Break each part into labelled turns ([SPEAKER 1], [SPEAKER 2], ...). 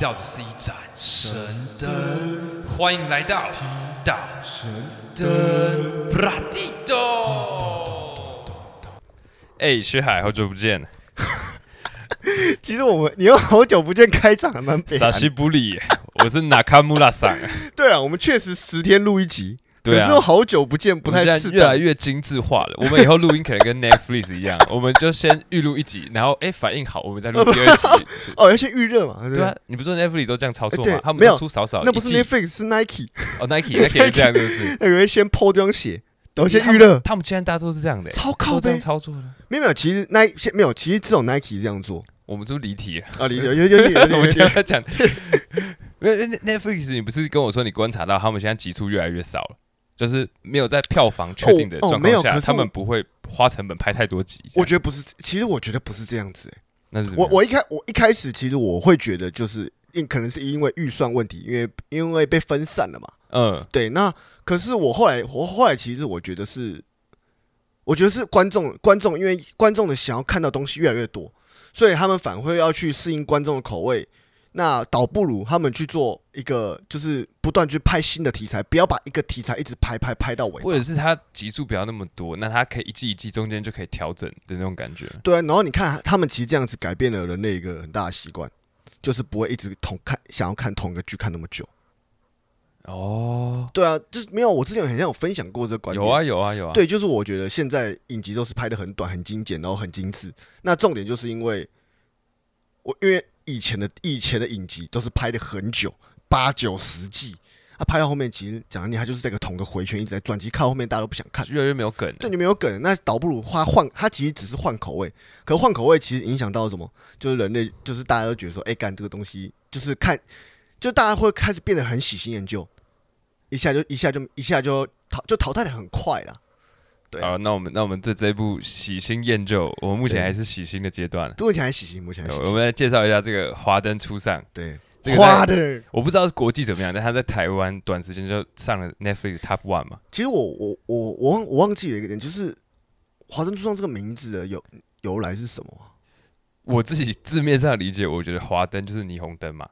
[SPEAKER 1] 到的是一盏神灯，欢迎来到提到神灯布拉蒂多。哎，薛海，好久不见，
[SPEAKER 2] 哎其实我们你用好久不见开场还蛮北
[SPEAKER 1] 萨
[SPEAKER 2] 韩
[SPEAKER 1] 西布里，我是纳卡穆拉桑。
[SPEAKER 2] 对啊，我们确实十天录一集，
[SPEAKER 1] 对
[SPEAKER 2] 可
[SPEAKER 1] 啊
[SPEAKER 2] 是，用好久不见不
[SPEAKER 1] 我们
[SPEAKER 2] 太
[SPEAKER 1] 现在
[SPEAKER 2] 适
[SPEAKER 1] 越来
[SPEAKER 2] 当。
[SPEAKER 1] 越精致化了。我们以后录音可能跟 Netflix 一样，我们就先预录一集，然后哎反应好，我们再录第二 集。是
[SPEAKER 2] 哦，要先预热嘛，对不
[SPEAKER 1] 对
[SPEAKER 2] 对
[SPEAKER 1] 啊？，你不是说 Netflix 都这样操作
[SPEAKER 2] 哎
[SPEAKER 1] 吗
[SPEAKER 2] 对？
[SPEAKER 1] 他们
[SPEAKER 2] 没有
[SPEAKER 1] 都出少少一季，
[SPEAKER 2] 那不是 Netflix 是 Nike，
[SPEAKER 1] 哦 Nike Nike 也这样，是不是？
[SPEAKER 2] 那有人先抛这双鞋，然哦后先
[SPEAKER 1] 他
[SPEAKER 2] 预
[SPEAKER 1] 们
[SPEAKER 2] 热，
[SPEAKER 1] 他们现在大家都是这样的，
[SPEAKER 2] 超
[SPEAKER 1] 都
[SPEAKER 2] 靠
[SPEAKER 1] 这样
[SPEAKER 2] 背。
[SPEAKER 1] 操作的。
[SPEAKER 2] 没有没有，其实 Nike 现没有，其实只有 Nike 这样做
[SPEAKER 1] 我们是不是离题了？
[SPEAKER 2] 啊，理解 有有有 有有
[SPEAKER 1] 我
[SPEAKER 2] 有
[SPEAKER 1] 们
[SPEAKER 2] 有
[SPEAKER 1] 现在讲， 因为 Netflix，你不是跟我说你观察到他们现在集数越来越少了，就是没有在票房确定的
[SPEAKER 2] 哦哦
[SPEAKER 1] 状
[SPEAKER 2] 没有
[SPEAKER 1] 况下，
[SPEAKER 2] 可是
[SPEAKER 1] 他们
[SPEAKER 2] 我
[SPEAKER 1] 不会花成本拍太多集。
[SPEAKER 2] 我觉得不是，其实我觉得不是这样子、欸
[SPEAKER 1] 那是怎么样
[SPEAKER 2] 我我一开我一开始其实我会觉得就是因可能是因为预算问题，因为因为被分散了嘛。
[SPEAKER 1] 嗯
[SPEAKER 2] 对，那可是我后来，我后来其实我觉得是，我觉得是观众观众，因为观众的想要看到东西越来越多，所以他们反会要去适应观众的口味。那倒不如他们去做一个，就是不断去拍新的题材，不要把一个题材一直拍拍拍到尾
[SPEAKER 1] 或
[SPEAKER 2] 巴。
[SPEAKER 1] 者是它集数不要那么多，那它可以一季一季中间就可以调整的那种感觉。
[SPEAKER 2] 对啊，然后你看，他们其实这样子改变了人类一个很大的习惯，就是不会一直同看想要看同一个剧看那么久。
[SPEAKER 1] 哦，
[SPEAKER 2] 对啊，就是没有，我之前好像有分享过这个观点。
[SPEAKER 1] 有啊有啊有啊，
[SPEAKER 2] 对，就是我觉得现在影集都是拍的很短、很精简，然后很精致。那重点就是因为我因为以前的以前的影集都是拍的很久，八九十季，啊，拍到后面其实讲难听，它就是这个同个回圈一直在转，其实看后面大家都不想看。
[SPEAKER 1] 越来越没有梗了。
[SPEAKER 2] 对，你没有梗，那倒不如花换，它其实只是换口味。可换口味其实影响到什么？就是人类，就是大家都觉得说，哎、干这个东西，就是看，就大家会开始变得很喜新厌旧，一下就一下就一下就淘就淘汰的很快了。对
[SPEAKER 1] 好，那我们那我们对这一部喜新厌旧，我们目前
[SPEAKER 2] 对
[SPEAKER 1] 还是喜新的阶段。
[SPEAKER 2] 目前还喜新，目前还
[SPEAKER 1] 对
[SPEAKER 2] 喜
[SPEAKER 1] 呃我
[SPEAKER 2] 新。
[SPEAKER 1] 们来介绍一下这个《华灯初上》，
[SPEAKER 2] 对，
[SPEAKER 1] 这个在
[SPEAKER 2] 花的。
[SPEAKER 1] 我不知道是国际怎么样，但他在台湾短时间就上了 Netflix Top One 嘛。
[SPEAKER 2] 其实我我我我忘我忘记了一个点，就是《华灯初上》这个名字的由由来是什么啊？
[SPEAKER 1] 我自己字面上理解，我觉得华灯就是霓虹灯嘛，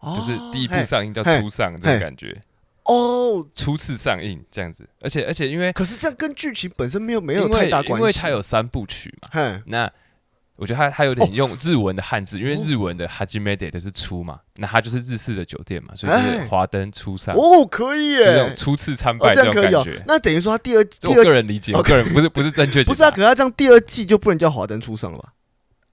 [SPEAKER 2] 哦
[SPEAKER 1] 就是第一部
[SPEAKER 2] 嘿
[SPEAKER 1] 上映叫
[SPEAKER 2] 嘿
[SPEAKER 1] 初上这种感觉，
[SPEAKER 2] 哦，
[SPEAKER 1] 初次上映这样子。而且而且因为
[SPEAKER 2] 可是这样跟剧情本身没有没有
[SPEAKER 1] 因
[SPEAKER 2] 太
[SPEAKER 1] 为
[SPEAKER 2] 大
[SPEAKER 1] 因
[SPEAKER 2] 关系，
[SPEAKER 1] 为它有三部曲嘛，
[SPEAKER 2] 嘿
[SPEAKER 1] 那我觉得它它有点
[SPEAKER 2] 哦
[SPEAKER 1] 用日文的汉字，因为
[SPEAKER 2] 哦
[SPEAKER 1] 日文的 Hajimede 就是初嘛，那它就是日式的酒店嘛，所以就是
[SPEAKER 2] 哎
[SPEAKER 1] 华灯初上，啊就
[SPEAKER 2] 哦，可以耶，
[SPEAKER 1] 这种初次参
[SPEAKER 2] 哦
[SPEAKER 1] 拜
[SPEAKER 2] 这
[SPEAKER 1] 这
[SPEAKER 2] 样
[SPEAKER 1] 种
[SPEAKER 2] 可
[SPEAKER 1] 感
[SPEAKER 2] 以哦
[SPEAKER 1] 觉。。
[SPEAKER 2] 那等于说他第二
[SPEAKER 1] 这
[SPEAKER 2] 第
[SPEAKER 1] 我
[SPEAKER 2] 二
[SPEAKER 1] 个人理解，我个人不是不是正确解答。
[SPEAKER 2] 不是啊，可是他这样第二季就不能叫《华灯初上》了吧？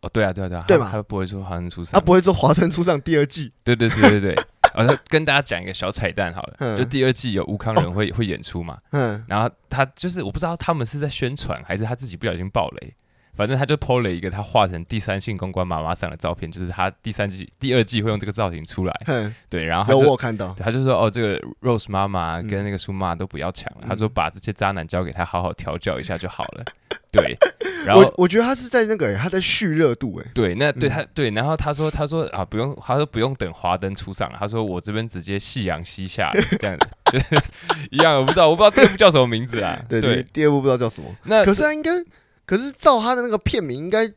[SPEAKER 1] 哦，对啊，对啊，对啊，
[SPEAKER 2] 对
[SPEAKER 1] 他
[SPEAKER 2] 嘛
[SPEAKER 1] 他不会说华灯初
[SPEAKER 2] 他
[SPEAKER 1] 上，
[SPEAKER 2] 不会做《华灯初上》第二季
[SPEAKER 1] 对对对对对。 然后跟大家讲一个小彩蛋好了，
[SPEAKER 2] 嗯
[SPEAKER 1] 就第二季有吴康仁会会演出嘛，
[SPEAKER 2] 嗯，
[SPEAKER 1] 然后他就是我不知道他们是在宣传还是他自己不小心爆雷，反正他就 PO 了一个他画成第三性公关妈妈上的照片，就是他第三季第二季会用这个造型 出来，
[SPEAKER 2] 哼，
[SPEAKER 1] 对，啊然后他
[SPEAKER 2] 有我
[SPEAKER 1] 就
[SPEAKER 2] 有看到，
[SPEAKER 1] 他就说哦，这个 Rose 妈妈
[SPEAKER 2] 嗯
[SPEAKER 1] 跟那个苏妈都不要抢了，
[SPEAKER 2] 嗯
[SPEAKER 1] 他说把这些渣男交给他好好调教一下就好了， 对，然后
[SPEAKER 2] 我我觉得他是在那个他在蓄热度哎，
[SPEAKER 1] 对，那对他、对，然后他说他说啊不用，他说不用等华灯初上了，啊他说我这边直接夕阳西下了这样子，就是 一样，我不知道我不知道这部叫什么名字啊？
[SPEAKER 2] 对对，第二部不知道叫什么，
[SPEAKER 1] 那
[SPEAKER 2] 可是他应该，可是照他的那个片名应该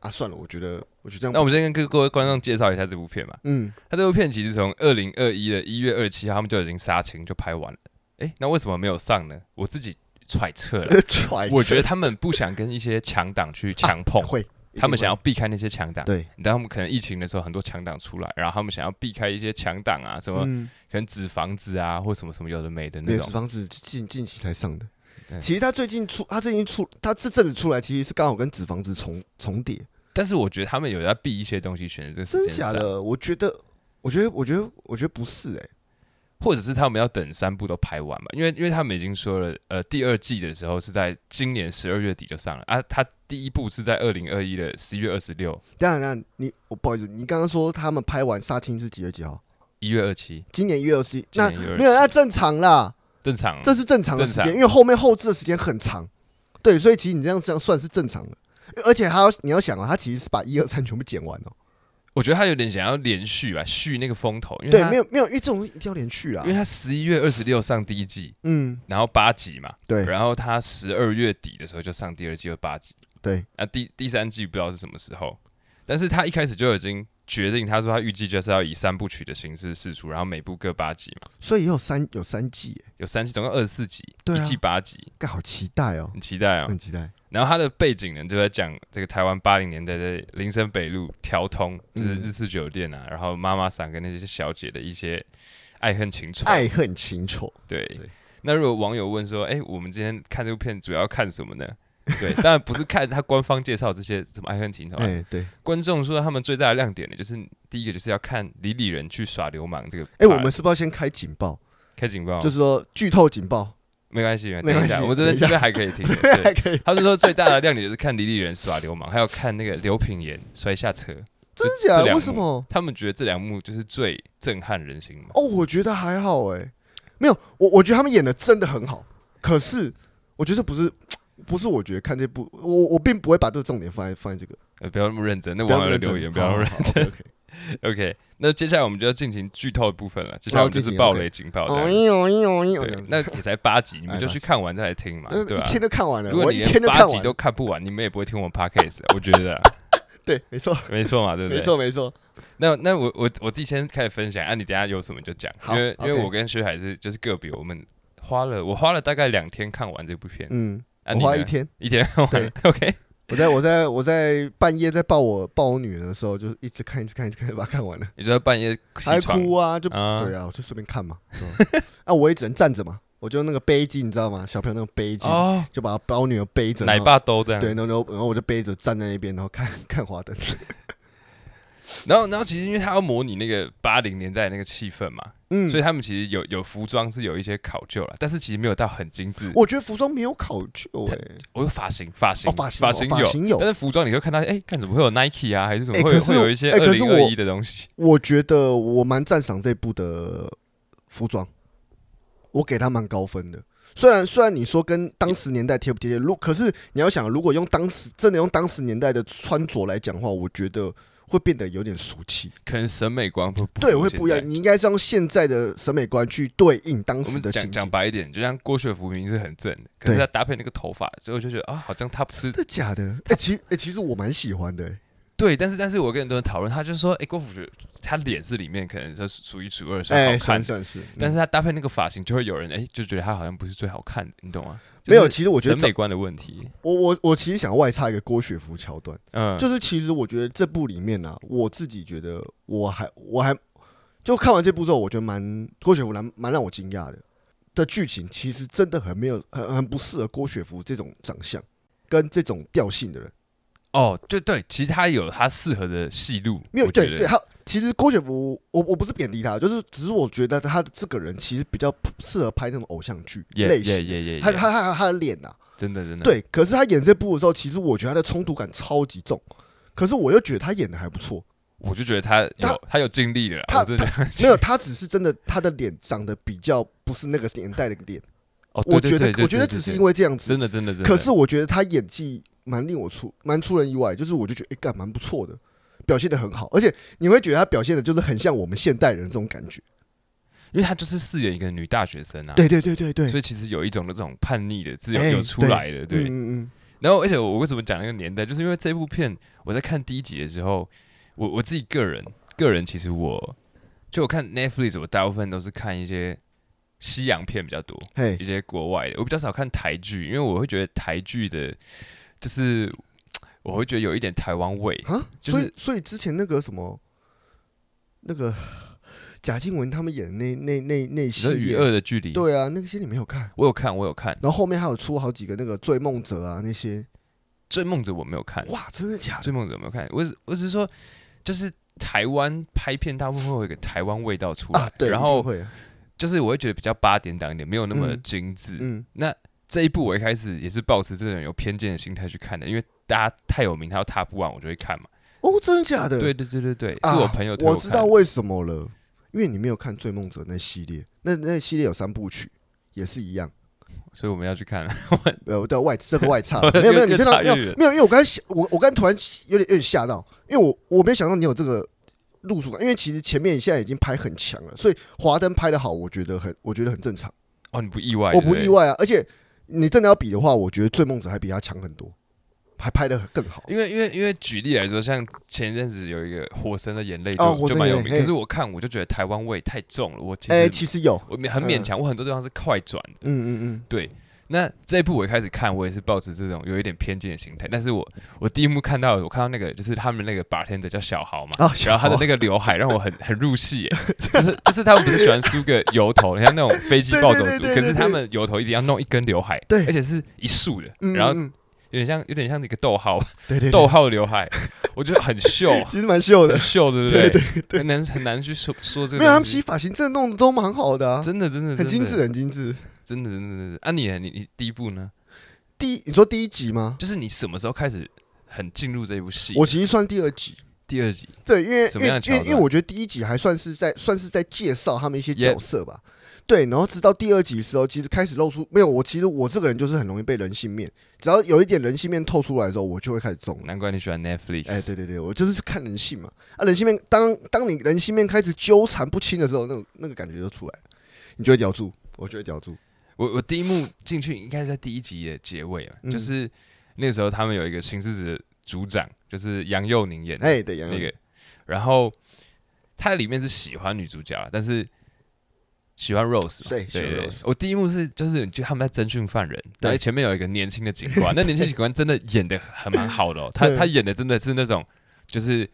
[SPEAKER 2] 啊，算了，我觉得我觉得这
[SPEAKER 1] 那
[SPEAKER 2] 样，
[SPEAKER 1] 我们先跟各各位观众介绍一下这部片嘛。
[SPEAKER 2] 嗯，
[SPEAKER 1] 他这部片其实从二零二一的一月二十七号他们就已经杀青就拍完了，诶，那为什么没有上呢？我自己揣测 了，
[SPEAKER 2] 揣测
[SPEAKER 1] 我觉得他们不想跟一些强档去强碰，
[SPEAKER 2] 啊会，一定
[SPEAKER 1] 他们想要
[SPEAKER 2] 会
[SPEAKER 1] 避开那些强档。
[SPEAKER 2] 对，
[SPEAKER 1] 然后他们可能疫情的时候很多强档出来，然后他们想要避开一些强档啊，什么
[SPEAKER 2] 嗯，
[SPEAKER 1] 可能纸房子啊，或什么什么有的没的那
[SPEAKER 2] 美食
[SPEAKER 1] 种。
[SPEAKER 2] 方式近近期才上的
[SPEAKER 1] 对。
[SPEAKER 2] 其实他最近出，他最近出，他这阵子出来，其实是刚好跟《纸房子》重重叠，
[SPEAKER 1] 但是我觉得他们有在避一些东西，选择这个时
[SPEAKER 2] 真
[SPEAKER 1] 间
[SPEAKER 2] 假
[SPEAKER 1] 上，
[SPEAKER 2] 的？我觉得，我觉得，我觉得，我觉得不是哎、
[SPEAKER 1] 或者是他们要等三部都拍完嘛，因为因为他们已经说了，呃，第二季的时候是在今年十二月底就上了啊，他第一部是在二零二一的十一月二十六、
[SPEAKER 2] 当然，当然，你我不好意思，你刚刚说他们拍完杀青是几月几号？
[SPEAKER 1] 一月二七，
[SPEAKER 2] 今年一月二十一，
[SPEAKER 1] 今
[SPEAKER 2] 那
[SPEAKER 1] 年一月
[SPEAKER 2] 没有，那正常啦，
[SPEAKER 1] 正常。
[SPEAKER 2] 这是正常的时
[SPEAKER 1] 正
[SPEAKER 2] 间，
[SPEAKER 1] 常
[SPEAKER 2] 因为后面后置的时间很长，对，所以其实你这样这样算是正常的。而且他要你要想啊，他其实是把一二三全部剪完哦。
[SPEAKER 1] 我觉得他有点想要连续啊，续那个风头，因为
[SPEAKER 2] 对，
[SPEAKER 1] 他
[SPEAKER 2] 没有没有，因为这种东西一定要连续啊
[SPEAKER 1] 因为。他十一月二十六上第一季，
[SPEAKER 2] 嗯，
[SPEAKER 1] 然后八集嘛，
[SPEAKER 2] 对
[SPEAKER 1] 然后他十二月底的时候就啊上第二季有八集。
[SPEAKER 2] 对，
[SPEAKER 1] 那第第三季不知道是什么时候，但是他一开始就已经决定，他说他预计就是要以三部曲的形式试出，然后每部各八集嘛，
[SPEAKER 2] 所以也有三有三季耶，
[SPEAKER 1] 有三季，总共二十四集，
[SPEAKER 2] 对啊
[SPEAKER 1] 一季八集，
[SPEAKER 2] 干好期待哦，
[SPEAKER 1] 很期待哦。
[SPEAKER 2] 很期待。
[SPEAKER 1] 然后他的背景呢，就在讲这个台湾八零年代的林森北路调通，就是
[SPEAKER 2] 嗯
[SPEAKER 1] 日式酒店啊，然后妈妈桑跟那些小姐的一些爱恨情仇。
[SPEAKER 2] 爱恨情仇，
[SPEAKER 1] 对，
[SPEAKER 2] 对
[SPEAKER 1] 那如果网友问说，哎、我们今天看这部片主要看什么呢？对，当然不是看他官方介绍这些什么爱恨情仇、啊，
[SPEAKER 2] 哎、对，
[SPEAKER 1] 观众说他们最大的亮点呢，就是第一个就是要看李李仁去耍流氓这个 part。
[SPEAKER 2] 哎、我们是不是要先开警报？
[SPEAKER 1] 开警报，
[SPEAKER 2] 就是说剧透警报，
[SPEAKER 1] 没关系，
[SPEAKER 2] 没
[SPEAKER 1] 等一
[SPEAKER 2] 关
[SPEAKER 1] 下，
[SPEAKER 2] 系
[SPEAKER 1] 我这边这
[SPEAKER 2] 等一下
[SPEAKER 1] 边还可以 听。
[SPEAKER 2] 还
[SPEAKER 1] 对，
[SPEAKER 2] 可以，
[SPEAKER 1] 他们说最大的亮点就是看李李仁耍流氓，还有看那个刘品言摔下车。
[SPEAKER 2] 真的假
[SPEAKER 1] 这两
[SPEAKER 2] 的？
[SPEAKER 1] 幕
[SPEAKER 2] 为什么？
[SPEAKER 1] 他们觉得这两幕就是最震撼人心的嘛。
[SPEAKER 2] 哦，我觉得还好哎、没有，我我觉得他们演的真的很好，可是我觉得这不是不是，我觉得看这部，我我并不会把这个重点放在放在这个，
[SPEAKER 1] 呃，不要那么认真，那
[SPEAKER 2] 不要
[SPEAKER 1] 网友的
[SPEAKER 2] 认真
[SPEAKER 1] 留言不要那么认
[SPEAKER 2] 好好好 OK，OK
[SPEAKER 1] 真。OK，那 接下来我们就要进行剧透的部分了，接下来我们就是
[SPEAKER 2] 进行
[SPEAKER 1] 暴
[SPEAKER 2] OK
[SPEAKER 1] 雷警报这
[SPEAKER 2] 哦
[SPEAKER 1] 样。
[SPEAKER 2] 咦哦咦哦咦哦这
[SPEAKER 1] 对
[SPEAKER 2] 样，子，
[SPEAKER 1] 那也才八集，你们
[SPEAKER 2] 哎
[SPEAKER 1] 就
[SPEAKER 2] 八
[SPEAKER 1] 去
[SPEAKER 2] 集
[SPEAKER 1] 看完再来听嘛，对
[SPEAKER 2] 一
[SPEAKER 1] 吧？
[SPEAKER 2] 天都看完了，
[SPEAKER 1] 如果
[SPEAKER 2] 我
[SPEAKER 1] 你
[SPEAKER 2] 一天
[SPEAKER 1] 连
[SPEAKER 2] 都
[SPEAKER 1] 八
[SPEAKER 2] 看
[SPEAKER 1] 集
[SPEAKER 2] 完
[SPEAKER 1] 都
[SPEAKER 2] 了，
[SPEAKER 1] 看不完，你们也不会听我们 podcast，我觉得啊
[SPEAKER 2] 对，没错，
[SPEAKER 1] 没错嘛，对不对
[SPEAKER 2] 没？错，没错，
[SPEAKER 1] 那那我我我自己先开始分享，啊，你等一下有什么就讲，因
[SPEAKER 2] 好
[SPEAKER 1] 为因为
[SPEAKER 2] OK
[SPEAKER 1] 我跟薛海是就是个别，我们花了我花了大概两天看完这部片，
[SPEAKER 2] 嗯，
[SPEAKER 1] 啊，
[SPEAKER 2] 我
[SPEAKER 1] 你
[SPEAKER 2] 花
[SPEAKER 1] 呢
[SPEAKER 2] 一天，
[SPEAKER 1] 一天看完
[SPEAKER 2] 对
[SPEAKER 1] ，OK，
[SPEAKER 2] 我在我在我在半夜在抱我抱我女儿的时候，就是一直看，一直看，一直看，把它看完了，
[SPEAKER 1] 你就在半夜
[SPEAKER 2] 还
[SPEAKER 1] 起床
[SPEAKER 2] 哭啊，就
[SPEAKER 1] 啊，
[SPEAKER 2] 对啊，我就随便看嘛，对啊啊，我也只能站着嘛，我就那个背巾，你知道吗？小朋友那个背巾，
[SPEAKER 1] 哦，
[SPEAKER 2] 就把把我女儿背着，
[SPEAKER 1] 奶
[SPEAKER 2] 然后
[SPEAKER 1] 爸都这样，
[SPEAKER 2] 对，然后然后然后我就背着站在那边，然后看 看华灯，
[SPEAKER 1] 然后然后其实因为他要模拟那个八零年代那个气氛嘛，
[SPEAKER 2] 嗯，
[SPEAKER 1] 所以他们其实有有服装是有一些考究了，但是其实没有到很精致，
[SPEAKER 2] 我觉得服装没有考究哎，
[SPEAKER 1] 我有发型发型
[SPEAKER 2] 哦发型
[SPEAKER 1] 发
[SPEAKER 2] 哦
[SPEAKER 1] 型
[SPEAKER 2] 发
[SPEAKER 1] 有。
[SPEAKER 2] 型有
[SPEAKER 1] 但，是服装你会看到，哎、看怎么会有 Nike 啊，还是什么
[SPEAKER 2] 哎
[SPEAKER 1] 会
[SPEAKER 2] 可
[SPEAKER 1] 有
[SPEAKER 2] 是
[SPEAKER 1] 会有一些
[SPEAKER 2] 哎
[SPEAKER 1] 二
[SPEAKER 2] 可是
[SPEAKER 1] 零二
[SPEAKER 2] 我
[SPEAKER 1] 一的东西，
[SPEAKER 2] 我觉得我蛮赞赏这部的服装，我给他蛮高分的。虽然虽然你说跟当时年代贴不贴切，如可是你要想，如果用当时真的用当时年代的穿着来讲话，我觉得会变得有点俗气。
[SPEAKER 1] 可能审美观会不
[SPEAKER 2] 对，
[SPEAKER 1] 同
[SPEAKER 2] 会
[SPEAKER 1] 现
[SPEAKER 2] 不一
[SPEAKER 1] 在
[SPEAKER 2] 样。你应该是用现在的审美观去对应当
[SPEAKER 1] 我
[SPEAKER 2] 时
[SPEAKER 1] 们
[SPEAKER 2] 的
[SPEAKER 1] 讲
[SPEAKER 2] 情
[SPEAKER 1] 讲
[SPEAKER 2] 景。
[SPEAKER 1] 白一点，就像郭雪芙明明是很正的，可是
[SPEAKER 2] 对
[SPEAKER 1] 他搭配那个头发，所以我就觉得啊，好像他不是
[SPEAKER 2] 真的假的？哎、其哎、其实我蛮喜欢的、欸。
[SPEAKER 1] 对，但是但是我跟很多人讨论，他就说，哎、郭富雪他脸是里面可能是数一数二算
[SPEAKER 2] 哎、
[SPEAKER 1] 好看
[SPEAKER 2] 算
[SPEAKER 1] 的，
[SPEAKER 2] 算是，
[SPEAKER 1] 但
[SPEAKER 2] 是、
[SPEAKER 1] 是他搭配那个发型，就会有人哎、就觉得他好像不是最好看的，你懂吗？
[SPEAKER 2] 没有。
[SPEAKER 1] 就是
[SPEAKER 2] 其实我觉得
[SPEAKER 1] 审
[SPEAKER 2] 这
[SPEAKER 1] 美观的问题，
[SPEAKER 2] 我我我其实想外插一个郭雪芙桥段，
[SPEAKER 1] 嗯，
[SPEAKER 2] 就是其实我觉得这部里面呢、啊，我自己觉得我还我还就看完这部之后，我觉得蛮郭雪芙蛮蛮让我惊讶的。的剧情其实真的很没有很很不适合郭雪芙这种长相跟这种调性的人，
[SPEAKER 1] 哦，就对，其实他有他适合的戏路，
[SPEAKER 2] 没有
[SPEAKER 1] 我觉
[SPEAKER 2] 对
[SPEAKER 1] 得
[SPEAKER 2] 对，他其实郭雪芙，我我不是贬低他，就是只是我觉得他这个人其实比较适合拍那种偶像剧
[SPEAKER 1] 也
[SPEAKER 2] 类
[SPEAKER 1] 也
[SPEAKER 2] 型，
[SPEAKER 1] 也也，
[SPEAKER 2] 他
[SPEAKER 1] yeah，
[SPEAKER 2] 他他他的脸呐、啊，
[SPEAKER 1] 真的真的，
[SPEAKER 2] 对，可是他演这部的时候，其实我觉得他的冲突感超级重，可是我又觉得他演的还 不错，
[SPEAKER 1] 我就觉得他
[SPEAKER 2] 他
[SPEAKER 1] 有他有尽力了啦，
[SPEAKER 2] 他
[SPEAKER 1] 我真的觉得
[SPEAKER 2] 没有，他只是真的，他的脸长得比较不是那个年代的 脸。
[SPEAKER 1] 哦，
[SPEAKER 2] 我觉得，我觉得只是因
[SPEAKER 1] 为
[SPEAKER 2] 为这样子。
[SPEAKER 1] 真的真的真的，
[SPEAKER 2] 可是我觉得他演技蛮令我出蛮出人意外，就是我就觉得哎，干、蛮不错的，表现的很好，而且你会觉得他表现的就是很像我们现代人这种感觉。
[SPEAKER 1] 因为他就是饰演一个女大学生啊，
[SPEAKER 2] 对对对对对，
[SPEAKER 1] 所以其实有一种那种叛逆的是有
[SPEAKER 2] 哎
[SPEAKER 1] 有出来的，对。
[SPEAKER 2] 嗯嗯
[SPEAKER 1] 然后，而且我为什么讲那个年代，就是因为这部片我在看第一集的时候，我我自己个人个人其实我就我看 Netflix，我大部分都是看一些西洋片比较多，
[SPEAKER 2] 嗯，嘿
[SPEAKER 1] 一，些国外的，我比较少看台剧，因为我会觉得台剧的，就是我会觉得有一点台湾味，
[SPEAKER 2] 啊，
[SPEAKER 1] 就是
[SPEAKER 2] 所以所以之前那个什么，那个贾静雯他们演的那那那那
[SPEAKER 1] 你说
[SPEAKER 2] 戏
[SPEAKER 1] 与
[SPEAKER 2] 演，
[SPEAKER 1] 恶的距离，
[SPEAKER 2] 对啊，那些你没有看。
[SPEAKER 1] 我有看，我有看，
[SPEAKER 2] 然后后面还有出好几个那个追梦者啊那些，
[SPEAKER 1] 《追梦者》我没有看，
[SPEAKER 2] 哇，真的假的？
[SPEAKER 1] 啊追梦者有没有看？我只我只是说，就是台湾拍片大部分会有一个台湾味道出来，
[SPEAKER 2] 啊，对，
[SPEAKER 1] 然
[SPEAKER 2] 一定
[SPEAKER 1] 后
[SPEAKER 2] 会啊，
[SPEAKER 1] 就是我会觉得比较八点档一点，没有那么
[SPEAKER 2] 嗯
[SPEAKER 1] 精致。
[SPEAKER 2] 嗯，
[SPEAKER 1] 那这一部我一开始也是抱持这种有偏见的心态去看的，因为大家太有名，他要踏不完，我就会看嘛。
[SPEAKER 2] 哦，真的假的？
[SPEAKER 1] 对对对对对，
[SPEAKER 2] 啊，
[SPEAKER 1] 是我朋友推
[SPEAKER 2] 我知
[SPEAKER 1] 看的。
[SPEAKER 2] 道为什么了，因为你没有看《追梦者》那系列，那那系列有三部曲，也是一样。
[SPEAKER 1] 所以我们要去看了。，
[SPEAKER 2] 呃，对外这个外差 没有没有，
[SPEAKER 1] 越
[SPEAKER 2] 你真
[SPEAKER 1] 越
[SPEAKER 2] 的没有
[SPEAKER 1] 越远
[SPEAKER 2] 没有，因为我刚才想我我刚才突然有点有点吓到，因为我我没有想到你有这个路数感，因为其实前面现在已经拍很强了，所以华灯拍的好，我觉得很我觉得很正常，
[SPEAKER 1] 哦，你不意外？对
[SPEAKER 2] 我不
[SPEAKER 1] 对
[SPEAKER 2] 意。外啊，而且你真的要比的话，我觉得《追梦者》还比他强很多，还拍的更好。
[SPEAKER 1] 因为因为因为举例来说，像前一阵子有一个《火神的眼泪》
[SPEAKER 2] 哦
[SPEAKER 1] 就
[SPEAKER 2] 火
[SPEAKER 1] 就
[SPEAKER 2] 神
[SPEAKER 1] 蛮
[SPEAKER 2] 眼
[SPEAKER 1] 有
[SPEAKER 2] 泪
[SPEAKER 1] 名，
[SPEAKER 2] 嘿
[SPEAKER 1] 可是我看我就觉得台湾味太重了，我其
[SPEAKER 2] 哎、
[SPEAKER 1] 实
[SPEAKER 2] 其实嗯有，
[SPEAKER 1] 我很勉强，我很多地方是快转的。
[SPEAKER 2] 嗯嗯
[SPEAKER 1] 对，那这一部我一开始看，我也是抱持这种有一点偏见的心态。但是我我第一幕看到，我看到那个就是他们那个 bartender 叫小豪嘛，
[SPEAKER 2] 哦小
[SPEAKER 1] 然后他的
[SPEAKER 2] 豪
[SPEAKER 1] 那个刘海让我很很入戏耶，就是就是他们不是喜欢梳个油头，像那种飞机
[SPEAKER 2] 对
[SPEAKER 1] 暴
[SPEAKER 2] 对
[SPEAKER 1] 走
[SPEAKER 2] 对
[SPEAKER 1] 族，
[SPEAKER 2] 对
[SPEAKER 1] 可
[SPEAKER 2] 对
[SPEAKER 1] 是他
[SPEAKER 2] 对
[SPEAKER 1] 们油头一定要弄一根刘海，
[SPEAKER 2] 对
[SPEAKER 1] 而且是一束的，
[SPEAKER 2] 嗯，
[SPEAKER 1] 然后
[SPEAKER 2] 嗯嗯
[SPEAKER 1] 有点像有点像一个逗号
[SPEAKER 2] 对对对
[SPEAKER 1] 逗号刘海，我觉得很秀，
[SPEAKER 2] 其实蛮 秀的
[SPEAKER 1] 很。秀，对不
[SPEAKER 2] 对
[SPEAKER 1] 对？很难很难去说说这个东西，
[SPEAKER 2] 没有，他们其实发型真的弄得都蛮好的啊，
[SPEAKER 1] 真的真的
[SPEAKER 2] 很精
[SPEAKER 1] 真
[SPEAKER 2] 致，
[SPEAKER 1] 的，
[SPEAKER 2] 很精致。
[SPEAKER 1] 真的真的真的。啊你呢，你你第一部呢？
[SPEAKER 2] 第一，你说第一集吗？
[SPEAKER 1] 就是你什么时候开始很进入这部戏？
[SPEAKER 2] 我其实算第二集，
[SPEAKER 1] 第二集，
[SPEAKER 2] 对，因为
[SPEAKER 1] 什么
[SPEAKER 2] 因为
[SPEAKER 1] 样的
[SPEAKER 2] 因
[SPEAKER 1] 桥
[SPEAKER 2] 为
[SPEAKER 1] 段
[SPEAKER 2] 因为我觉得第一集还算是在算是在介绍他们一些
[SPEAKER 1] Yeah
[SPEAKER 2] 角色吧。对，然后直到第二集的时候，其实开始露出没有我，其实我这个人就是很容易被人性面，只要有一点人性面透出来的时候，我就会开始中了。
[SPEAKER 1] 难怪你喜欢 Netflix。
[SPEAKER 2] 哎，对对对，我就是看人性嘛。啊，人性面当当你人性面开始纠缠不清的时候，那种那个感觉就出来了，你就会咬住，我就会咬住。
[SPEAKER 1] 我我第一幕进去应该是在第一集的结尾啊，
[SPEAKER 2] 嗯
[SPEAKER 1] 就是那时候他们有一个新世子的组长，就是杨佑宁演的
[SPEAKER 2] 哎，对，杨
[SPEAKER 1] 那
[SPEAKER 2] 洋
[SPEAKER 1] 个，然后他里面是喜欢女主角啦，但是喜欢 Rose 嘛。
[SPEAKER 2] 对喜
[SPEAKER 1] 对
[SPEAKER 2] 欢
[SPEAKER 1] 对
[SPEAKER 2] Rose
[SPEAKER 1] 我第一幕是就是就他们在侦讯犯人，
[SPEAKER 2] 对
[SPEAKER 1] 然后前面有一个年轻的警 官，那年轻警官真的演的很蛮好的哦，他
[SPEAKER 2] 对
[SPEAKER 1] 他演的真的是那种就是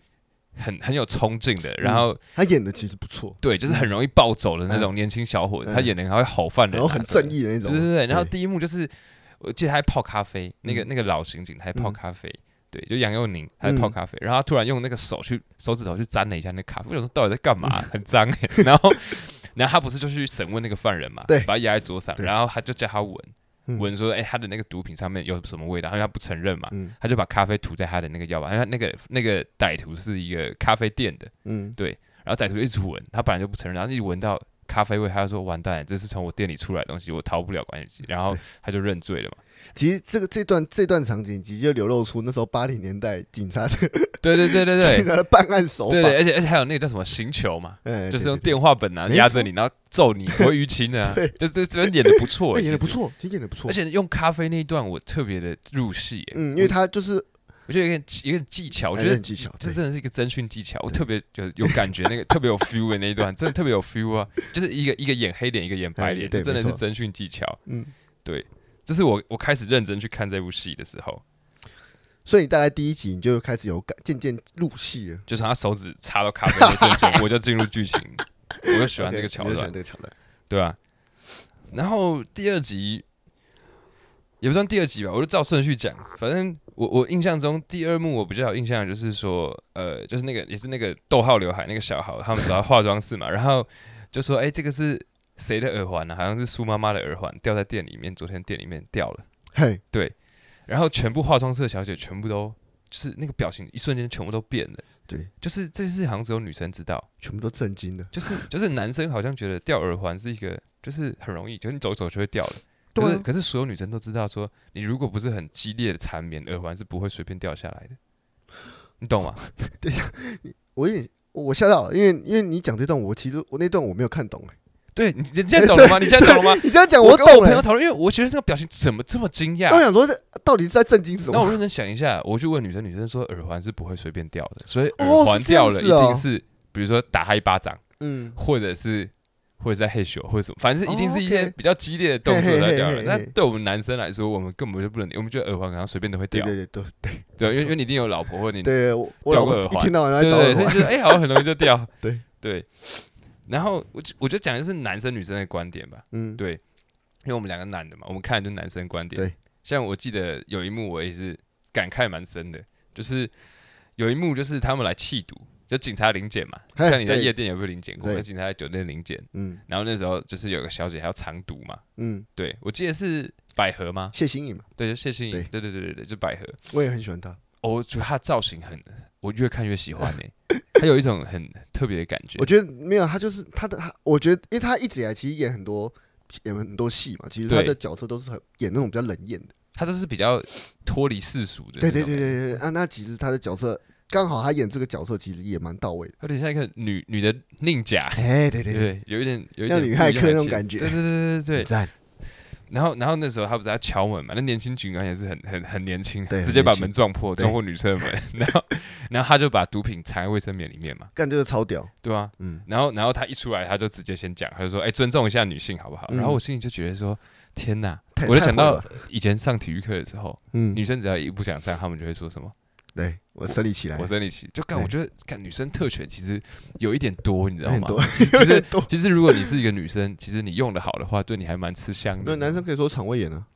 [SPEAKER 1] 很很有冲劲的，
[SPEAKER 2] 嗯
[SPEAKER 1] 然后
[SPEAKER 2] 他演的其实不错，
[SPEAKER 1] 对，就是很容易暴走的那种年轻小伙子，
[SPEAKER 2] 嗯
[SPEAKER 1] 他演的还会吼犯人啊，
[SPEAKER 2] 然后很正义的那
[SPEAKER 1] 对，
[SPEAKER 2] 种。
[SPEAKER 1] 对对对。然后第一幕就是，我记得他还泡咖啡，那
[SPEAKER 2] 嗯
[SPEAKER 1] 个那个老刑警他还泡咖啡，对，就杨佑宁他在
[SPEAKER 2] 嗯
[SPEAKER 1] 泡咖啡，然后他突然用那个手去手指头去沾了一下那个咖啡，我想说到底在干嘛，
[SPEAKER 2] 嗯
[SPEAKER 1] 很脏欸。 然后然后他不是就去审问那个犯人嘛，
[SPEAKER 2] 对
[SPEAKER 1] 把他压在桌上，
[SPEAKER 2] 对
[SPEAKER 1] 然后他就叫他闻
[SPEAKER 2] 嗯
[SPEAKER 1] 闻说，哎，他的那个毒品上面有什么味道，因为他不承认嘛。
[SPEAKER 2] 嗯
[SPEAKER 1] 他就把咖啡涂在他的那个药吧，因为他那个那个歹徒是一个咖啡店的，
[SPEAKER 2] 嗯，
[SPEAKER 1] 然后歹徒就一直闻，他本来就不承认，然后一闻到咖啡味，他就说完蛋，这是从我店里出来的东西，我逃不了关系。然后
[SPEAKER 2] 对
[SPEAKER 1] 他就认罪了嘛。
[SPEAKER 2] 其实这个这段这段场景，其实就流露出那时候八零年代警察的
[SPEAKER 1] 对对对对 对。
[SPEAKER 2] 警察的办案手法。
[SPEAKER 1] 对对，而且而且还有那个叫什么刑球嘛，
[SPEAKER 2] 哎，
[SPEAKER 1] 就是
[SPEAKER 2] 对
[SPEAKER 1] 用电话本啊
[SPEAKER 2] 没
[SPEAKER 1] 压着
[SPEAKER 2] 错
[SPEAKER 1] 你，然后揍你，不会淤青 的啊。就这这边演的不错
[SPEAKER 2] 对
[SPEAKER 1] 欸，
[SPEAKER 2] 哎演的
[SPEAKER 1] 其
[SPEAKER 2] 不
[SPEAKER 1] 实。
[SPEAKER 2] 错，其实演的不错
[SPEAKER 1] 而。且用咖啡那一段，我特别的入戏欸。
[SPEAKER 2] 嗯，因为哎他就是
[SPEAKER 1] 我觉得有点有点技巧，我觉
[SPEAKER 2] 有
[SPEAKER 1] 得
[SPEAKER 2] 点技巧
[SPEAKER 1] 这
[SPEAKER 2] 哦对
[SPEAKER 1] 真的是一个侦讯技巧，我特别有有感觉，那个特别有 feel 的那一段，真的特别有 feel 啊！就是一个一个演黑脸，一个演白
[SPEAKER 2] 哎
[SPEAKER 1] 脸，
[SPEAKER 2] 对
[SPEAKER 1] 就真的
[SPEAKER 2] 没
[SPEAKER 1] 是
[SPEAKER 2] 错
[SPEAKER 1] 侦讯技巧。
[SPEAKER 2] 嗯，
[SPEAKER 1] 这是我我开始认真去看这部戏的时候，
[SPEAKER 2] 所以你大概第一集你就开始有感，渐渐入戏了。
[SPEAKER 1] 就是他手指插到咖啡那瞬 间，我就进入剧情，我就喜欢这个桥
[SPEAKER 2] OK，你就喜
[SPEAKER 1] 段
[SPEAKER 2] 欢，这个桥段。
[SPEAKER 1] 对吧、然后第二集也不算第二集吧，我就照顺序讲。反正我我印象中第二幕我比较有印象的就是说，呃，就是那个也是那个逗号刘海那个小豪，他们走到化妆室嘛，然后就说，哎、这个是谁的耳环呢、啊好像是苏妈妈的耳环，掉在店里面，昨天店里面掉了。
[SPEAKER 2] 嘿，
[SPEAKER 1] 然后全部化妆室的小姐全部都就是那个表情，一瞬间全部都变了。
[SPEAKER 2] 对，
[SPEAKER 1] 就是这件事好像只有女生知道，
[SPEAKER 2] 全部都震惊了。
[SPEAKER 1] 就是 就是男生好像觉得掉耳环是一个就是很容易，就是你走一走就会掉的。
[SPEAKER 2] 对
[SPEAKER 1] 可
[SPEAKER 2] 啊
[SPEAKER 1] 是可是所有女生都知道说，你如果不是很激烈的缠绵，耳环是不会随便掉下来的。你懂吗？
[SPEAKER 2] 我有点我吓到了，因为因为你讲这段，我其实我那段我没有看 懂、欸。
[SPEAKER 1] 对你，你现在懂了吗？你现在懂了吗？
[SPEAKER 2] 你这样讲
[SPEAKER 1] 我跟
[SPEAKER 2] 懂
[SPEAKER 1] 我朋友
[SPEAKER 2] 了、欸
[SPEAKER 1] 讨论，因为我觉得那个表情怎么这么惊
[SPEAKER 2] 那我
[SPEAKER 1] 讶。
[SPEAKER 2] 想说，这到底是在震惊什
[SPEAKER 1] 那我
[SPEAKER 2] 么？
[SPEAKER 1] 认真想一下，我去问女生，女生说耳环是不会随便掉的，所以
[SPEAKER 2] 哦
[SPEAKER 1] 耳环
[SPEAKER 2] 是这
[SPEAKER 1] 掉
[SPEAKER 2] 样
[SPEAKER 1] 了一
[SPEAKER 2] 子哦
[SPEAKER 1] 定是，比如说打他一巴掌。
[SPEAKER 2] 嗯，
[SPEAKER 1] 或者是或者在害羞或者什么，反正是一定
[SPEAKER 2] 哦
[SPEAKER 1] 是一些
[SPEAKER 2] OK
[SPEAKER 1] 比较激烈的动作
[SPEAKER 2] 嘿嘿
[SPEAKER 1] 才
[SPEAKER 2] 嘿
[SPEAKER 1] 掉
[SPEAKER 2] 嘿
[SPEAKER 1] 的。
[SPEAKER 2] 嘿
[SPEAKER 1] 那对我们男生来说，我们根本就不能理，我们觉得耳环好像随便都会
[SPEAKER 2] 对
[SPEAKER 1] 掉，
[SPEAKER 2] 对对对
[SPEAKER 1] 对，因为因为你一定有老婆或者你对
[SPEAKER 2] 对，我我老
[SPEAKER 1] 掉个耳
[SPEAKER 2] 婆一
[SPEAKER 1] 环
[SPEAKER 2] 听到人
[SPEAKER 1] 对
[SPEAKER 2] 家找
[SPEAKER 1] 对，所以
[SPEAKER 2] 我，。
[SPEAKER 1] 觉得哎，好像很容易就掉
[SPEAKER 2] 对
[SPEAKER 1] 对，然后我就我就讲的是男生女生的观点吧，
[SPEAKER 2] 嗯，
[SPEAKER 1] 对，因为我们两个男的嘛，我们看的就是男生观点。
[SPEAKER 2] 对，
[SPEAKER 1] 像我记得有一幕我也是感慨蛮深的，就是有一幕就是他们来弃毒，就警察临检嘛，
[SPEAKER 2] 嘿
[SPEAKER 1] 像你在
[SPEAKER 2] 对
[SPEAKER 1] 夜店有没有临检过？
[SPEAKER 2] 对
[SPEAKER 1] 那警察在酒店临检，
[SPEAKER 2] 嗯
[SPEAKER 1] 然后那时候就是有个小姐还要藏毒嘛，
[SPEAKER 2] 嗯，
[SPEAKER 1] 对我记得是百合吗？
[SPEAKER 2] 谢欣颖嘛，
[SPEAKER 1] 对，就谢欣颖，
[SPEAKER 2] 对
[SPEAKER 1] 对对对对对，就百合。
[SPEAKER 2] 我也很喜欢她。
[SPEAKER 1] 哦，我觉得她的造型很，我越看越喜欢呢、她有一种很特别的感觉
[SPEAKER 2] 我。觉得没有，她就是她的，她我觉得，因为她一直以来其实演很多演很多戏嘛，其实她
[SPEAKER 1] 对
[SPEAKER 2] 的角色都是很演那种比较冷艳的。
[SPEAKER 1] 她都是比较脱离世俗的，
[SPEAKER 2] 对对对，对对，啊，那其实她的角色刚好她演这个角色其实也蛮到位的。
[SPEAKER 1] 有点像一个女女的宁甲，
[SPEAKER 2] 哎，对对
[SPEAKER 1] 对，有一点有一
[SPEAKER 2] 像
[SPEAKER 1] 点
[SPEAKER 2] 女
[SPEAKER 1] 不一
[SPEAKER 2] 骇
[SPEAKER 1] 样
[SPEAKER 2] 客
[SPEAKER 1] 的
[SPEAKER 2] 那种
[SPEAKER 1] 气
[SPEAKER 2] 感觉
[SPEAKER 1] 对对对对对对。
[SPEAKER 2] 赞，
[SPEAKER 1] 然后，然后那时候他不是要敲门嘛？那年轻警官也是很很很年轻，
[SPEAKER 2] 对
[SPEAKER 1] 直接把
[SPEAKER 2] 很年轻
[SPEAKER 1] 门撞破，
[SPEAKER 2] 对
[SPEAKER 1] 撞破女生的门， 然后，然后他就把毒品藏在卫生棉里面嘛，
[SPEAKER 2] 干这个超屌，
[SPEAKER 1] 对啊，
[SPEAKER 2] 嗯，
[SPEAKER 1] 然后，然后他一出来，他就直接先讲，他就说：“哎、尊重一下女性，好不好？”
[SPEAKER 2] 嗯
[SPEAKER 1] 然后我心里就觉得说：“天哪！”
[SPEAKER 2] 太
[SPEAKER 1] 我就想，
[SPEAKER 2] 太
[SPEAKER 1] 到
[SPEAKER 2] 会了
[SPEAKER 1] 以前上体育课的时候，
[SPEAKER 2] 嗯
[SPEAKER 1] 女，生只要一不想上，他们就会说什么
[SPEAKER 2] 对我生理起来
[SPEAKER 1] “我，生理期”，就干。
[SPEAKER 2] 对
[SPEAKER 1] 我觉得干女生特权其实有一点多，你知道
[SPEAKER 2] 很
[SPEAKER 1] 吗？
[SPEAKER 2] 多，
[SPEAKER 1] 其
[SPEAKER 2] 有
[SPEAKER 1] 实
[SPEAKER 2] 点多。
[SPEAKER 1] 其实如果你是一个女生，其实你用的好的话，对你还蛮吃香的。
[SPEAKER 2] 那男生可以说肠胃炎啊。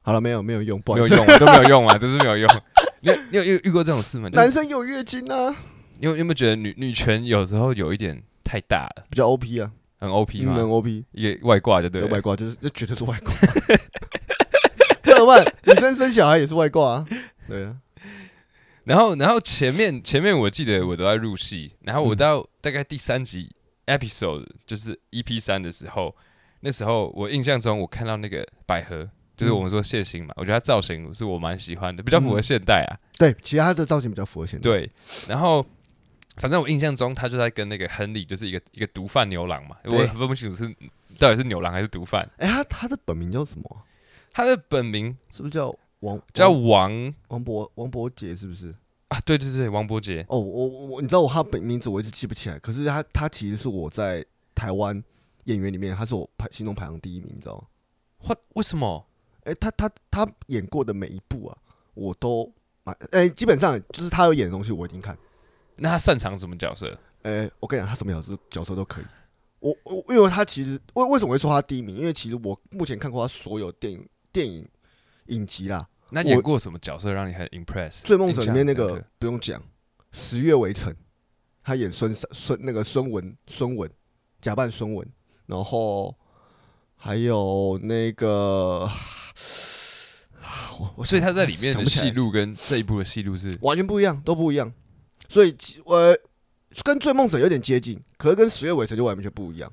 [SPEAKER 2] 好了，没有没有用，不好
[SPEAKER 1] 没
[SPEAKER 2] 意
[SPEAKER 1] 有
[SPEAKER 2] 思，
[SPEAKER 1] 用啊，都没有用啊，都是没有用。 你有你有遇遇过这种事吗？就是
[SPEAKER 2] 男生有月经啊，
[SPEAKER 1] 你有你有没有觉得女女权有时候有一点太大了，
[SPEAKER 2] 比较 OP 啊，
[SPEAKER 1] 很 OP
[SPEAKER 2] 嗯，很
[SPEAKER 1] 吗？
[SPEAKER 2] OP，
[SPEAKER 1] 一个外挂就对
[SPEAKER 2] 有
[SPEAKER 1] 了
[SPEAKER 2] 外。挂，就是这绝对是外挂。 那怎么办？女生生小孩也是外挂啊，对啊，
[SPEAKER 1] 然后然后前面前面我记得我都在入戏，然后我
[SPEAKER 2] 嗯
[SPEAKER 1] 到大概第三集 episode 就是 EP 三的时候，那时候我印象中我看到那个百合，就是我们说谢欣嘛，我觉得她造型是我蛮喜欢的，比较符合现代啊。
[SPEAKER 2] 对，其他的造型比较符合现在。
[SPEAKER 1] 对，然后反正我印象中他就在跟那个亨利，就是一个一个毒贩牛郎嘛，我
[SPEAKER 2] 对
[SPEAKER 1] 分不清楚是到底是牛郎还是毒贩。
[SPEAKER 2] 哎、他他的本名叫什么啊？
[SPEAKER 1] 他的本名
[SPEAKER 2] 是不是叫王
[SPEAKER 1] 叫
[SPEAKER 2] 王
[SPEAKER 1] 王
[SPEAKER 2] 王博王博杰？是不是？
[SPEAKER 1] 啊，对对对，王伯杰。
[SPEAKER 2] 哦，我我我你知道我他本名字我一直记不起来，可是他他其实是我在台湾演员里面，他是我排心中排行第一名，你知道吗？
[SPEAKER 1] 或为什么？
[SPEAKER 2] 哎、他他他演过的每一部啊，我都蛮哎、基本上就是他有演的东西我一定看。
[SPEAKER 1] 那他擅长什么角色？
[SPEAKER 2] 呃、我跟你讲，他什么角色角色都可以。我我因为他其实为为什么会说他第一名？因为其实我目前看过他所有电影电影影集啦，
[SPEAKER 1] 那
[SPEAKER 2] 我
[SPEAKER 1] 演过什么角色让你很 impress？
[SPEAKER 2] 《醉梦
[SPEAKER 1] 印
[SPEAKER 2] 者》里
[SPEAKER 1] 象
[SPEAKER 2] 面
[SPEAKER 1] 很
[SPEAKER 2] 那
[SPEAKER 1] 深
[SPEAKER 2] 个
[SPEAKER 1] 刻
[SPEAKER 2] 不用讲，《十月围城》，他演孙三孙那个孙文孙文假扮孙文，然后还有那个我我
[SPEAKER 1] 所以
[SPEAKER 2] 想
[SPEAKER 1] 他在里面
[SPEAKER 2] 想
[SPEAKER 1] 的
[SPEAKER 2] 不起来
[SPEAKER 1] 戏路跟这一部的戏路是
[SPEAKER 2] 完全不一样，都不一样。所以其呃，跟《醉梦者》有点接近，可是跟《十月围城》就完全不一样。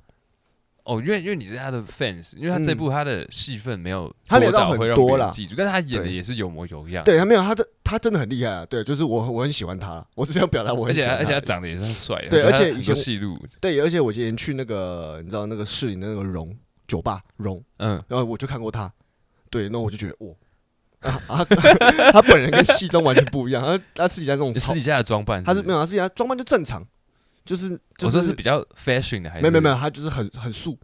[SPEAKER 1] 哦，因为因为你是他的 fans，因为他这
[SPEAKER 2] 嗯
[SPEAKER 1] 部他的戏份没有
[SPEAKER 2] 他没有
[SPEAKER 1] 多
[SPEAKER 2] 到很
[SPEAKER 1] 会让
[SPEAKER 2] 多
[SPEAKER 1] 别人
[SPEAKER 2] 啦
[SPEAKER 1] 记住，但是他演的
[SPEAKER 2] 对
[SPEAKER 1] 也是有模有样，
[SPEAKER 2] 对他没有，他的他真的很厉害啊！对，就是我我很喜欢他，我是这样表达，我
[SPEAKER 1] 而
[SPEAKER 2] 很喜
[SPEAKER 1] 且他
[SPEAKER 2] 欢
[SPEAKER 1] 而且
[SPEAKER 2] 他
[SPEAKER 1] 他长得也算帅的，
[SPEAKER 2] 对
[SPEAKER 1] 我觉得
[SPEAKER 2] 而且
[SPEAKER 1] 他很
[SPEAKER 2] 以前
[SPEAKER 1] 多
[SPEAKER 2] 我
[SPEAKER 1] 戏路，
[SPEAKER 2] 对，而且我以前去那个你知道那个市里的那个荣酒吧荣，
[SPEAKER 1] 嗯，
[SPEAKER 2] 然后我就看过他，对，那我就觉得哇，啊， 他他本人跟戏中完全不一样，他他私底下那种
[SPEAKER 1] 私
[SPEAKER 2] 超
[SPEAKER 1] 底下的装扮，
[SPEAKER 2] 他是
[SPEAKER 1] 是
[SPEAKER 2] 没有，他私底下装扮就正常，就是
[SPEAKER 1] 我
[SPEAKER 2] 就
[SPEAKER 1] 说
[SPEAKER 2] 是
[SPEAKER 1] 是比较 fashion 的，还是
[SPEAKER 2] 没有没有没有，他就是很很素，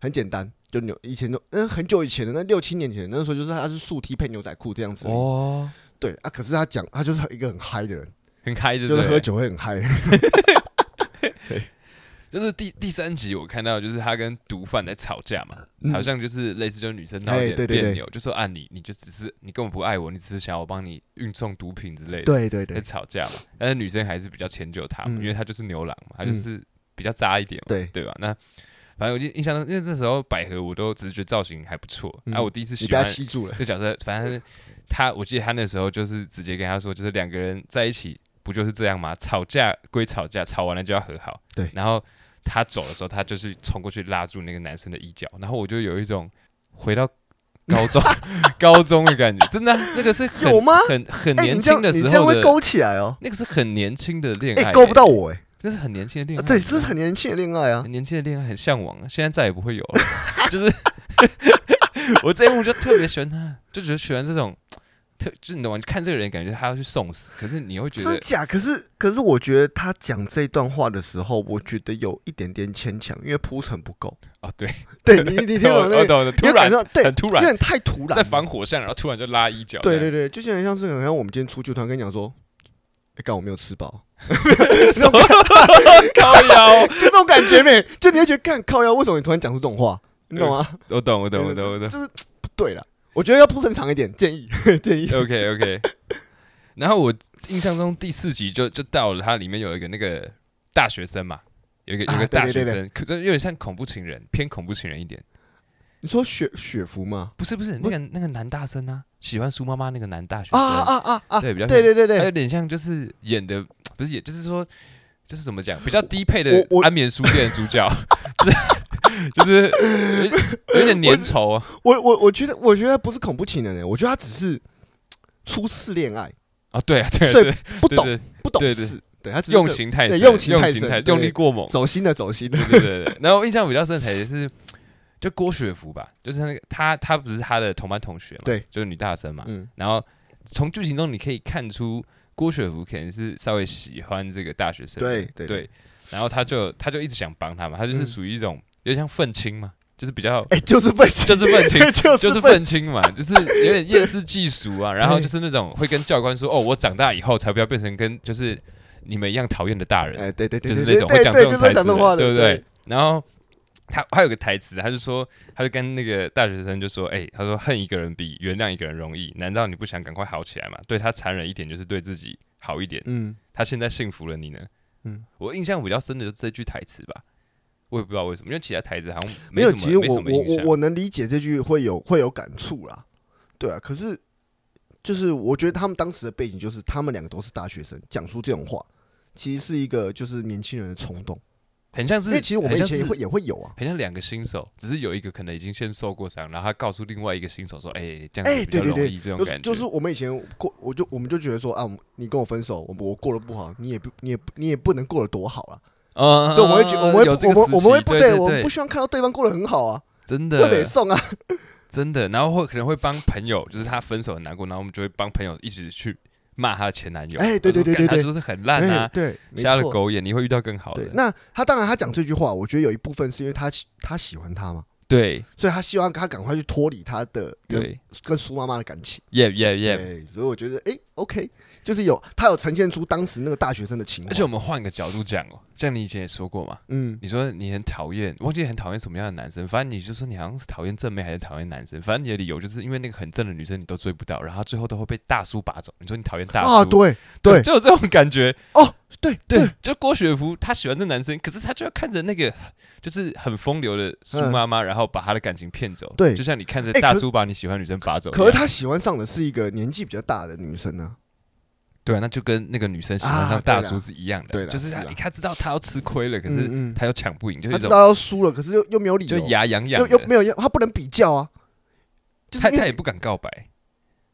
[SPEAKER 2] 很简单，就牛以前就嗯很久以前的那六七年前那时候就是他是素 T 配牛仔裤这样子而已，
[SPEAKER 1] 哦，
[SPEAKER 2] 对啊，可是他讲他就是一个很嗨的人，
[SPEAKER 1] 很开就
[SPEAKER 2] 就是
[SPEAKER 1] 对
[SPEAKER 2] 喝，酒会很嗨。
[SPEAKER 1] 就是第第三集我看到就是他跟毒贩在吵架嘛，
[SPEAKER 2] 嗯
[SPEAKER 1] 好像就是类似就是女生闹
[SPEAKER 2] 哎
[SPEAKER 1] 有点
[SPEAKER 2] 对对对
[SPEAKER 1] 别扭，就说啊你你就只是你根本不爱我，你只是想要我帮你运送毒品之类的，
[SPEAKER 2] 对对
[SPEAKER 1] 在
[SPEAKER 2] 对
[SPEAKER 1] 吵架嘛，但是女生还是比较迁就他嘛，
[SPEAKER 2] 嗯
[SPEAKER 1] 因为他就是牛郎嘛，他就是比较渣一点嘛，
[SPEAKER 2] 对，
[SPEAKER 1] 对吧？那反正我就印象中，因为那时候百合我都只是觉得造型还不错，
[SPEAKER 2] 嗯
[SPEAKER 1] 啊，我第一次
[SPEAKER 2] 你
[SPEAKER 1] 喜
[SPEAKER 2] 被他
[SPEAKER 1] 欢
[SPEAKER 2] 吸住了。
[SPEAKER 1] 这角色，反正他，我记得他那时候就是直接跟他说，就是两个人在一起不就是这样吗？吵架归吵架，吵完了就要和好。
[SPEAKER 2] 对
[SPEAKER 1] 然后他走的时候，他就是冲过去拉住那个男生的衣角，然后我就有一种回到高 中高中的感觉，真的啊、那个是很
[SPEAKER 2] 有吗？
[SPEAKER 1] 很很
[SPEAKER 2] 哎，
[SPEAKER 1] 年
[SPEAKER 2] 你这样
[SPEAKER 1] 轻的时
[SPEAKER 2] 你这样
[SPEAKER 1] 候
[SPEAKER 2] 会
[SPEAKER 1] 的，
[SPEAKER 2] 勾起来哦。
[SPEAKER 1] 那个是很年轻的恋爱、
[SPEAKER 2] 哎、勾不到
[SPEAKER 1] 欸，
[SPEAKER 2] 我哎、
[SPEAKER 1] 那是很年轻的恋
[SPEAKER 2] 啊
[SPEAKER 1] 爱，
[SPEAKER 2] 对，
[SPEAKER 1] 你知
[SPEAKER 2] 这
[SPEAKER 1] 道
[SPEAKER 2] 是
[SPEAKER 1] 吗
[SPEAKER 2] 很年轻的恋爱啊。
[SPEAKER 1] 年轻的恋爱很向往啊，现在再也不会有了。 就是我这一幕就特别喜欢他，就觉得喜欢这种特，就是你懂吗？看这个人感觉他要去送死，可是你会觉
[SPEAKER 2] 真
[SPEAKER 1] 得
[SPEAKER 2] 假？可是可是，我觉得他讲这段话的时候，我觉得有一点点牵强，因为铺陈不够。
[SPEAKER 1] 哦，对，
[SPEAKER 2] 对你， 你 听
[SPEAKER 1] 我
[SPEAKER 2] 懂
[SPEAKER 1] 我
[SPEAKER 2] 那个？
[SPEAKER 1] 哦懂了，突
[SPEAKER 2] 你有
[SPEAKER 1] 然
[SPEAKER 2] 感受对，
[SPEAKER 1] 很突
[SPEAKER 2] 有
[SPEAKER 1] 然，
[SPEAKER 2] 点太突然了。
[SPEAKER 1] 在防火巷，然后突然就拉衣角，
[SPEAKER 2] 对
[SPEAKER 1] 这
[SPEAKER 2] 对
[SPEAKER 1] 样，
[SPEAKER 2] 对，就有点像是好像我们今天出去，突然跟你讲说，哎、刚我没有 吃饱，
[SPEAKER 1] 靠腰，
[SPEAKER 2] 就这种感觉没？就你会觉得，干靠呀，为什么你突然讲出这种话？你懂吗？
[SPEAKER 1] 我懂，嗯我懂，我懂，我懂
[SPEAKER 2] 就是就是不对了。我觉得要铺陈长一点，建议建议。
[SPEAKER 1] ，OK OK。然后我印象中第四集就就到了，它里面有一个那个大学生嘛，有一个有一
[SPEAKER 2] 啊
[SPEAKER 1] 个
[SPEAKER 2] 对
[SPEAKER 1] 大
[SPEAKER 2] 对
[SPEAKER 1] 学
[SPEAKER 2] 对
[SPEAKER 1] 生，可就有点像恐怖情人，偏恐怖情人一点。
[SPEAKER 2] 你说雪雪服吗？
[SPEAKER 1] 不是不是，那
[SPEAKER 2] 不
[SPEAKER 1] 个那个男大生啊，喜欢苏妈妈那个男大学
[SPEAKER 2] 啊
[SPEAKER 1] 生，
[SPEAKER 2] 啊啊啊！
[SPEAKER 1] 对，比较哎
[SPEAKER 2] 对对对对
[SPEAKER 1] 他，有点像就是演的，不是演，就是说，就是怎么讲，比较低配的
[SPEAKER 2] 我我
[SPEAKER 1] 安眠书店的主角，就是就是有有点粘稠啊
[SPEAKER 2] 我我我觉得，我觉得不是恐怖情人、欸，我觉得他只是初次恋爱，
[SPEAKER 1] 啊，对啊，对啊
[SPEAKER 2] 所
[SPEAKER 1] 对
[SPEAKER 2] 以
[SPEAKER 1] 啊
[SPEAKER 2] 不
[SPEAKER 1] 对
[SPEAKER 2] 懂
[SPEAKER 1] 对，
[SPEAKER 2] 不懂
[SPEAKER 1] 对对
[SPEAKER 2] 事，对他只是
[SPEAKER 1] 用
[SPEAKER 2] 个
[SPEAKER 1] 情太
[SPEAKER 2] 对
[SPEAKER 1] 深，
[SPEAKER 2] 用情太深
[SPEAKER 1] 太
[SPEAKER 2] 对
[SPEAKER 1] 用力过猛，
[SPEAKER 2] 走心的走心的，
[SPEAKER 1] 对对对。对然后印象比较深的还是就郭雪芙吧，就是那个她，她不是她的同班同学嘛，
[SPEAKER 2] 对，
[SPEAKER 1] 就是女大生嘛。
[SPEAKER 2] 嗯，
[SPEAKER 1] 然后从剧情中你可以看出，郭雪芙可能是稍微喜欢这个大学生，
[SPEAKER 2] 对对，
[SPEAKER 1] 然后她就她就一直想帮他嘛，她就是
[SPEAKER 2] 嗯
[SPEAKER 1] 属于一种、有点像愤青嘛，就是比 较
[SPEAKER 2] 哎，就是愤青，，
[SPEAKER 1] 就是愤青
[SPEAKER 2] 就是
[SPEAKER 1] 就是
[SPEAKER 2] 愤
[SPEAKER 1] 愤青嘛，就是有点厌世嫉俗啊，然后就是那种会跟教官说：“哦，我长大以后才不要变成跟就是你们一样讨厌的大人。
[SPEAKER 2] 哎，对对
[SPEAKER 1] 就
[SPEAKER 2] 对，
[SPEAKER 1] 是
[SPEAKER 2] 对
[SPEAKER 1] 那种
[SPEAKER 2] 对
[SPEAKER 1] 会讲
[SPEAKER 2] 对
[SPEAKER 1] 这种
[SPEAKER 2] 就是
[SPEAKER 1] 台
[SPEAKER 2] 讲
[SPEAKER 1] 词
[SPEAKER 2] 这种话
[SPEAKER 1] 的，
[SPEAKER 2] 的，
[SPEAKER 1] 对不对？？然后他还有个台词，他就说，他就跟那个大学生就说：“哎，他说恨一个人比原谅一个人容易，难道你不想赶快好起来吗？对他残忍一点，就是对自己好一点。
[SPEAKER 2] 嗯，
[SPEAKER 1] 他现在幸福了，你呢？”
[SPEAKER 2] 嗯，
[SPEAKER 1] 我印象比较深的就是这句台词吧，我也不知道为什么，因为其他台词好像
[SPEAKER 2] 没有，
[SPEAKER 1] 什
[SPEAKER 2] 其实
[SPEAKER 1] 么
[SPEAKER 2] 我
[SPEAKER 1] 没什么
[SPEAKER 2] 我
[SPEAKER 1] 印
[SPEAKER 2] 我
[SPEAKER 1] 象。
[SPEAKER 2] 我能理解这句会有会有感触啦，对啊，可是就是我觉得他们当时的背景就是他们两个都是大学生，讲出这种话，其实是一个就是年轻人的冲动，
[SPEAKER 1] 很像是，
[SPEAKER 2] 因为其实我们
[SPEAKER 1] 很
[SPEAKER 2] 以
[SPEAKER 1] 像
[SPEAKER 2] 前也
[SPEAKER 1] 是
[SPEAKER 2] 会也会有啊，
[SPEAKER 1] 很像两个新手，只是有一个可能已经先受过伤，然后他告诉另外一个新手说：“哎、这样
[SPEAKER 2] 哎
[SPEAKER 1] 子比较
[SPEAKER 2] 对对
[SPEAKER 1] 容
[SPEAKER 2] 对
[SPEAKER 1] 易。这种
[SPEAKER 2] 就
[SPEAKER 1] 感觉
[SPEAKER 2] 是就是我们以前过，我就我们就觉得说啊，我们你跟我分手，我我过得不好，你也不你也不你也不能过得多好啦。
[SPEAKER 1] 嗯，
[SPEAKER 2] 所以我会觉我们
[SPEAKER 1] 有
[SPEAKER 2] 会
[SPEAKER 1] 这个
[SPEAKER 2] 我们我们会
[SPEAKER 1] 时期
[SPEAKER 2] 不
[SPEAKER 1] 对，
[SPEAKER 2] 我们
[SPEAKER 1] 对
[SPEAKER 2] 不希望看到对方过得很好啊，
[SPEAKER 1] 真
[SPEAKER 2] 会北
[SPEAKER 1] 的
[SPEAKER 2] 送啊，
[SPEAKER 1] 真的，然后会可能会帮朋友，就是他分手很难过，然后我们就会帮朋友一起去骂他的前男友。
[SPEAKER 2] 哎对对对
[SPEAKER 1] 他说干
[SPEAKER 2] 对对对
[SPEAKER 1] 他就是很烂啊，
[SPEAKER 2] 对，没
[SPEAKER 1] 瞎了
[SPEAKER 2] 错。
[SPEAKER 1] 狗眼，你会遇到更好
[SPEAKER 2] 对
[SPEAKER 1] 的，。
[SPEAKER 2] 那他当然他讲这句话，我觉得有一部分是因为他喜他喜欢他嘛，
[SPEAKER 1] 对
[SPEAKER 2] 所以他希望他赶快去脱离他的跟
[SPEAKER 1] 对
[SPEAKER 2] 跟苏妈妈的感情。
[SPEAKER 1] ，yeah yeah yeah。
[SPEAKER 2] 对，所以我觉得哎、o k 就是有他有呈现出当时那个大学生的情
[SPEAKER 1] 而且
[SPEAKER 2] 况。
[SPEAKER 1] 我们换个角度讲哦，像你以前也说过嘛，
[SPEAKER 2] 嗯，
[SPEAKER 1] 你说你很讨厌，忘记很讨厌什么样的男生，反正你就说你好像是讨厌正妹还是讨厌男生，反正你的理由就是因为那个很正的女生你都追不到，然后最后都会被大叔拔走。你说你讨厌大叔，
[SPEAKER 2] 啊，对 对
[SPEAKER 1] 就有这种感觉。
[SPEAKER 2] 对
[SPEAKER 1] 对，
[SPEAKER 2] 对
[SPEAKER 1] 就郭雪芙她喜欢这男生，可是她就要看着那个就是很风流的苏妈妈，然后把她的感情骗走。
[SPEAKER 2] 对
[SPEAKER 1] 就像你看着
[SPEAKER 2] 哎
[SPEAKER 1] 大
[SPEAKER 2] 可
[SPEAKER 1] 叔把你喜欢的女生拔走一样。
[SPEAKER 2] 可是他喜欢上的是一个年纪比较大的女生呢、
[SPEAKER 1] 对啊，那就跟那个女生喜欢
[SPEAKER 2] 啊
[SPEAKER 1] 上大
[SPEAKER 2] 对啦
[SPEAKER 1] 叔是一样的，
[SPEAKER 2] 对啦
[SPEAKER 1] 就是她
[SPEAKER 2] 是啊
[SPEAKER 1] 她知道她要吃亏了，可是
[SPEAKER 2] 嗯嗯
[SPEAKER 1] 她又抢不赢，就是
[SPEAKER 2] 他
[SPEAKER 1] 一
[SPEAKER 2] 知
[SPEAKER 1] 种
[SPEAKER 2] 道要输了，可是又又没有理
[SPEAKER 1] 就
[SPEAKER 2] 由，
[SPEAKER 1] 牙痒痒
[SPEAKER 2] 又
[SPEAKER 1] 的
[SPEAKER 2] 又。没有要，他不能比较啊。就是
[SPEAKER 1] 她
[SPEAKER 2] 因为
[SPEAKER 1] 她也不敢告白，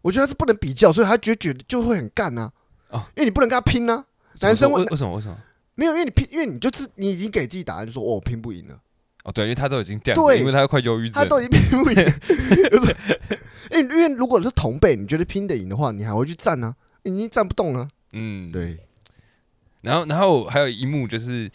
[SPEAKER 2] 我觉得他是不能比较，所以他觉觉得就会很干呐、
[SPEAKER 1] 哦
[SPEAKER 2] 因为你不能跟他拼啊呐、男生
[SPEAKER 1] 为
[SPEAKER 2] 我
[SPEAKER 1] 为什么为什么？
[SPEAKER 2] 没有，因为你拼，因为你就是你已经给自己答案，就说哦，我拼不赢了，
[SPEAKER 1] 哦，对，因为他都已经这样子，
[SPEAKER 2] 对
[SPEAKER 1] 因为他快忧郁症
[SPEAKER 2] 他
[SPEAKER 1] 了，
[SPEAKER 2] 都已经拼不赢 了。就是因为因为如果是同辈，你觉得拼得赢的话，你还会去站啊，你已经站不动了。
[SPEAKER 1] 嗯，。
[SPEAKER 2] 对，
[SPEAKER 1] 然后，然后还有一幕就是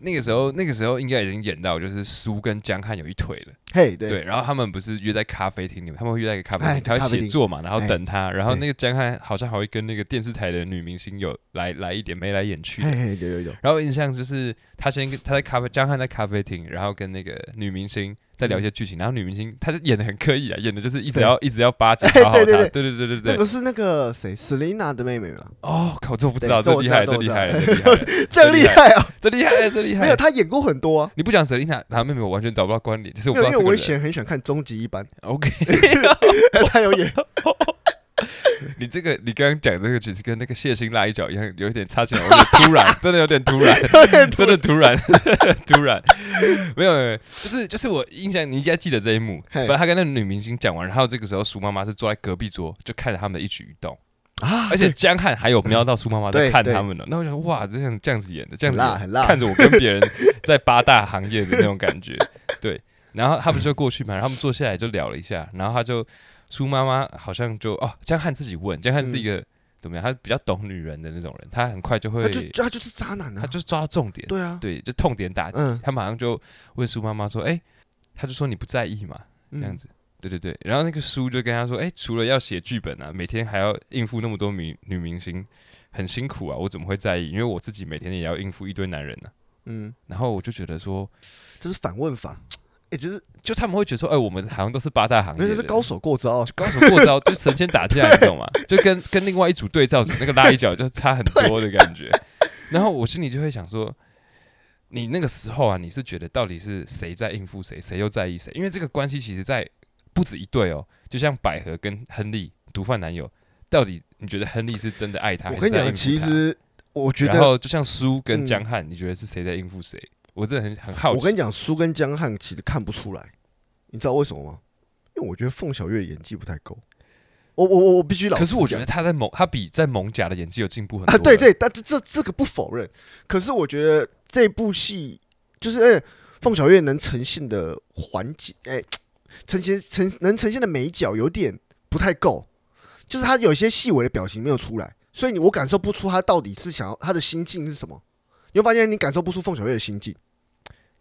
[SPEAKER 1] 那个时候，那个时候应该已经演到，就是苏跟江汉有一腿了，
[SPEAKER 2] 嘿，对，
[SPEAKER 1] 对。然后他们不是约在咖啡厅里面，他们会约在一个咖啡
[SPEAKER 2] 哎
[SPEAKER 1] 厅，他
[SPEAKER 2] 咖
[SPEAKER 1] 会
[SPEAKER 2] 啡
[SPEAKER 1] 写
[SPEAKER 2] 厅
[SPEAKER 1] 作嘛，然后
[SPEAKER 2] 哎
[SPEAKER 1] 等他。然后
[SPEAKER 2] 对
[SPEAKER 1] 那个江汉好像还会跟那个电视台的女明星有来来一点眉来眼去的
[SPEAKER 2] 嘿嘿，有有有，
[SPEAKER 1] 然后印象就是他先跟他在咖啡江汉在咖啡厅，然后跟那个女明星在聊一些剧情，然后女明星她是演的很刻意啊，演的就是一直
[SPEAKER 2] 对
[SPEAKER 1] 要一直要巴结讨好他，
[SPEAKER 2] 对
[SPEAKER 1] 对
[SPEAKER 2] 对
[SPEAKER 1] 对
[SPEAKER 2] 对
[SPEAKER 1] 对对
[SPEAKER 2] 那
[SPEAKER 1] 对。
[SPEAKER 2] 个是那个谁，Selina 的妹妹 嘛，
[SPEAKER 1] 哦，靠，这我不知
[SPEAKER 2] 对
[SPEAKER 1] 道，
[SPEAKER 2] 这
[SPEAKER 1] 这
[SPEAKER 2] 我
[SPEAKER 1] 厉
[SPEAKER 2] 知道
[SPEAKER 1] 害，
[SPEAKER 2] 这
[SPEAKER 1] 这
[SPEAKER 2] 我
[SPEAKER 1] 厉
[SPEAKER 2] 知道
[SPEAKER 1] 害，这厉害。
[SPEAKER 2] 这样厉害啊！
[SPEAKER 1] 这厉害，这厉害。
[SPEAKER 2] 没有，她演过很多啊。
[SPEAKER 1] 你不讲 Selina，然后妹妹我完全找不到关联，就是我
[SPEAKER 2] 没
[SPEAKER 1] 不知
[SPEAKER 2] 有，
[SPEAKER 1] 道
[SPEAKER 2] 因
[SPEAKER 1] 这个
[SPEAKER 2] 为
[SPEAKER 1] 人。
[SPEAKER 2] 我以前很喜欢看《终极一班
[SPEAKER 1] OK，》，
[SPEAKER 2] 她有演。
[SPEAKER 1] 你这个你刚刚讲这个其实跟那个谢欣拉一脚一样，有一点差劲，有点突然， 真的有点突然，真的突然， 突然，没有没有，没有就是就是我印象你应该记得这一幕，
[SPEAKER 2] 嘿
[SPEAKER 1] 反正他跟那个女明星讲完，然后这个时候苏妈妈是坐在隔壁桌，就看着他们的一举一动，
[SPEAKER 2] 啊
[SPEAKER 1] 而且江汉还有瞄到苏妈妈在
[SPEAKER 2] 对
[SPEAKER 1] 看
[SPEAKER 2] 对
[SPEAKER 1] 他们呢，那我想哇，这样这样子演的，这样子
[SPEAKER 2] 很辣
[SPEAKER 1] 演
[SPEAKER 2] 很辣
[SPEAKER 1] 看着我跟别人在八大行业的那种感觉，对。然后他们就过去嘛，然后他们坐下来就聊了一下，然后他就苏妈妈好像就哦，江汉自己问，江汉是一个、怎么样？他比较懂女人的那种人，他很快就会
[SPEAKER 2] 嗯他，就他就是渣男
[SPEAKER 1] 他
[SPEAKER 2] 啊。
[SPEAKER 1] 就是抓到重点，
[SPEAKER 2] 对啊，
[SPEAKER 1] 对，就痛点打击。
[SPEAKER 2] 嗯
[SPEAKER 1] 他马上就问苏妈妈说：“哎、他就说你不在意嘛，这
[SPEAKER 2] 嗯
[SPEAKER 1] 样子。对对对，然后那个书就跟他说：“哎、除了要写剧本啊，每天还要应付那么多女女明星，很辛苦啊，我怎么会在意？因为我自己每天也要应付一堆男人呢、啊
[SPEAKER 2] 嗯，
[SPEAKER 1] 然后我就觉得说，
[SPEAKER 2] 这是反问法。哎，这是
[SPEAKER 1] 就他们会觉得说，哎、我们好像都是八大行
[SPEAKER 2] 没
[SPEAKER 1] 业的
[SPEAKER 2] 有，这是高手过招啊。
[SPEAKER 1] 哦高手过招，就神仙打架，你懂吗？ 就跟跟另外一组对照组那个拉一脚就差很多的感觉。然后我心里就会想说，你那个时候啊，你是觉得到底是谁在应付谁，谁又在意谁？因为这个关系其实在不止一对哦，就像百合跟亨利毒贩男友，到底你觉得亨利是真的爱他，
[SPEAKER 2] 我跟你
[SPEAKER 1] 还
[SPEAKER 2] 讲，
[SPEAKER 1] 是在应
[SPEAKER 2] 其
[SPEAKER 1] 付他
[SPEAKER 2] 实我觉
[SPEAKER 1] 然
[SPEAKER 2] 得，
[SPEAKER 1] 后就像苏跟
[SPEAKER 2] 嗯
[SPEAKER 1] 江汉，你觉得是谁在应付谁？我真的很很好奇。
[SPEAKER 2] 我跟你讲，苏跟江汉其实看不出来，你知道为什么吗？因为我觉得凤小岳演技不太够。我我我我必须老
[SPEAKER 1] 可
[SPEAKER 2] 实讲，啊
[SPEAKER 1] 是我觉得他在蒙，他比在蒙甲的演技有进步很多、
[SPEAKER 2] 啊，对，对，但这这这个不否认。可是我觉得这部戏就是，哎、凤小岳能呈现的环节，哎、呈现呈能呈现的美角有点不太够，就是他有些细微的表情没有出来，所以你我感受不出他到底是想要他的心境是什么。你会发现你感受不出凤小岳的心境，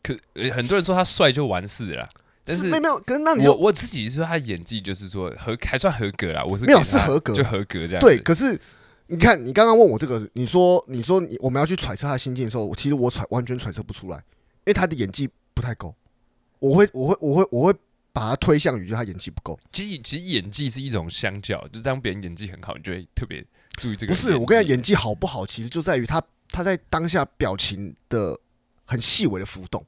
[SPEAKER 1] 可呃很多人说他帅就完事了啦，但
[SPEAKER 2] 没有没有，可是那你
[SPEAKER 1] 我
[SPEAKER 2] 就
[SPEAKER 1] 我自己说他演技就是说合还算合格啦，我是
[SPEAKER 2] 没有
[SPEAKER 1] 给他
[SPEAKER 2] 是合格
[SPEAKER 1] 就合格这样子。
[SPEAKER 2] 对，可是你看你刚刚问我这个，你说你说你我们要去揣测他的心境的时候，我其实我揣完全揣测不出来，因为他的演技不太够，我会我会我会我会把他推向于就是他演技不够。
[SPEAKER 1] 其实其实演技是一种相较，就当别人演技很好，你就会特别注意这个。
[SPEAKER 2] 不是，我跟你讲，演，技好不好，其实就在于他他在当下表情的很细微的浮动。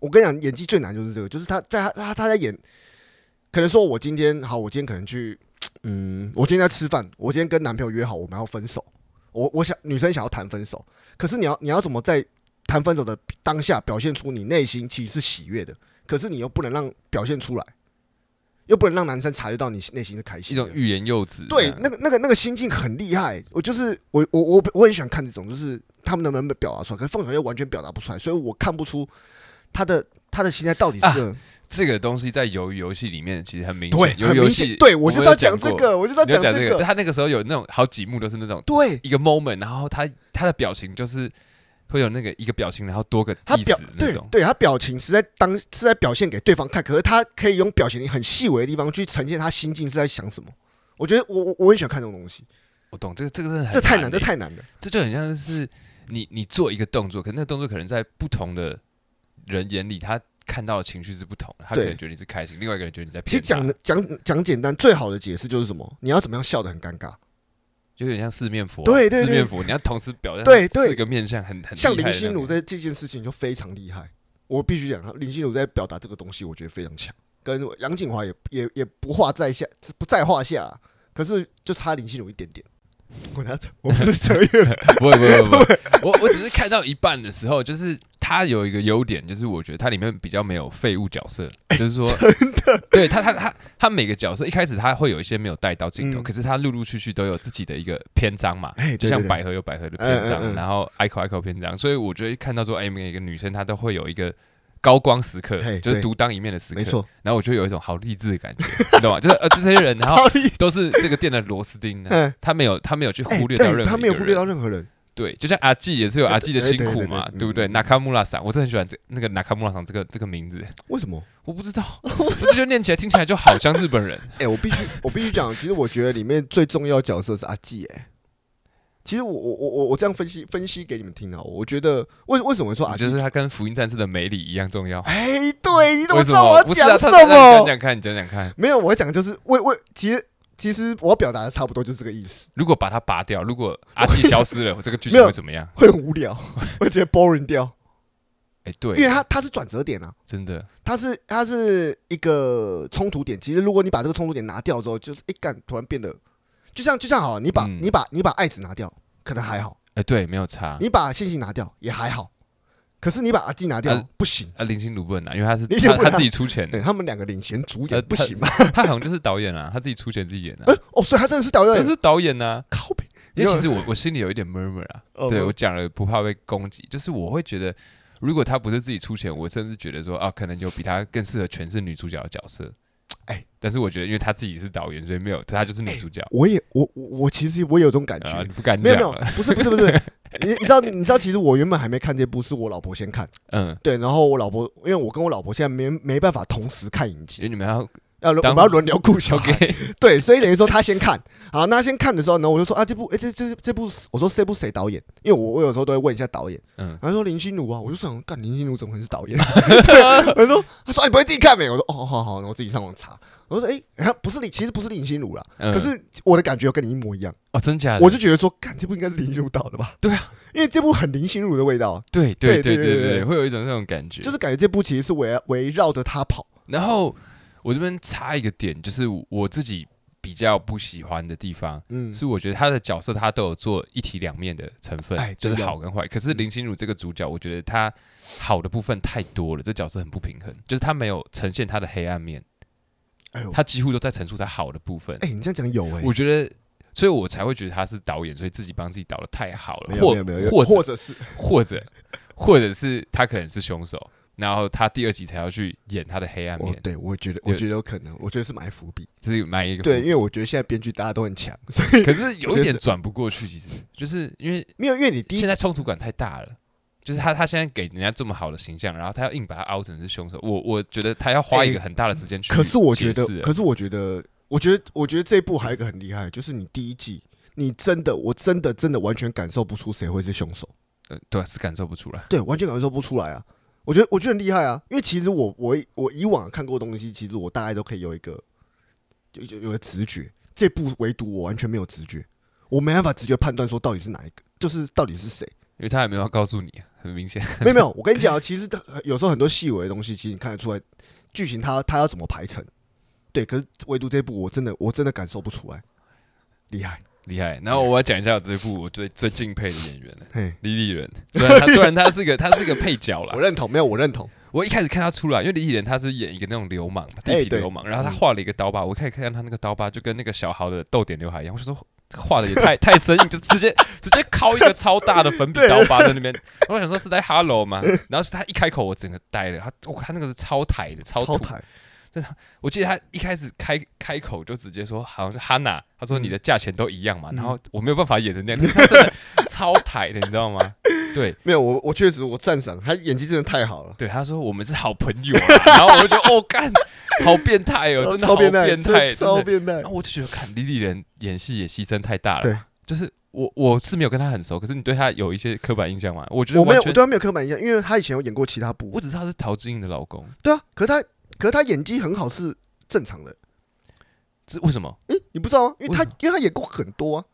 [SPEAKER 2] 我跟你讲，演技最难就是这个，就是他在他他他在演，可能说我今天好，我今天可能去，嗯，我今天在吃饭，我今天跟男朋友约好我们要分手，我我想女生想要谈分手，可是你要你要怎么在谈分手的当下表现出你内心其实是喜悦的，可是你又不能让表现出来，又不能让男生察觉到你内心是开
[SPEAKER 1] 一
[SPEAKER 2] 心的，
[SPEAKER 1] 种欲言又止。
[SPEAKER 2] 对，那
[SPEAKER 1] 个
[SPEAKER 2] 个那个那个心境很厉害。我就是我我我我很喜欢看这种，就是他们能不能表达出来，可是凤小岳完全表达不出来，所以我看不出他的他的心态到底
[SPEAKER 1] 啊
[SPEAKER 2] 是个、
[SPEAKER 1] 这个东西在鱿鱼游戏里面其实很明
[SPEAKER 2] 对
[SPEAKER 1] 显，鱿
[SPEAKER 2] 很
[SPEAKER 1] 鱼游
[SPEAKER 2] 明显
[SPEAKER 1] 戏。
[SPEAKER 2] 对我就是
[SPEAKER 1] 们
[SPEAKER 2] 要
[SPEAKER 1] 有
[SPEAKER 2] 讲
[SPEAKER 1] 讲
[SPEAKER 2] 这
[SPEAKER 1] 过，
[SPEAKER 2] 个，我就是要
[SPEAKER 1] 你要讲
[SPEAKER 2] 这
[SPEAKER 1] 这个。
[SPEAKER 2] 个，
[SPEAKER 1] 他那个时候有那种好几幕都是那种
[SPEAKER 2] 对
[SPEAKER 1] 一个 moment，然后他他的表情就是会有那个一个表情，然后多个
[SPEAKER 2] 他
[SPEAKER 1] 意
[SPEAKER 2] 表
[SPEAKER 1] 思那
[SPEAKER 2] 对
[SPEAKER 1] 种。
[SPEAKER 2] 对他表情是在当是在表现给对方看，可是他可以用表情很细微的地方去呈现他心境是在想什么。我觉得我我我很喜欢看这种东西，
[SPEAKER 1] 我懂这个，这个真的很
[SPEAKER 2] 这太难，
[SPEAKER 1] 欸
[SPEAKER 2] 这太难了。
[SPEAKER 1] 这就很像是你你做一个动作，可那个动作可能在不同的人眼里，他看到的情绪是不同的，他
[SPEAKER 2] 对
[SPEAKER 1] 可能觉得你是开心，另外一个人觉得你在
[SPEAKER 2] 其实
[SPEAKER 1] 骗他，
[SPEAKER 2] 讲
[SPEAKER 1] 就
[SPEAKER 2] 讲讲简单，最好的解释就是什么？你要怎么样笑得很尴尬，
[SPEAKER 1] 有点像四面佛啊，
[SPEAKER 2] 对对
[SPEAKER 1] 四
[SPEAKER 2] 对
[SPEAKER 1] 面佛，你要同时表现
[SPEAKER 2] 对对
[SPEAKER 1] 四个面相，很很
[SPEAKER 2] 像
[SPEAKER 1] 厉害
[SPEAKER 2] 林
[SPEAKER 1] 的
[SPEAKER 2] 心
[SPEAKER 1] 那种
[SPEAKER 2] 如在这件事情就非常厉害，我必须讲，他林心如在表达这个东西，我觉得非常强，跟杨景华也也也不话在下，不在话下、啊可是就差林心如一点点。我拿我不是扯远了，
[SPEAKER 1] 不会不会不会，我我只是看到一半的时候，就是它有一个优点，就是我觉得它里面比较没有废物角色，
[SPEAKER 2] 哎
[SPEAKER 1] 就是说对他他他他每个角色一开始他会有一些没有带到镜头，
[SPEAKER 2] 嗯
[SPEAKER 1] 可是他陆陆续续都有自己的一个篇章嘛，
[SPEAKER 2] 哎对
[SPEAKER 1] 就像
[SPEAKER 2] 对对
[SPEAKER 1] 百合有百合的篇章，
[SPEAKER 2] 嗯嗯嗯
[SPEAKER 1] 然后 ICO ICO 篇章，所以我觉得看到说哎每一个女生她都会有一个。高光时刻
[SPEAKER 2] 嘿
[SPEAKER 1] 就是
[SPEAKER 2] 对
[SPEAKER 1] 独当一面的时刻，
[SPEAKER 2] 没错，
[SPEAKER 1] 然后我就有一种好励志的感觉，你懂吗？就是呃，这些人，然后
[SPEAKER 2] 好厉害，
[SPEAKER 1] 都是这个店的螺丝钉呢，
[SPEAKER 2] 嗯，
[SPEAKER 1] 他没有他没有去
[SPEAKER 2] 哎
[SPEAKER 1] 忽略到任何
[SPEAKER 2] 对
[SPEAKER 1] 一个人，
[SPEAKER 2] 他没有忽略到任何人，
[SPEAKER 1] 对，就像阿纪也是有阿纪的辛苦嘛，
[SPEAKER 2] 对对对对
[SPEAKER 1] 对不对？
[SPEAKER 2] 嗯
[SPEAKER 1] 纳卡穆拉桑，我是很喜欢这那个纳卡穆拉桑这个这个名字，
[SPEAKER 2] 为什么？
[SPEAKER 1] 我不知道， 我就觉得念起来听起来就好像日本人。
[SPEAKER 2] 哎、我必须我必须讲，其实我觉得里面最重要的角色是阿纪。哎，其实我我我我我这样分析分析给你们听啊，我觉得为为什么会说阿纪
[SPEAKER 1] 就是他跟福音战士的美里一样重要。
[SPEAKER 2] 哎，对， 你怎么
[SPEAKER 1] 为
[SPEAKER 2] 知
[SPEAKER 1] 什
[SPEAKER 2] 道我
[SPEAKER 1] 么？
[SPEAKER 2] 要
[SPEAKER 1] 不是啊，
[SPEAKER 2] 讲什
[SPEAKER 1] 他
[SPEAKER 2] 么
[SPEAKER 1] 你讲？讲看，你讲讲看。
[SPEAKER 2] 没有，我讲就是为为，其实其实我表达的差不多就是这个意思，
[SPEAKER 1] 如果把它拔掉，如果阿纪消失了，我这个剧
[SPEAKER 2] 没
[SPEAKER 1] 情
[SPEAKER 2] 有
[SPEAKER 1] 会怎么样？
[SPEAKER 2] 会很无聊， 会直接 boring 掉，
[SPEAKER 1] 哎，
[SPEAKER 2] 因为
[SPEAKER 1] 对，
[SPEAKER 2] 它它是转折点啊，
[SPEAKER 1] 真的，
[SPEAKER 2] 它是它是一个冲突点。其实如果你把这个冲突点拿掉之后，就是一干突然变得，就像就像好了，你把、
[SPEAKER 1] 嗯
[SPEAKER 2] 你把你把爱子拿掉，可能还好；
[SPEAKER 1] 哎，对，没有差。
[SPEAKER 2] 你把信息拿掉也还好，可是你把阿基拿掉、
[SPEAKER 1] 呃
[SPEAKER 2] 不行。
[SPEAKER 1] 啊，林心如不能拿，因为他是
[SPEAKER 2] 林心如
[SPEAKER 1] 他
[SPEAKER 2] 不能拿
[SPEAKER 1] 他自己出钱
[SPEAKER 2] 对
[SPEAKER 1] 的，
[SPEAKER 2] 他们两个领衔主
[SPEAKER 1] 呃
[SPEAKER 2] 演不
[SPEAKER 1] 他
[SPEAKER 2] 行吗？
[SPEAKER 1] 他好像就是导演啊，他自己出钱自己演
[SPEAKER 2] 呃
[SPEAKER 1] 啊，
[SPEAKER 2] 哦，所以他真的是导
[SPEAKER 1] 他
[SPEAKER 2] 演，
[SPEAKER 1] 是导演啊。
[SPEAKER 2] 靠背。
[SPEAKER 1] 因为
[SPEAKER 2] 没有
[SPEAKER 1] 其实我我心里有一点 murmur 啊，
[SPEAKER 2] 哦
[SPEAKER 1] 对我讲了不怕被攻击，就是我会觉得，如果他不是自己出钱，我甚至觉得说啊，可能有比他更适合诠释女主角的角色。
[SPEAKER 2] 哎
[SPEAKER 1] 但是我觉得，因为他自己是导演，所以没有，她就是女主角
[SPEAKER 2] 我也我我我其实我也有这种感觉
[SPEAKER 1] 啊，，你不敢
[SPEAKER 2] 哎 没有
[SPEAKER 1] 讲
[SPEAKER 2] 没有
[SPEAKER 1] 了。，
[SPEAKER 2] 不是不是不 是，你你知道你知道，其实我原本还没看这部，是我老婆先看，
[SPEAKER 1] 嗯，
[SPEAKER 2] 对，然后我老婆因为我跟我老婆现在没没办法同时看影
[SPEAKER 1] 其
[SPEAKER 2] 集，
[SPEAKER 1] 实你们要
[SPEAKER 2] 要轮我
[SPEAKER 1] 当
[SPEAKER 2] 们要轮流顾小孩，
[SPEAKER 1] OK，
[SPEAKER 2] 对，所以等于说她先看，好，那她先看的时候呢，我就说啊这部哎、这这这部我说这部谁导演？因为我我有时候都会问一下导演，
[SPEAKER 1] 嗯，
[SPEAKER 2] 然后说林心如啊，我就想干林心如怎么可能是导 演？ 对，我就说他说、啊、你不会自己看没？我说哦好好，然后自己上网查，我说哎、啊不是林，其实不是林心如啦，
[SPEAKER 1] 嗯
[SPEAKER 2] 可是我的感觉跟你一模一样。
[SPEAKER 1] 哦，真假的？
[SPEAKER 2] 我就觉得说，干这部应该是林心如导的吧？
[SPEAKER 1] 对啊，
[SPEAKER 2] 因为这部很林心如的味道，
[SPEAKER 1] 对
[SPEAKER 2] 对
[SPEAKER 1] 对对对
[SPEAKER 2] 对对对
[SPEAKER 1] 对，会有一种那种感觉，
[SPEAKER 2] 就是感觉这部其实是围围绕着他跑。
[SPEAKER 1] 然后我这边插一个点，就是我自己比较不喜欢的地方，
[SPEAKER 2] 嗯，
[SPEAKER 1] 是我觉得他的角色他都有做一体两面的成分
[SPEAKER 2] 哎，
[SPEAKER 1] 就是
[SPEAKER 2] 对的
[SPEAKER 1] 好跟坏。可是林心如这个主角，我觉得他好的部分太多了，这角色很不平衡，就是他没有呈现他的黑暗面，
[SPEAKER 2] 哎呦，
[SPEAKER 1] 他几乎都在陈述他好的部分。
[SPEAKER 2] 哎，你这样讲有哎
[SPEAKER 1] 我，觉得，所以我才会觉得他是导演，所以自己帮自己导的太好了，
[SPEAKER 2] 没有
[SPEAKER 1] 或
[SPEAKER 2] 没有没有，
[SPEAKER 1] 或
[SPEAKER 2] 或
[SPEAKER 1] 者
[SPEAKER 2] 者是
[SPEAKER 1] 或者或者是他可能是凶手，然后他第二集才要去演他的黑暗
[SPEAKER 2] 我
[SPEAKER 1] 面，
[SPEAKER 2] 对我觉得，
[SPEAKER 1] 对
[SPEAKER 2] 我觉得有可能，我觉得是埋伏笔。
[SPEAKER 1] 这是埋一个
[SPEAKER 2] 对，
[SPEAKER 1] 伏
[SPEAKER 2] 因
[SPEAKER 1] 笔
[SPEAKER 2] 为我觉得现在编剧大家都很强，所以
[SPEAKER 1] 可是有
[SPEAKER 2] 我觉
[SPEAKER 1] 一
[SPEAKER 2] 得
[SPEAKER 1] 点
[SPEAKER 2] 是
[SPEAKER 1] 转不过去，其实就是因为
[SPEAKER 2] 没有，因为你第一
[SPEAKER 1] 现在冲突感太大了。就是他，他现在给人家这么好的形象，然后他要硬把他凹成是凶手，我我觉得他要花一个
[SPEAKER 2] 哎
[SPEAKER 1] 很大的时间去、
[SPEAKER 2] 可是我觉得，
[SPEAKER 1] 是啊
[SPEAKER 2] 可是我觉得，我觉得，我觉得这一部还有一个很厉害，就是你第一季，你真的，我真的真的完全感受不出谁会是凶手，
[SPEAKER 1] 呃对啊、是感受不出来。
[SPEAKER 2] 对，完全感受不出来啊。我觉得，我觉得很厉害啊，因为其实我我我以往看过的东西，其实我大概都可以有一个有有有个直觉，这部唯独我完全没有直觉，我没办法直觉判断说到底是哪一个，就是到底是谁。
[SPEAKER 1] 因为他也没有要告诉你，很明显。
[SPEAKER 2] 没有没有，我跟你讲啊，其实它有时候很多细微的东西，其实你看得出来剧情它它要怎么排成。对，可是唯独这一部，我真的我真的感受不出来，厉害。
[SPEAKER 1] 厉害。然后我要讲一下我这一部我最最敬佩的演员了，
[SPEAKER 2] 嘿，
[SPEAKER 1] 李李仁。虽 然他虽然他是个他是个配角啦
[SPEAKER 2] 我，认同，没有我认同。
[SPEAKER 1] 我一开始看他出来，因为李李仁他是演一个那种流氓嘛，地
[SPEAKER 2] 哎
[SPEAKER 1] 痞流氓，然后他画了一个刀疤，我开始看他那个刀疤就跟那个小豪的逗点刘海一样，我就说。画的也 太太生硬，就直接直接敲一个超大的粉笔 刀疤在那边。我想说是在 Hello 吗？然后是他一开口，我整个呆了。他我看那个是超台的，超
[SPEAKER 2] 超
[SPEAKER 1] 土
[SPEAKER 2] 台，
[SPEAKER 1] 我记得他一开始开开口就直接说，好像是哈娜，他说你的价钱都一样嘛，
[SPEAKER 2] 嗯
[SPEAKER 1] 然后我没有办法演成那样，他真的超台的，你知道吗？对
[SPEAKER 2] 没有我我确实我赞赏他演技真的太好了，
[SPEAKER 1] 对，他说我们是好朋友、啊，然后我就觉得哦干，好变态哦，真的好
[SPEAKER 2] 超变态，
[SPEAKER 1] 变态，
[SPEAKER 2] 真的超
[SPEAKER 1] 真的
[SPEAKER 2] 变态
[SPEAKER 1] 然。后我就觉得，看李李仁演戏也牺牲太大了，
[SPEAKER 2] 对，
[SPEAKER 1] 就是我我是没有跟他很熟，可是你对他有一些刻板印象吗？我觉得
[SPEAKER 2] 我没
[SPEAKER 1] 完
[SPEAKER 2] 有，我
[SPEAKER 1] 全，
[SPEAKER 2] 对他没有刻板印象，因为他以前有演过其他部。
[SPEAKER 1] 我只知道他是陶晶莹的老公，
[SPEAKER 2] 对啊，可是他可是他演技很好是正常的。
[SPEAKER 1] 这为什么？
[SPEAKER 2] 诶，你不知道啊吗？因为他
[SPEAKER 1] 为什
[SPEAKER 2] 因为他演过很多啊，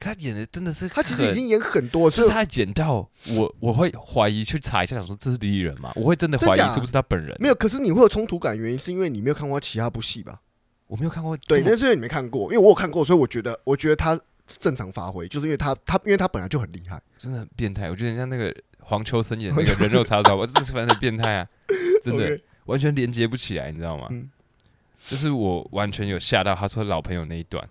[SPEAKER 1] 他演的真的是
[SPEAKER 2] 他其实
[SPEAKER 1] 很
[SPEAKER 2] 已经演很多了，
[SPEAKER 1] 就
[SPEAKER 2] 所以
[SPEAKER 1] 是他剪到我，我会怀疑去查一下，想说这是李李仁吗？我会真的
[SPEAKER 2] 真
[SPEAKER 1] 怀疑
[SPEAKER 2] 假
[SPEAKER 1] 是不是他本人。
[SPEAKER 2] 没有。可是你会有冲突感，原因是因为你没有看过他其他部戏吧？
[SPEAKER 1] 我没有看过这
[SPEAKER 2] 对，
[SPEAKER 1] 么。
[SPEAKER 2] 那是因为你没看过，因为我有看过，所以我觉得，我觉得他正常发挥，就是因为他他因为他本来就很厉害，
[SPEAKER 1] 真的很变态。我觉得像那个黄秋生演那个人肉叉烧包，这是反正很变 态啊，真的
[SPEAKER 2] OK
[SPEAKER 1] 完全连接不起来，你知道吗？
[SPEAKER 2] 嗯
[SPEAKER 1] 就是我完全有吓到，他说老朋友那一段，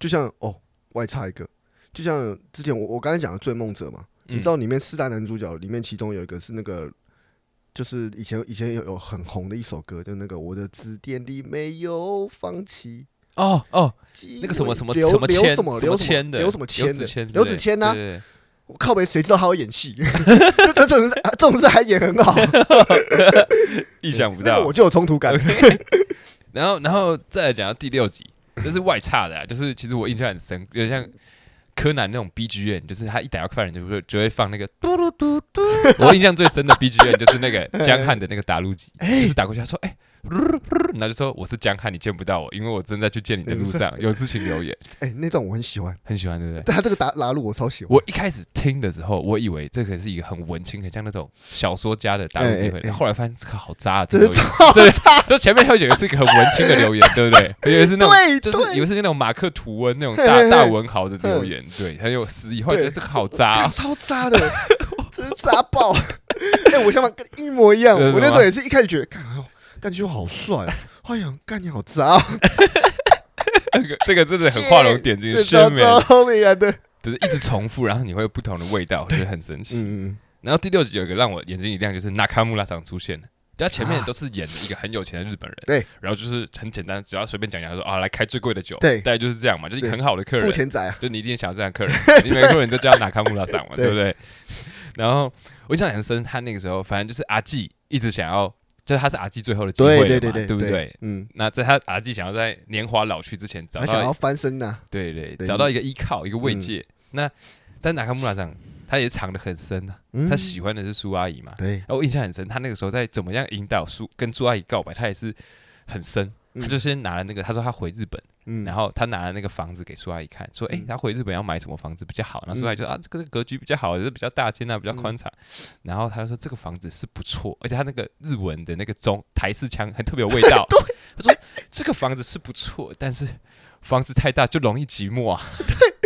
[SPEAKER 2] 就像哦，外差一个，就像之前我我刚才讲的《追梦者》嘛，
[SPEAKER 1] 嗯
[SPEAKER 2] 你知道里面四大男主角里面其中有一个是那个。就是以前以前有有很红的一首歌，就那个我的字典里没有放弃，
[SPEAKER 1] 哦哦，
[SPEAKER 2] 机
[SPEAKER 1] 那个什么
[SPEAKER 2] 会
[SPEAKER 1] 什么
[SPEAKER 2] 刘
[SPEAKER 1] 什么
[SPEAKER 2] 刘
[SPEAKER 1] 签
[SPEAKER 2] 什么
[SPEAKER 1] 什么
[SPEAKER 2] 刘
[SPEAKER 1] 签的，
[SPEAKER 2] 刘什么
[SPEAKER 1] 刘
[SPEAKER 2] 签啊
[SPEAKER 1] 子
[SPEAKER 2] 的，
[SPEAKER 1] 谦之类的，
[SPEAKER 2] 刘子谦呐
[SPEAKER 1] 对，对对
[SPEAKER 2] 我靠北谁知道他会演戏？ 就这种人啊这种人还演很好，
[SPEAKER 1] 意 想不
[SPEAKER 2] 那
[SPEAKER 1] 到
[SPEAKER 2] 个我。就有 冲突感。
[SPEAKER 1] 然后，然后再来讲到第六集，这是外差的、啊，就是其实我印象很深，有点像柯南那种 BGM，就是他一逮到犯人就会就会放那个嘟噜嘟 嘟。我印象最深的 BGM 就是那个江汉的那个打录 机，就是打过去他说哎。嘟噜嘟噜然后就说我是江汉，你见不到我，因为我正在去见你的路 上，有事情留言，
[SPEAKER 2] 哎、那段我很喜欢，
[SPEAKER 1] 很喜欢，对不对？
[SPEAKER 2] 但他这个打拉路我超喜欢。
[SPEAKER 1] 我一开始听的时候，我以为这个是一个很文青，很像那种小说家的打录机会
[SPEAKER 2] 哎，哎哎
[SPEAKER 1] 后来发现这个好渣啊，这
[SPEAKER 2] 这
[SPEAKER 1] 个
[SPEAKER 2] 是
[SPEAKER 1] 留言
[SPEAKER 2] 超
[SPEAKER 1] 对， 就前面会觉得是一个很文青的留言，对不对？ 我以为是那种，
[SPEAKER 2] 对，
[SPEAKER 1] 就是以为是那种马克吐温那种
[SPEAKER 2] 嘿
[SPEAKER 1] 大
[SPEAKER 2] 嘿
[SPEAKER 1] 大文豪的留言，对，很有诗意。后来觉得这个好渣
[SPEAKER 2] 干
[SPEAKER 1] 哦，
[SPEAKER 2] 超渣的，真是渣爆！哎、我想法跟一模一样。
[SPEAKER 1] 真的
[SPEAKER 2] 我
[SPEAKER 1] 吗
[SPEAKER 2] 那时候也是一开始觉得，干，哎呦干觉好帅哦，哎呀，干你好渣、哦，
[SPEAKER 1] 这个这个真的很画龙点睛，
[SPEAKER 2] 这
[SPEAKER 1] 鲜
[SPEAKER 2] 超
[SPEAKER 1] 美，
[SPEAKER 2] 超美然的。
[SPEAKER 1] 就是一直重复，然后你会有不同的味道，我觉得很神奇。
[SPEAKER 2] 嗯嗯，
[SPEAKER 1] 然后第六集有一个让我眼睛一亮，就是纳卡穆拉桑出现了。他前面都是演一个很有钱的日本人，
[SPEAKER 2] 啊对，
[SPEAKER 1] 然后就是很简单，只要随便讲讲，他说啊来开最贵的酒，
[SPEAKER 2] 对
[SPEAKER 1] 大概就是这样嘛，就是一个很好的客人
[SPEAKER 2] 付，钱仔啊，
[SPEAKER 1] 就你一定想要这样的 客人，你每个客人都叫他拿卡穆拉桑嘛，对
[SPEAKER 2] 对
[SPEAKER 1] 不对？然后我印象很深，他那个时候反正就是阿纪一直想要，就是他是阿纪最后的机会了嘛，
[SPEAKER 2] 对对
[SPEAKER 1] 不对？？
[SPEAKER 2] 嗯，
[SPEAKER 1] 那在他阿纪想要在年华老去之前找
[SPEAKER 2] 他想要
[SPEAKER 1] 到，
[SPEAKER 2] 翻身呐、
[SPEAKER 1] 对对，
[SPEAKER 2] 对嗯
[SPEAKER 1] 找到一个依靠，一个慰藉。那但拿卡穆拉桑他也藏得很深啊，
[SPEAKER 2] 嗯，
[SPEAKER 1] 他喜欢的是苏阿姨嘛。
[SPEAKER 2] 对，
[SPEAKER 1] 然后我印象很深，他那个时候在怎么样引导苏跟苏阿姨告白，他也是很深。
[SPEAKER 2] 嗯
[SPEAKER 1] 他就先拿了那个，他说他回日本，
[SPEAKER 2] 嗯，
[SPEAKER 1] 然
[SPEAKER 2] 后
[SPEAKER 1] 后他拿了那个房子给苏阿姨看，说：“哎、
[SPEAKER 2] 嗯
[SPEAKER 1] 他回日本要买什么房子比较好？”然后苏阿姨就说：“啊，这个格局比较好，就是比较大间啊，
[SPEAKER 2] 嗯
[SPEAKER 1] 比较宽敞。然后他就说：“这个房子是不错，而且他那个日文的那个中台式腔很特别有味 道。他说：“这个房子是不错，但是房子太大就容易寂寞啊。”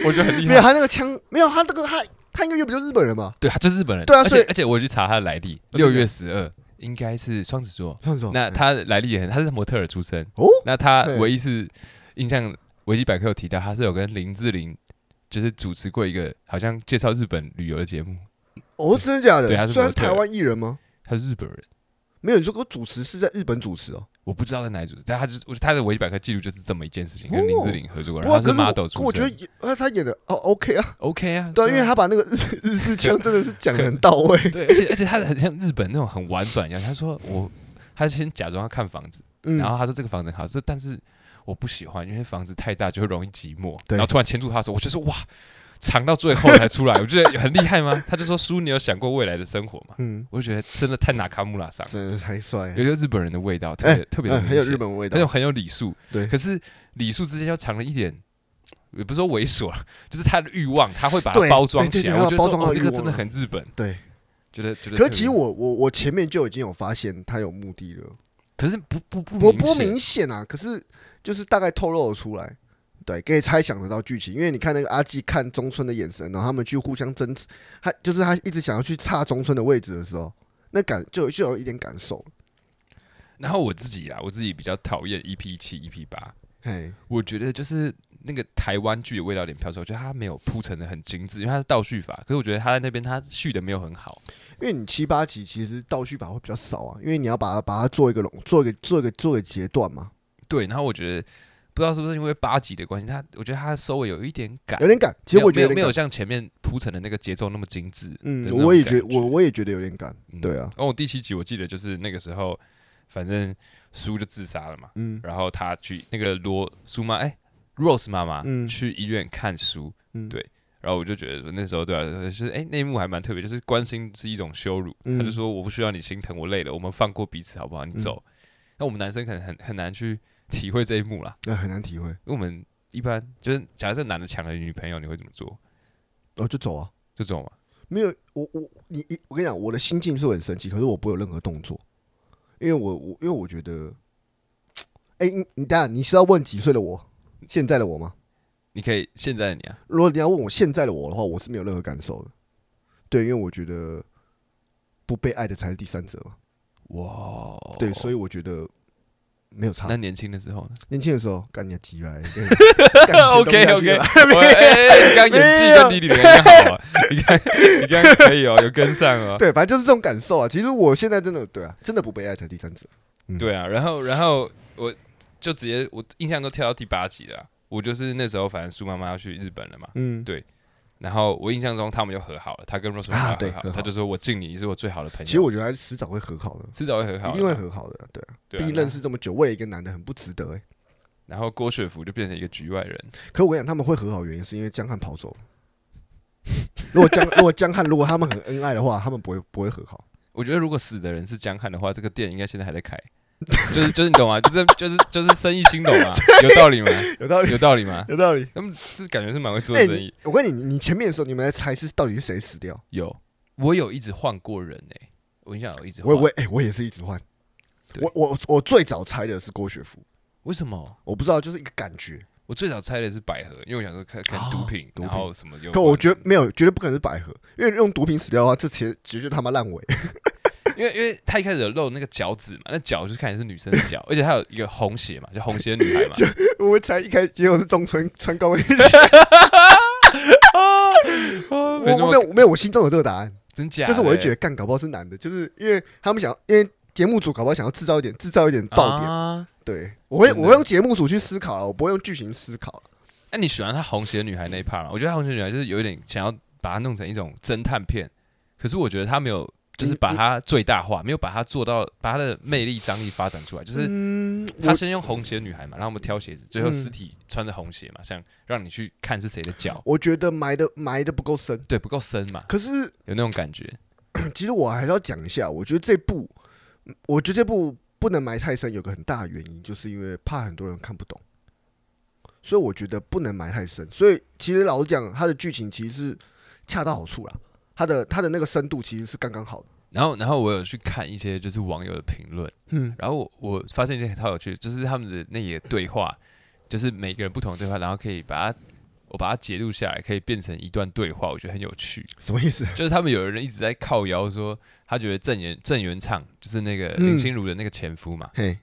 [SPEAKER 1] 我觉得很厉
[SPEAKER 2] 没有
[SPEAKER 1] 害。
[SPEAKER 2] 他那个枪，没有他那个他他应该又不就日本人嘛？
[SPEAKER 1] 对，他就是日本人。
[SPEAKER 2] 对啊
[SPEAKER 1] 而
[SPEAKER 2] 所
[SPEAKER 1] 且
[SPEAKER 2] 以
[SPEAKER 1] 而且我去查他的来历，
[SPEAKER 2] 真的
[SPEAKER 1] 六月十二应该是双子座。
[SPEAKER 2] 这样子哦
[SPEAKER 1] 那他的来历也很，他是模特儿出身，
[SPEAKER 2] 哦，
[SPEAKER 1] 那他
[SPEAKER 2] 对
[SPEAKER 1] 唯一是印象维基百科有提到，他是有跟林志玲就是主持过一个好像介绍日本旅游的节目，
[SPEAKER 2] 哦，真的假的？
[SPEAKER 1] 对他是
[SPEAKER 2] 所以
[SPEAKER 1] 模特
[SPEAKER 2] 台湾艺人吗？
[SPEAKER 1] 他是日本人，
[SPEAKER 2] 没有，你说我主持是在日本主持哦。
[SPEAKER 1] 我不知道在哪里主持，但他就是我他的维基百科记录就是这么一件事情，跟
[SPEAKER 2] 哦
[SPEAKER 1] 林志玲合作过，然
[SPEAKER 2] 不
[SPEAKER 1] 后
[SPEAKER 2] 过
[SPEAKER 1] 他是
[SPEAKER 2] 可是
[SPEAKER 1] model
[SPEAKER 2] 我，可
[SPEAKER 1] 出
[SPEAKER 2] 我觉得
[SPEAKER 1] 身
[SPEAKER 2] 也呃他演的哦 OK 啊，
[SPEAKER 1] ，OK 啊，
[SPEAKER 2] 对啊，因为
[SPEAKER 1] 啊
[SPEAKER 2] 他把那个日 日式腔真的是讲的很到位。
[SPEAKER 1] 对，而且而且他很像日本那种很婉转一样，他说我他先假装要看房子，
[SPEAKER 2] 嗯
[SPEAKER 1] 然，后他说这个房子很好，这但是我不喜欢，因为房子太大就会容易寂寞，
[SPEAKER 2] 对
[SPEAKER 1] 然后突然牵住他的手，我就说哇。藏到最后才出 来，我觉得很厉害吗？他就说：“叔，你有想过未来的生活吗
[SPEAKER 2] 嗯？”，
[SPEAKER 1] 我就觉得真的太拿卡穆拉桑了，
[SPEAKER 2] 真的太帅了
[SPEAKER 1] 有，一个日本人的味道，特
[SPEAKER 2] 哎
[SPEAKER 1] 别、特别的
[SPEAKER 2] 嗯，
[SPEAKER 1] 明
[SPEAKER 2] 很有
[SPEAKER 1] 显
[SPEAKER 2] 日本味道
[SPEAKER 1] 很有。很有礼数，
[SPEAKER 2] 对
[SPEAKER 1] 可是礼数之间又藏了一点，也不是说猥琐，就是他的欲望，他会把它
[SPEAKER 2] 对
[SPEAKER 1] 包装
[SPEAKER 2] 对
[SPEAKER 1] 起来。
[SPEAKER 2] 对
[SPEAKER 1] 我
[SPEAKER 2] 对
[SPEAKER 1] 觉得
[SPEAKER 2] 他包
[SPEAKER 1] 说
[SPEAKER 2] 装
[SPEAKER 1] 哦
[SPEAKER 2] 到，
[SPEAKER 1] 这
[SPEAKER 2] 欲
[SPEAKER 1] 个
[SPEAKER 2] 望
[SPEAKER 1] 真的
[SPEAKER 2] 了
[SPEAKER 1] 很日本，
[SPEAKER 2] 对，
[SPEAKER 1] 觉得觉得特别。
[SPEAKER 2] 可是其实我我我前面就已经有发现他有目的了，
[SPEAKER 1] 可是不不不
[SPEAKER 2] 不
[SPEAKER 1] 明
[SPEAKER 2] 不
[SPEAKER 1] 显
[SPEAKER 2] 明显啊，可是就是大概透露了出来。对，可以猜想得到剧情，因为你看那个阿纪看中村的眼神，然后他们去互相争执，他就是他一直想要去插中村的位置的时候，那感就就有一点感受了。
[SPEAKER 1] 然后我自己啦，我自己比较讨厌 EP 七、EP 八，
[SPEAKER 2] 嘿，
[SPEAKER 1] 我觉得就是那个台湾剧的味道有点飘出来，我觉得它没有铺陈的很精致，因为它是倒叙法。可是我觉得它在那边它续的没有很好，
[SPEAKER 2] 因为你七八集其实倒叙法会比较少啊，因为你要把它把它做一个拢，做一个做一个做一个阶段嘛，
[SPEAKER 1] 对。然后我觉得不知道是不是因为八集的关系，它我觉得它收尾有一点赶
[SPEAKER 2] 有。点感。其实我觉得
[SPEAKER 1] 没有没
[SPEAKER 2] 有
[SPEAKER 1] 有
[SPEAKER 2] 点
[SPEAKER 1] 像前面铺陈的那个节奏那么精致的那
[SPEAKER 2] 感，
[SPEAKER 1] 种
[SPEAKER 2] 嗯，
[SPEAKER 1] 感。
[SPEAKER 2] 我也觉我我也觉得有点感，
[SPEAKER 1] 嗯
[SPEAKER 2] 对啊，
[SPEAKER 1] 然后我第七集我记得就是那个时候，反正叔就自杀了嘛，
[SPEAKER 2] 嗯
[SPEAKER 1] 然后他去那个罗苏妈，哎、r o s e 妈妈、
[SPEAKER 2] 嗯
[SPEAKER 1] 去医院看书，
[SPEAKER 2] 嗯，
[SPEAKER 1] 对然后我就觉得说那时候对我来说就是哎、那一幕还蛮特别，就是关心是一种羞辱，
[SPEAKER 2] 嗯
[SPEAKER 1] 他就说我不需要你心疼，我累了，我们放过彼此好不好？你走。那我们男生可能很很难去体会这一幕啦，
[SPEAKER 2] 那很难体会，
[SPEAKER 1] 因为我们一般就是假设这男的抢了你女朋友，你会怎么做？
[SPEAKER 2] 哦，就走啊。
[SPEAKER 1] 就这种嘛，
[SPEAKER 2] 没有，我我你你，我跟你讲，我的心境是很神奇，可是我不会有任何动作，因为我我因为我觉得，哎、你你等下你是要问几岁的我，现在的我吗？
[SPEAKER 1] 你可以现在的你啊，
[SPEAKER 2] 如果你要问我现在的我的话，我是没有任何感受的，对，因为我觉得不被爱的才是第三者嘛，
[SPEAKER 1] 哇，
[SPEAKER 2] 对，所以我觉得没有
[SPEAKER 1] 哦
[SPEAKER 2] 差
[SPEAKER 1] 那。年轻的时候呢？
[SPEAKER 2] 年轻的时候干你 鸡来啊
[SPEAKER 1] OK OK，刚哎演技跟李李莲好啊，你看你看可以哦，有跟上哦。
[SPEAKER 2] 对，反正就是这种感受啊。其实我现在真的对啊，真的不被爱才是第三者。
[SPEAKER 1] 对啊，然后然后我就直接我印象都跳到第八集了啊，我就是那时候反正苏妈妈要去日本了嘛，
[SPEAKER 2] 嗯，
[SPEAKER 1] 对然后我印象中他们就和好了，他跟 Rose
[SPEAKER 2] 啊
[SPEAKER 1] 妈妈和
[SPEAKER 2] 对
[SPEAKER 1] 好
[SPEAKER 2] 和，好
[SPEAKER 1] 他就说我敬你，你是我最好的朋友。
[SPEAKER 2] 其实我觉得还是迟早会和好的。
[SPEAKER 1] 迟早会和好，
[SPEAKER 2] 一定会。和好的，对啊，
[SPEAKER 1] 对
[SPEAKER 2] 毕
[SPEAKER 1] 啊
[SPEAKER 2] 竟认识这么久，为了一个男的很不值得哎、
[SPEAKER 1] 然后郭雪芙就变成一个局外人，
[SPEAKER 2] 可我跟你讲，他们会和好，原因是因为江汉跑 走了。如果江如果江汉如果他们很恩爱的话，他们不会不会和好。
[SPEAKER 1] 我觉得如果死的人是江汉的话，这个店应该现在还在开，就是 就是你懂吗？就是就是就是生意兴隆啊，有道理吗？
[SPEAKER 2] 有道，
[SPEAKER 1] 有道理吗？
[SPEAKER 2] 有道理。
[SPEAKER 1] 他们是感觉是蛮会做
[SPEAKER 2] 哎、
[SPEAKER 1] 生意。
[SPEAKER 2] 你我跟你，你前面的时候你们在猜是到底是谁死掉？
[SPEAKER 1] 有，我有一直换过人哎、我印象有一直换。
[SPEAKER 2] 我我哎、我也是一直换。
[SPEAKER 1] 对
[SPEAKER 2] 我我我最早猜的是郭雪芙，
[SPEAKER 1] 为什么？
[SPEAKER 2] 我不知道就是一个感觉，
[SPEAKER 1] 我最早猜的是百合，因为我想说看看
[SPEAKER 2] 哦
[SPEAKER 1] 毒品，
[SPEAKER 2] 毒
[SPEAKER 1] 然
[SPEAKER 2] 品
[SPEAKER 1] 后什么有关的。
[SPEAKER 2] 可我觉得没有，绝对不可能是百合，因为用毒品死掉的话，这其实绝对他妈烂尾。
[SPEAKER 1] 因为因为他一开始有露那个脚趾嘛，那脚就是看起来是女生的 脚，而且她有一个红鞋嘛，就红鞋女孩嘛。
[SPEAKER 2] 我才一开始结果是中村穿高 跟鞋，
[SPEAKER 1] 哦
[SPEAKER 2] 我
[SPEAKER 1] 没那
[SPEAKER 2] 我
[SPEAKER 1] 么
[SPEAKER 2] 没有没有，我心中有这个答案。
[SPEAKER 1] 真假的
[SPEAKER 2] 就
[SPEAKER 1] 欸，
[SPEAKER 2] 是我会觉得干搞不好是男的，就是因为他们想，因为节目组搞不好想要制造一点制造一点爆点，
[SPEAKER 1] 啊
[SPEAKER 2] 对我会
[SPEAKER 1] 真的
[SPEAKER 2] 我会用节目组去思考啊，我不会用剧情思考。啊
[SPEAKER 1] 那、你喜欢她红鞋女孩那一 part 吗？我觉得她红鞋女孩就是有一点想要把它弄成一种侦探片，可是我觉得她没有，就是
[SPEAKER 2] 你
[SPEAKER 1] 把
[SPEAKER 2] 你
[SPEAKER 1] 它最大化，没有把它做到，把她的魅力张力发展出来，就是。
[SPEAKER 2] 嗯，
[SPEAKER 1] 他
[SPEAKER 2] 我
[SPEAKER 1] 先用红鞋女孩嘛，让我们挑鞋子，最后
[SPEAKER 2] 嗯
[SPEAKER 1] 尸体穿着红鞋嘛，像让你去看是谁的脚，
[SPEAKER 2] 我觉得埋的埋的不够深，
[SPEAKER 1] 对，不够深嘛，
[SPEAKER 2] 可是
[SPEAKER 1] 有那种感觉。
[SPEAKER 2] 其实我还是要讲一下，我觉得这部，我觉得这部不能埋太深，有个很大的原因，就是因为怕很多人看不懂，所以我觉得不能埋太深。所以其实老实讲，它的剧情其实是恰到好处啦，它的它的那个深度其实是刚刚好的。
[SPEAKER 1] 然后，然后我有去看一些就是网友的评论，
[SPEAKER 2] 嗯，
[SPEAKER 1] 然后我我发现一件很有趣的，就是他们的那些对话，就是每个人不同的对话，然后可以把它我把它截录下来，可以变成一段对话，我觉得很有趣。
[SPEAKER 2] 什么意思？
[SPEAKER 1] 就是他们有人一直在靠谣说，他觉得郑元郑元畅就是那个
[SPEAKER 2] 嗯
[SPEAKER 1] 林心如的那个前夫嘛，
[SPEAKER 2] 嘿，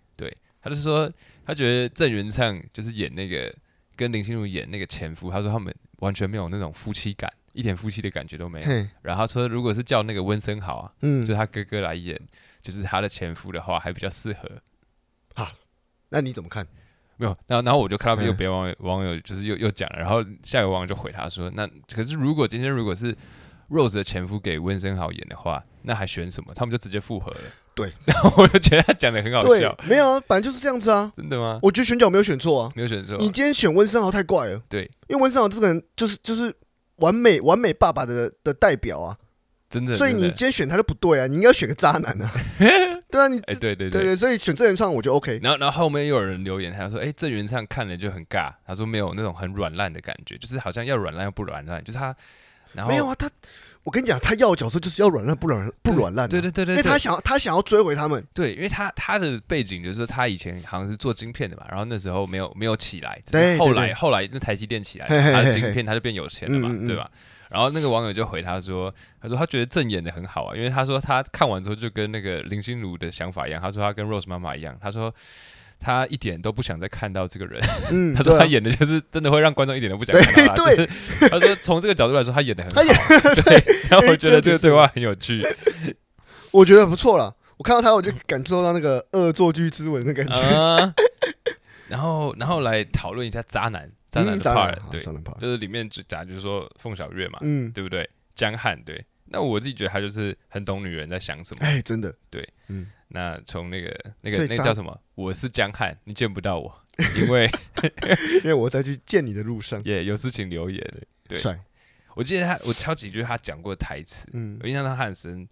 [SPEAKER 1] 他就说他觉得郑元畅就是演那个跟林心如演那个前夫，他说他们完全没有那种夫妻感，一点夫妻的感觉都没有。
[SPEAKER 2] 嘿，
[SPEAKER 1] 然后他说，如果是叫那个温森豪啊，
[SPEAKER 2] 嗯
[SPEAKER 1] 就是，他哥哥来演，就是他的前夫的话，还比较适合。
[SPEAKER 2] 那你怎么看？
[SPEAKER 1] 没有，然后然后我就看到
[SPEAKER 2] 嗯
[SPEAKER 1] 有别的网友网友就是又又讲了，然后下一个网友就回他说，那可是如果今天如果是 Rose 的前夫给温森豪演的话，那还选什么？他们就直接复合了。
[SPEAKER 2] 对，
[SPEAKER 1] 然后我就觉得他讲的很好
[SPEAKER 2] 对
[SPEAKER 1] 笑，，
[SPEAKER 2] 没有啊，本来就是这样子啊。
[SPEAKER 1] 真的吗？
[SPEAKER 2] 我觉得选角没有选错啊。
[SPEAKER 1] 没有选错啊，
[SPEAKER 2] 你今天选温森豪太怪了，
[SPEAKER 1] 对，
[SPEAKER 2] 因为温森豪这个人就是就是完美完美爸爸的的代表啊，
[SPEAKER 1] 真的，
[SPEAKER 2] 所以
[SPEAKER 1] 真
[SPEAKER 2] 你
[SPEAKER 1] 的
[SPEAKER 2] 今天选他就不对啊，你应该选个渣男 啊。对啊，你
[SPEAKER 1] 哎，对
[SPEAKER 2] 对
[SPEAKER 1] 对
[SPEAKER 2] 对
[SPEAKER 1] 对。
[SPEAKER 2] 所以选郑元畅我觉得 OK。
[SPEAKER 1] 然后，然后后面又有人留言，他说：“哎，郑元畅看了就很尬。”他说：“没有那种很软烂的感觉，就是好像要软烂又不软烂，就是他，然后
[SPEAKER 2] 没有啊，他我跟你讲，他要的角色就是要软烂不软不软烂啊，
[SPEAKER 1] 对对对对，
[SPEAKER 2] 因为
[SPEAKER 1] 对
[SPEAKER 2] 他想要他想要追回他们，
[SPEAKER 1] 对，因为他他的背景就是说他以前好像是做晶片的嘛，然后那时候没有没有起来，只
[SPEAKER 2] 对
[SPEAKER 1] 是后
[SPEAKER 2] 对
[SPEAKER 1] 来
[SPEAKER 2] 对
[SPEAKER 1] 后来那台积电起来，
[SPEAKER 2] 嘿嘿
[SPEAKER 1] 他的
[SPEAKER 2] 嘿
[SPEAKER 1] 晶
[SPEAKER 2] 嘿
[SPEAKER 1] 片他就变有钱了嘛
[SPEAKER 2] 嗯嗯，嗯
[SPEAKER 1] 对吧？然后那个网友就回他说，他说他觉得郑演的很好啊，因为他说他看完之后就跟那个林心如的想法一样，他说他跟 Rose 妈妈一样，他说。他一点都不想再看到这个人，
[SPEAKER 2] 嗯，
[SPEAKER 1] 他说
[SPEAKER 2] 对啊
[SPEAKER 1] 他演的就是真的会让观众一点都不想
[SPEAKER 2] 对
[SPEAKER 1] 看到他。啊
[SPEAKER 2] 对
[SPEAKER 1] 就是他说从这个角度来说，他演的很好
[SPEAKER 2] 他。演 哎
[SPEAKER 1] 对，然后我觉得这个
[SPEAKER 2] 这个
[SPEAKER 1] 对话很有趣。
[SPEAKER 2] 我觉得不错了。我看到他，我就感受到那个恶作剧之吻的感觉。
[SPEAKER 1] 啊，然后然后来讨论一下渣男， 渣男
[SPEAKER 2] 嗯
[SPEAKER 1] 的
[SPEAKER 2] 渣
[SPEAKER 1] part，、
[SPEAKER 2] 好
[SPEAKER 1] 对，
[SPEAKER 2] 渣男 part
[SPEAKER 1] 就是里面只假如说凤小岳嘛，
[SPEAKER 2] 嗯，
[SPEAKER 1] 对不对？江汉对，那我自己觉得他就是很懂女人在想什么。
[SPEAKER 2] 哎，真的，
[SPEAKER 1] 对，
[SPEAKER 2] 嗯，
[SPEAKER 1] 那从那个那个
[SPEAKER 2] 所以
[SPEAKER 1] 那个
[SPEAKER 2] 渣
[SPEAKER 1] 叫什么？我是江汉，你见不到我， 因为
[SPEAKER 2] 因为我在去见你的路上，
[SPEAKER 1] 也有事情留言。对
[SPEAKER 2] 帅，
[SPEAKER 1] 我记得他，我挑几句他讲过的台词，
[SPEAKER 2] 嗯
[SPEAKER 1] 我印象他很深。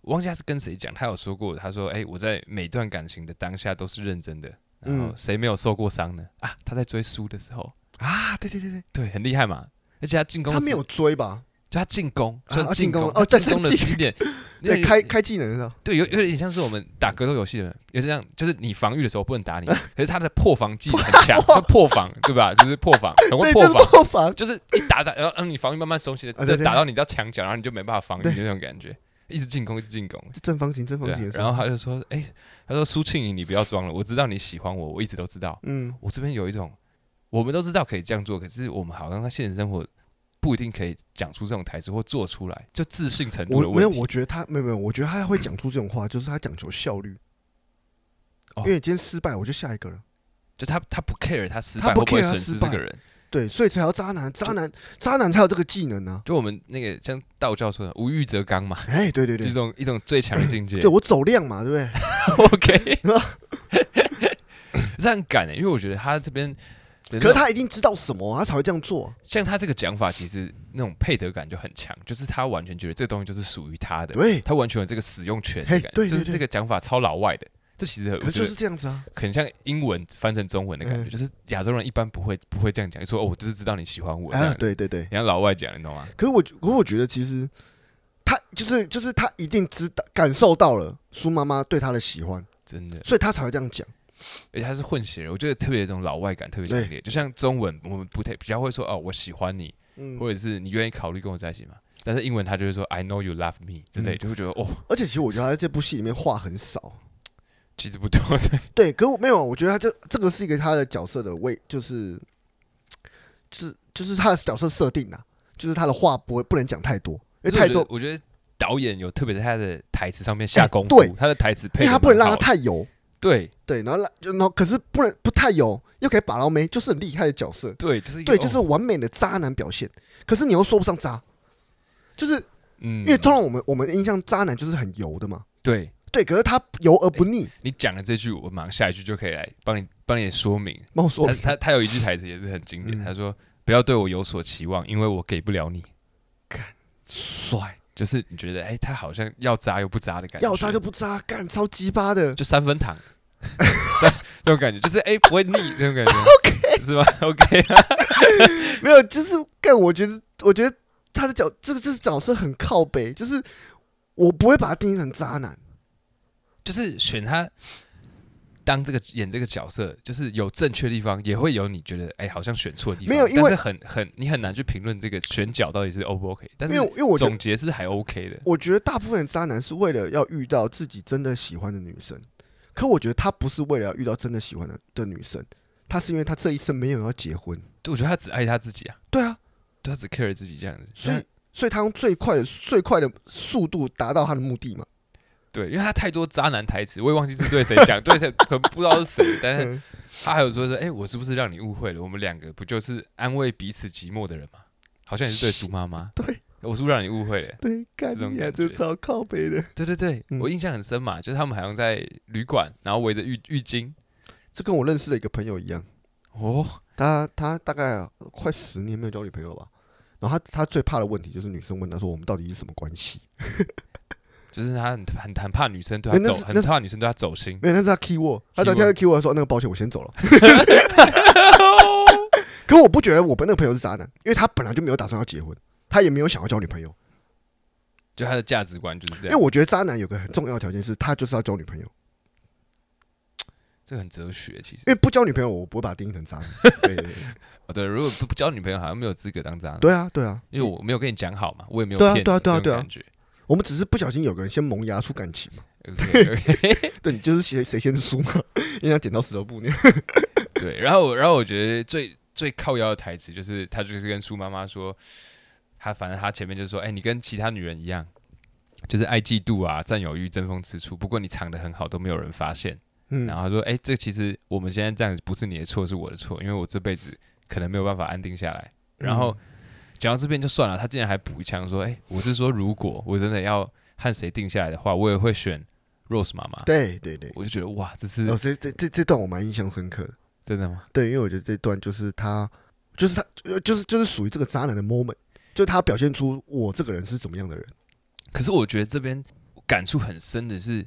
[SPEAKER 1] 我忘记他是跟谁讲，他有说过，他说：“哎、我在每段感情的当下都是认真的，然后
[SPEAKER 2] 嗯
[SPEAKER 1] 谁没有受过伤呢？啊，他在追书的时候，
[SPEAKER 2] 啊，对对对对，
[SPEAKER 1] 对，很厉害嘛。而且他进攻的
[SPEAKER 2] 他没
[SPEAKER 1] 时
[SPEAKER 2] 有，追吧？
[SPEAKER 1] 就他进攻，
[SPEAKER 2] 啊
[SPEAKER 1] 算进攻
[SPEAKER 2] 进攻哦
[SPEAKER 1] 他进攻的
[SPEAKER 2] 战战
[SPEAKER 1] 起点，
[SPEAKER 2] 对，
[SPEAKER 1] 有
[SPEAKER 2] 开开技能了，
[SPEAKER 1] 对有有点像是我们打格斗游戏的，有点像就是你防御的时候不能打你，可是他的破防技很强，他破防对吧？就是破防，很会
[SPEAKER 2] 对，
[SPEAKER 1] 破
[SPEAKER 2] 这是
[SPEAKER 1] 防，
[SPEAKER 2] 破防，
[SPEAKER 1] 就是一打打，然后嗯让你防御慢慢松懈的，
[SPEAKER 2] 啊
[SPEAKER 1] 就
[SPEAKER 2] 对对
[SPEAKER 1] 打到你到墙角，然后你就没办法防御
[SPEAKER 2] 对
[SPEAKER 1] 那种感觉，一直进攻，一直进攻。
[SPEAKER 2] 这正方形，正方
[SPEAKER 1] 对啊
[SPEAKER 2] 形的，时候，
[SPEAKER 1] 然后他就说：“哎、他说苏庆怡，你不要装了，我知道你喜欢我，我一直都知道。
[SPEAKER 2] 嗯，
[SPEAKER 1] 我这边有一种，我们都知道可以这样做，可是我们好像在现实生活不一定可以讲出这种台词或做出来，就自信程度
[SPEAKER 2] 我
[SPEAKER 1] 的
[SPEAKER 2] 没有，
[SPEAKER 1] 问题。
[SPEAKER 2] 我觉得他没有没有，我觉得他会讲出这种话，就是他讲求效率。
[SPEAKER 1] 哦
[SPEAKER 2] 因为你今天失败，我就下一个了。
[SPEAKER 1] 就他他不 care 他失
[SPEAKER 2] 他
[SPEAKER 1] 败
[SPEAKER 2] 不
[SPEAKER 1] 会不会
[SPEAKER 2] care 他
[SPEAKER 1] 损
[SPEAKER 2] 失
[SPEAKER 1] 失这
[SPEAKER 2] 败
[SPEAKER 1] 个人。
[SPEAKER 2] 对，所以才要渣男，渣男，渣男才有这个技能呢、
[SPEAKER 1] 就我们那个像道教说的“无欲则刚”嘛，
[SPEAKER 2] 啊。哎，对对
[SPEAKER 1] 就是一
[SPEAKER 2] 对，
[SPEAKER 1] 种一种最强的境界。
[SPEAKER 2] 对我走量嘛，对 不对？
[SPEAKER 1] OK，这样感、欸，因为我觉得他这边的那种，
[SPEAKER 2] 可是他一定知道什么，啊他才会这样做。
[SPEAKER 1] 像他这个讲法，其实那种配得感就很强，就是他完全觉得这个东西就是属于他的，
[SPEAKER 2] 对，
[SPEAKER 1] 他完全有这个使用权的
[SPEAKER 2] 嘿
[SPEAKER 1] 感觉，
[SPEAKER 2] 对对
[SPEAKER 1] 就是
[SPEAKER 2] 对
[SPEAKER 1] 这个讲法超老外的。这其实很
[SPEAKER 2] 可
[SPEAKER 1] 我觉
[SPEAKER 2] 是就
[SPEAKER 1] 得
[SPEAKER 2] 是这样子啊。
[SPEAKER 1] 很像英文翻成中文的感觉，
[SPEAKER 2] 嗯
[SPEAKER 1] 就是亚洲人一般不会不会这样讲，就说哦，我只是知道你喜欢我，这
[SPEAKER 2] 啊，
[SPEAKER 1] 样
[SPEAKER 2] 对对对。
[SPEAKER 1] 你像老外讲，你懂吗？
[SPEAKER 2] 可是我，可是我觉得其实他就是就是他一定知道感受到了苏妈妈对他的喜欢，
[SPEAKER 1] 真的，
[SPEAKER 2] 所以他才会这样讲。
[SPEAKER 1] 而且他是混血人，我觉得特别有一种老外感特别强烈。就像中文，我们不太比较会说哦，我喜欢你，
[SPEAKER 2] 嗯，
[SPEAKER 1] 或者是你愿意考虑跟我在一起吗？但是英文他就会说 I know you love me 之类，
[SPEAKER 2] 嗯
[SPEAKER 1] 就会觉得哦，
[SPEAKER 2] 而且其实我觉得他在这部戏里面话很少。
[SPEAKER 1] 其实不多，对，
[SPEAKER 2] 对，可我没有，我觉得他这这个是一个他的角色的位，就是就是就是他的角色设定啊，就是他的话不会不能讲太多，因为
[SPEAKER 1] 所以我觉
[SPEAKER 2] 太多
[SPEAKER 1] 得，我觉得导演有特别在他的台词上面下功
[SPEAKER 2] 哎对
[SPEAKER 1] 夫，他的台词配
[SPEAKER 2] 因为
[SPEAKER 1] 得
[SPEAKER 2] 他
[SPEAKER 1] 蛮
[SPEAKER 2] 不能让
[SPEAKER 1] 好
[SPEAKER 2] 他
[SPEAKER 1] 的
[SPEAKER 2] 太油。
[SPEAKER 1] 对
[SPEAKER 2] 对，然后让就然后可是不能不太油，又可以把到妹，就是很厉害的角色。
[SPEAKER 1] 对，就是一个
[SPEAKER 2] 对，就是
[SPEAKER 1] 哦
[SPEAKER 2] 完美的渣男表现。可是你又说不上渣，就是
[SPEAKER 1] 嗯
[SPEAKER 2] 因为通常我们我们印象渣男就是很油的嘛。
[SPEAKER 1] 对
[SPEAKER 2] 对，可是他油而不腻，
[SPEAKER 1] 你讲了这句，我马上下一句就可以来帮你帮你说明。
[SPEAKER 2] 帮我说
[SPEAKER 1] 他他他有一句台词也是很经典，
[SPEAKER 2] 嗯
[SPEAKER 1] 他说不要对我有所期望，因为我给不了你。
[SPEAKER 2] 帅，
[SPEAKER 1] 就是你觉得哎、他好像要渣又不渣的感觉，
[SPEAKER 2] 要渣就不渣，干超鸡巴的。
[SPEAKER 1] 就三分 糖，三这种感觉就是哎、不会腻那 种感觉，OK 是吧？OK 啊
[SPEAKER 2] 没有，就是干，我觉得我觉得他的角这个这个角色很靠北，就是我不会把他定义成渣男。
[SPEAKER 1] 就是选他当这个演这个角色，就是有正确地方，也会有你觉得哎、好像选错地方，
[SPEAKER 2] 没有因为
[SPEAKER 1] 但是很很你很难去评论这个选角到底是 O 不 OK，但
[SPEAKER 2] 因
[SPEAKER 1] 是
[SPEAKER 2] 为因为我觉得
[SPEAKER 1] 总结是还 OK 的，
[SPEAKER 2] 我觉得大部分的渣男是为了要遇到自己真的喜欢的女生，可我觉得他不是为了要遇到真的喜欢的的女生，他是因为他这一生没有要结婚。
[SPEAKER 1] 就我觉得他只爱他自己啊，
[SPEAKER 2] 对啊，
[SPEAKER 1] 他只 care 自己这样子，
[SPEAKER 2] 所以所以他用最快的最快的速度达到他的目的嘛。
[SPEAKER 1] 对，因为他太多渣男台词，我也忘记是对谁 讲，对，可能不知道是谁，但是
[SPEAKER 2] 嗯
[SPEAKER 1] 他还有说说，哎、我是不是让你误会了？我们两个不就是安慰彼此寂寞的人吗？好像也是对苏妈妈，
[SPEAKER 2] 对，
[SPEAKER 1] 我是不是让你误会了？
[SPEAKER 2] 对，干
[SPEAKER 1] 这种
[SPEAKER 2] 你啊，
[SPEAKER 1] 感
[SPEAKER 2] 这
[SPEAKER 1] 觉
[SPEAKER 2] 超靠背的。
[SPEAKER 1] 对对对，
[SPEAKER 2] 嗯
[SPEAKER 1] 我印象很深嘛，就是他们好像在旅馆，然后围着浴浴巾，
[SPEAKER 2] 这跟我认识的一个朋友一样，
[SPEAKER 1] 哦，
[SPEAKER 2] 他他大概快十年没有交女朋友吧。然后他他最怕的问题就是女生问他说我们到底是什么关系？
[SPEAKER 1] 就是他很很很怕女生对
[SPEAKER 2] 哎
[SPEAKER 1] 他
[SPEAKER 2] 那
[SPEAKER 1] 走，
[SPEAKER 2] 是
[SPEAKER 1] 很
[SPEAKER 2] 那是
[SPEAKER 1] 怕女生对他走心。
[SPEAKER 2] 没有，那是他 key word，他昨
[SPEAKER 1] Keyword
[SPEAKER 2] 天 key word 说那个抱歉我先走 了。可我不觉得我那个朋友是渣男，因为他本来就没有打算要结婚，他也没有想要交女朋友。
[SPEAKER 1] 就他的价值观就是这
[SPEAKER 2] 因为
[SPEAKER 1] 样，
[SPEAKER 2] 我觉得渣男有个很重要的条件是他就是要交女朋友，
[SPEAKER 1] 这个很哲学其实
[SPEAKER 2] 因。为不交女朋友我不会把他定义成渣男。 对对对
[SPEAKER 1] 哦，对，如果不不交女朋友，好像没有资格当渣男，
[SPEAKER 2] 对啊对啊，
[SPEAKER 1] 因为我没有跟你讲好嘛，我也没有
[SPEAKER 2] 对啊
[SPEAKER 1] 骗你，
[SPEAKER 2] 对啊对啊
[SPEAKER 1] 这种
[SPEAKER 2] 对啊
[SPEAKER 1] 感觉。
[SPEAKER 2] 我们只是不小心有个人先萌芽出感情嘛，
[SPEAKER 1] OK，OK
[SPEAKER 2] 对你就是谁谁先输嘛， 人家剪刀石头布那样。
[SPEAKER 1] 对， 然后我然后我觉得最最靠腰的台词就是他就是跟苏妈妈说，他反正他前面就说，哎、你跟其他女人一样，就是爱嫉妒啊、占有欲、争风吃醋，不过你藏得很好，都没有人发现。
[SPEAKER 2] 嗯
[SPEAKER 1] 然后他说，哎、这其实我们现在这样子不是你的错，是我的错，因为我这辈子可能没有办法安定下来。然
[SPEAKER 2] 嗯
[SPEAKER 1] 后讲到这边就算了，他竟然还补一枪说，哎、我是说如果我真的要和谁定下来的话，我也会选 Rose 妈妈。
[SPEAKER 2] 对对对，
[SPEAKER 1] 我就觉得哇，这是
[SPEAKER 2] 哦这这这这段我蛮印象深刻的。
[SPEAKER 1] 真的吗？
[SPEAKER 2] 对，因为我觉得这段就是他，就是他，呃就是就是属于这个渣男的 moment，就他表现出我这个人是怎么样的人。
[SPEAKER 1] 可是我觉得这边感触很深的是，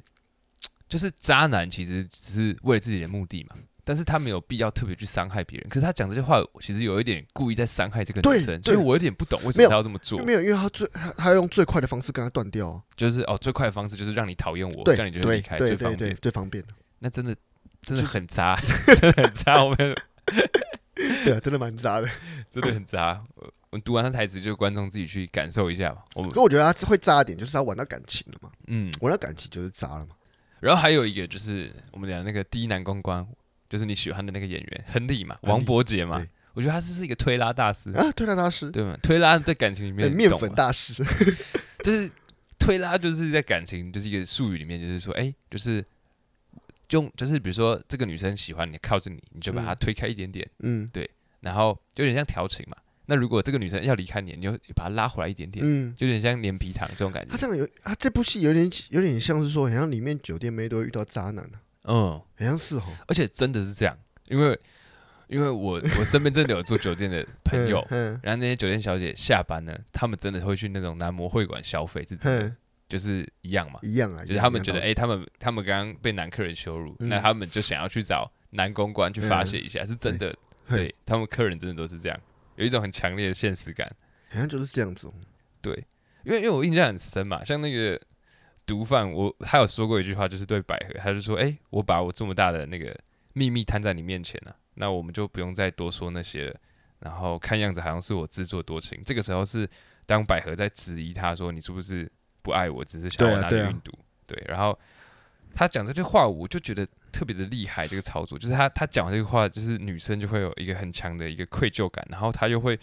[SPEAKER 1] 就是渣男其实只是为了自己的目的嘛，但是他没有必要特别去伤害别人。可是他讲这些话，其实有一点故意在伤害这个
[SPEAKER 2] 对
[SPEAKER 1] 女生，所
[SPEAKER 2] 对
[SPEAKER 1] 以我有点不懂为什
[SPEAKER 2] 没有
[SPEAKER 1] 么他要这么做
[SPEAKER 2] 没。有，因为他最他他用最快的方式跟他断掉、啊，
[SPEAKER 1] 就是哦，最快的方式就是让你讨厌我，
[SPEAKER 2] 对
[SPEAKER 1] 这样你就会
[SPEAKER 2] 对
[SPEAKER 1] 离开，
[SPEAKER 2] 对
[SPEAKER 1] 最
[SPEAKER 2] 对
[SPEAKER 1] 方
[SPEAKER 2] 对
[SPEAKER 1] 便。
[SPEAKER 2] 最方便的，
[SPEAKER 1] 那真的真的
[SPEAKER 2] 就是
[SPEAKER 1] 很渣， 真的很渣，我们
[SPEAKER 2] 对啊，真的蛮渣的。
[SPEAKER 1] 真的很渣。我我读完他台词，就观众自己去感受一下吧。我们
[SPEAKER 2] 可我觉得他会渣一点，就是他玩到感情了嘛，
[SPEAKER 1] 嗯，
[SPEAKER 2] 玩到感情就是渣了嘛。
[SPEAKER 1] 然后还有一个就是我们讲那个第一男公关，就是你喜欢的那个演员亨利嘛，
[SPEAKER 2] 亨利
[SPEAKER 1] 王伯杰嘛
[SPEAKER 2] 对，
[SPEAKER 1] 我觉得他是是一个推拉大师，
[SPEAKER 2] 啊，推拉大师，
[SPEAKER 1] 对吗？推拉在感情里
[SPEAKER 2] 呃
[SPEAKER 1] 面，
[SPEAKER 2] 面
[SPEAKER 1] 你懂
[SPEAKER 2] 粉
[SPEAKER 1] 吗
[SPEAKER 2] 大师，
[SPEAKER 1] 就是推拉，就是在感情就是一个术语里面，就是说，哎，就是用就是比如说这个女生喜欢你，靠近你，你就把她
[SPEAKER 2] 嗯
[SPEAKER 1] 推开一点点，
[SPEAKER 2] 嗯
[SPEAKER 1] 然后有点像调情嘛。那如果这个女生要离开你，你就把她拉回来一点点，
[SPEAKER 2] 嗯。
[SPEAKER 1] 就有点像粘皮糖这种感
[SPEAKER 2] 他
[SPEAKER 1] 觉。
[SPEAKER 2] 这样有，他这部戏有点有点像是说，好像里面酒店妹都会遇到渣男啊，
[SPEAKER 1] 嗯，
[SPEAKER 2] 好像是哦。，
[SPEAKER 1] 而且真的是这样，因为因为我我身边真的有做酒店的朋友
[SPEAKER 2] 嗯，
[SPEAKER 1] 然后那些酒店小姐下班呢，她们真的会去那种男模会馆消费，是真
[SPEAKER 2] 嗯
[SPEAKER 1] 的，
[SPEAKER 2] 嗯，
[SPEAKER 1] 就是一样嘛，
[SPEAKER 2] 一样啊，
[SPEAKER 1] 就是他们觉得，
[SPEAKER 2] 哎。
[SPEAKER 1] 哎、他们他们刚刚被男客人羞辱，
[SPEAKER 2] 嗯
[SPEAKER 1] 那他们就想要去找男公关去发泄一下，是真的，
[SPEAKER 2] 嗯嘿
[SPEAKER 1] 对他们客人真的都是这样，有一种很强烈的现实感，
[SPEAKER 2] 好像就是这样子哦。
[SPEAKER 1] 对，因为因为我印象很深嘛，像那个毒贩，我他有说过一句话，就是对百合，他就说，哎、我把我这么大的那个秘密摊在你面前了、那我们就不用再多说那些了。然后看样子好像是我自作多情，这个时候是当百合在质疑他说你是不是不爱我，只是想
[SPEAKER 2] 对
[SPEAKER 1] 要
[SPEAKER 2] 啊
[SPEAKER 1] 往哪里
[SPEAKER 2] 对啊
[SPEAKER 1] 运毒，对，然后他讲这句话，我就觉得特别的厉害，这个操作就是他他讲完这句话，就是女生就会有一个很强的一个愧疚感，然后她又会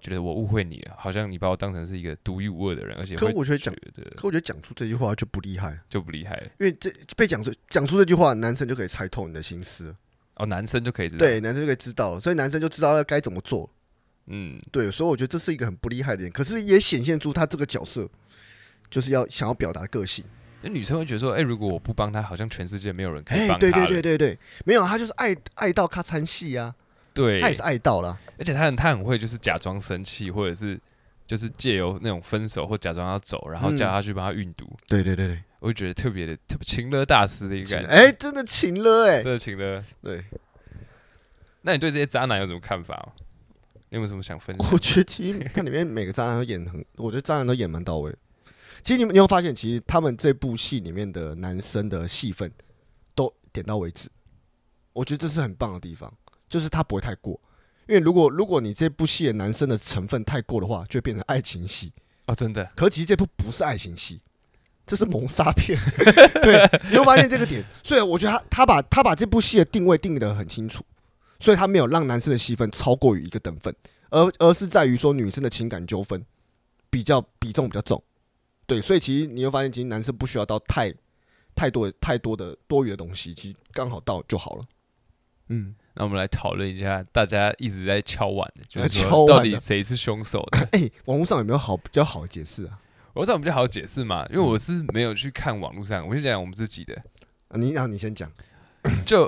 [SPEAKER 1] 觉得我误会你了，好像你把我当成是一个独一无二的人，而且
[SPEAKER 2] 可
[SPEAKER 1] 会
[SPEAKER 2] 我觉得
[SPEAKER 1] 觉
[SPEAKER 2] 讲
[SPEAKER 1] 得
[SPEAKER 2] 可我觉得讲出这句话就不厉害了，
[SPEAKER 1] 就不厉害了。
[SPEAKER 2] 因为这被讲出讲出这句话，男生就可以猜透你的心思了，
[SPEAKER 1] 哦，男生就可以知道，
[SPEAKER 2] 对，男生就可以知道了，所以男生就知道要该怎么做。
[SPEAKER 1] 嗯，
[SPEAKER 2] 对，所以我觉得这是一个很不厉害的点，可是也显现出他这个角色就是要想要表达个性。
[SPEAKER 1] 那女生会觉得说，哎、如果我不帮他，好像全世界没有人可以
[SPEAKER 2] 哎
[SPEAKER 1] 帮，他
[SPEAKER 2] 对对
[SPEAKER 1] 了。
[SPEAKER 2] 对对对，没有，他就是爱爱到咔参戏啊，
[SPEAKER 1] 对
[SPEAKER 2] 他也是爱到啦。
[SPEAKER 1] 而且他很他很会就是假装生气，或者是就是借由那种分手或假装要走，然后叫
[SPEAKER 2] 嗯
[SPEAKER 1] 他去帮他运毒，
[SPEAKER 2] 对对对对，
[SPEAKER 1] 我就觉得特别的特别情勒大师的一个
[SPEAKER 2] 情
[SPEAKER 1] 感觉，
[SPEAKER 2] 哎，真的情了哎、
[SPEAKER 1] 真的情勒。
[SPEAKER 2] 对，
[SPEAKER 1] 那你对这些渣男有什么看法吗？你有没有什么想分享？
[SPEAKER 2] 我觉得其实看里面每个渣男都演得很，我觉得渣男都演蛮到位的。其实你们你有发现，其实他们这部戏里面的男生的戏份都点到为止，我觉得这是很棒的地方，就是他不会太过。因为如果如果你这部戏的男生的成分太过的话，就会变成爱情戏。
[SPEAKER 1] 哦，真的，
[SPEAKER 2] 可其实这部不是爱情戏，这是谋杀片。 对，你会发现这个点，所以我觉得他他把他把这部戏的定位定得很清楚，所以他没有让男生的戏份超过于一个等分，而而是在于说女生的情感纠纷比较比重比较重。对，所以其实你会发现，其实男生不需要到太太多太多的多余的东西，其实刚好到就好了。嗯，
[SPEAKER 1] 那我们来讨论一下，大家一直在敲碗的，就是
[SPEAKER 2] 呃敲
[SPEAKER 1] 说
[SPEAKER 2] 碗的
[SPEAKER 1] 到底谁是凶手的？
[SPEAKER 2] 哎、网络上有没有好比较好的解释啊？
[SPEAKER 1] 我这样比较好解释嘛，因为我是没有去看网络上，我就讲我们自己的。
[SPEAKER 2] 啊你让、你先讲。
[SPEAKER 1] 就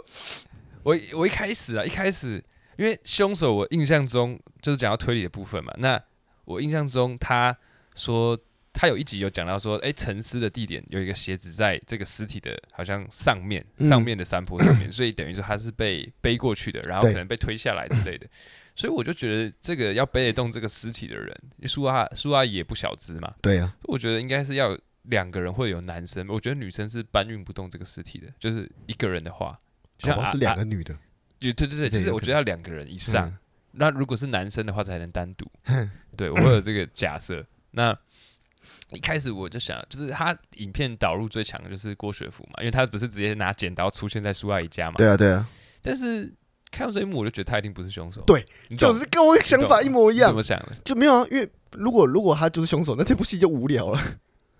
[SPEAKER 1] 我我一开始啊，一开始因为凶手，我印象中就是讲到推理的部分嘛。那我印象中他说他有一集有讲到说，哎、沉尸的地点有一个鞋子在这个尸体的好像上面
[SPEAKER 2] 嗯
[SPEAKER 1] 上面的山坡上面，所以等于说他是被背过去的，然后
[SPEAKER 2] 对
[SPEAKER 1] 可能被推下来之类的。所以我就觉得这个要背得动这个尸体的人，苏阿苏阿姨也不小只嘛，
[SPEAKER 2] 对啊，
[SPEAKER 1] 我觉得应该是要有两个人或者有男生，我觉得女生是搬运不动这个尸体的，就是一个人的话，就像
[SPEAKER 2] 搞不好
[SPEAKER 1] 啊
[SPEAKER 2] 是两
[SPEAKER 1] 啊
[SPEAKER 2] 个女的。
[SPEAKER 1] 对对对对，
[SPEAKER 2] 对
[SPEAKER 1] 就是
[SPEAKER 2] 有
[SPEAKER 1] 我
[SPEAKER 2] 可
[SPEAKER 1] 觉得要两个人以上。
[SPEAKER 2] 嗯
[SPEAKER 1] 那如果是男生的话，才能 单独。
[SPEAKER 2] 哼
[SPEAKER 1] 对我会有这个假设。那一开始我就想，就是他影片导入最强的就是郭学福嘛，因为他不是直接拿剪刀出现在苏阿姨家嘛。
[SPEAKER 2] 对啊，对啊，
[SPEAKER 1] 但是看到这一幕，我就觉得他一定不是凶手。
[SPEAKER 2] 对
[SPEAKER 1] 你懂，
[SPEAKER 2] 就是跟我想法一模一
[SPEAKER 1] 你
[SPEAKER 2] 样
[SPEAKER 1] 怎么，想的？
[SPEAKER 2] 就没有啊。因为如果如果他就是凶手，那这部戏就无聊了，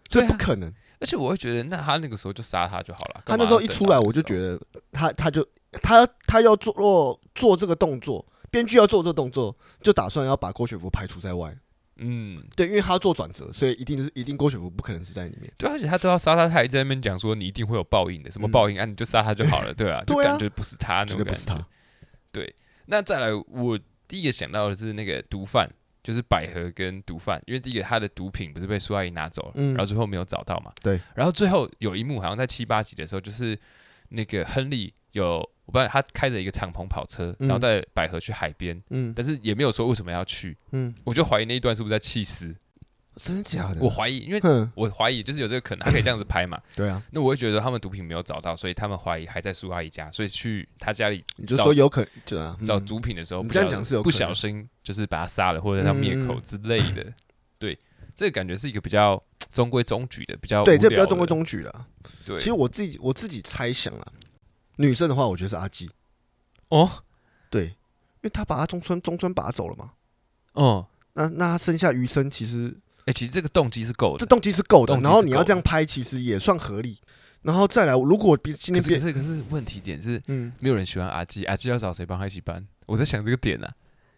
[SPEAKER 2] 所
[SPEAKER 1] 对
[SPEAKER 2] 以
[SPEAKER 1] 啊
[SPEAKER 2] 不可能。
[SPEAKER 1] 而且我会觉得，那他那个时候就杀他就好了。
[SPEAKER 2] 他那时候一出来，我就
[SPEAKER 1] 得。
[SPEAKER 2] 觉得他他就他他要做做这个动作，编剧要做这个动作，就打算要把郭雪芙排除在外。
[SPEAKER 1] 嗯，
[SPEAKER 2] 对，因为他做转折，所以一定是一定郭雪芙不可能是在里面。
[SPEAKER 1] 对，啊而且他都要杀他，他还在那边讲说你一定会有报应的，什么
[SPEAKER 2] 嗯
[SPEAKER 1] 报应啊？你就杀他就好了，对 啊，就
[SPEAKER 2] 对啊
[SPEAKER 1] 感觉不是他那
[SPEAKER 2] 绝
[SPEAKER 1] 种
[SPEAKER 2] 对
[SPEAKER 1] 感觉。
[SPEAKER 2] 不是他。
[SPEAKER 1] 那再来，我第一个想到的是那个毒贩，就是百合跟毒贩，因为第一个他的毒品不是被苏阿姨拿走了，
[SPEAKER 2] 嗯
[SPEAKER 1] 然后最后没有找到嘛。
[SPEAKER 2] 对。
[SPEAKER 1] 然后最后有一幕好像在七八集的时候，就是那个亨利有我不知道他开着一个敞篷跑车，
[SPEAKER 2] 嗯
[SPEAKER 1] 然后带百合去海边，
[SPEAKER 2] 嗯
[SPEAKER 1] 但是也没有说为什么要去，
[SPEAKER 2] 嗯，
[SPEAKER 1] 我就怀疑那一段是不是在弃尸，
[SPEAKER 2] 真的假的？
[SPEAKER 1] 我怀疑，因为。
[SPEAKER 2] 哼，
[SPEAKER 1] 我怀疑就是有这个可能，他可以这样子拍嘛？
[SPEAKER 2] 对啊，
[SPEAKER 1] 那我会觉得他们毒品没有找到，所以他们怀疑还在苏阿姨家，所以去他家里
[SPEAKER 2] 你就
[SPEAKER 1] 找
[SPEAKER 2] 说有可能，对啊，
[SPEAKER 1] 找
[SPEAKER 2] 嗯
[SPEAKER 1] 毒品的时候，
[SPEAKER 2] 你
[SPEAKER 1] 不
[SPEAKER 2] 这样
[SPEAKER 1] 小
[SPEAKER 2] 讲是有
[SPEAKER 1] 不
[SPEAKER 2] 可能嗯
[SPEAKER 1] 小心就是把他杀了，或者他灭口之类的。对，这个感觉是一个比较中规中矩的，比较
[SPEAKER 2] 对，
[SPEAKER 1] 无
[SPEAKER 2] 这比较
[SPEAKER 1] 聊
[SPEAKER 2] 中规
[SPEAKER 1] 的
[SPEAKER 2] 中矩了。
[SPEAKER 1] 对。
[SPEAKER 2] 其实我自己我自己猜想啊，女生的话，我觉得是阿基，
[SPEAKER 1] 哦，
[SPEAKER 2] 对，因为他把他中村中村拔走了嘛，
[SPEAKER 1] 哦，
[SPEAKER 2] 那那他剩下余生其实
[SPEAKER 1] 哎、其实这个动机是够
[SPEAKER 2] 这
[SPEAKER 1] 的。
[SPEAKER 2] 动机是够的，
[SPEAKER 1] 动机
[SPEAKER 2] 然后
[SPEAKER 1] 是
[SPEAKER 2] 你
[SPEAKER 1] 够
[SPEAKER 2] 要这
[SPEAKER 1] 的
[SPEAKER 2] 样拍，其实也算合理。然后再来，如果比今
[SPEAKER 1] 可
[SPEAKER 2] 天
[SPEAKER 1] 是可
[SPEAKER 2] 变，
[SPEAKER 1] 是可是问题点是
[SPEAKER 2] 嗯，
[SPEAKER 1] 没有人喜欢阿基，阿基要找谁帮他一起搬？我在想这个点啊，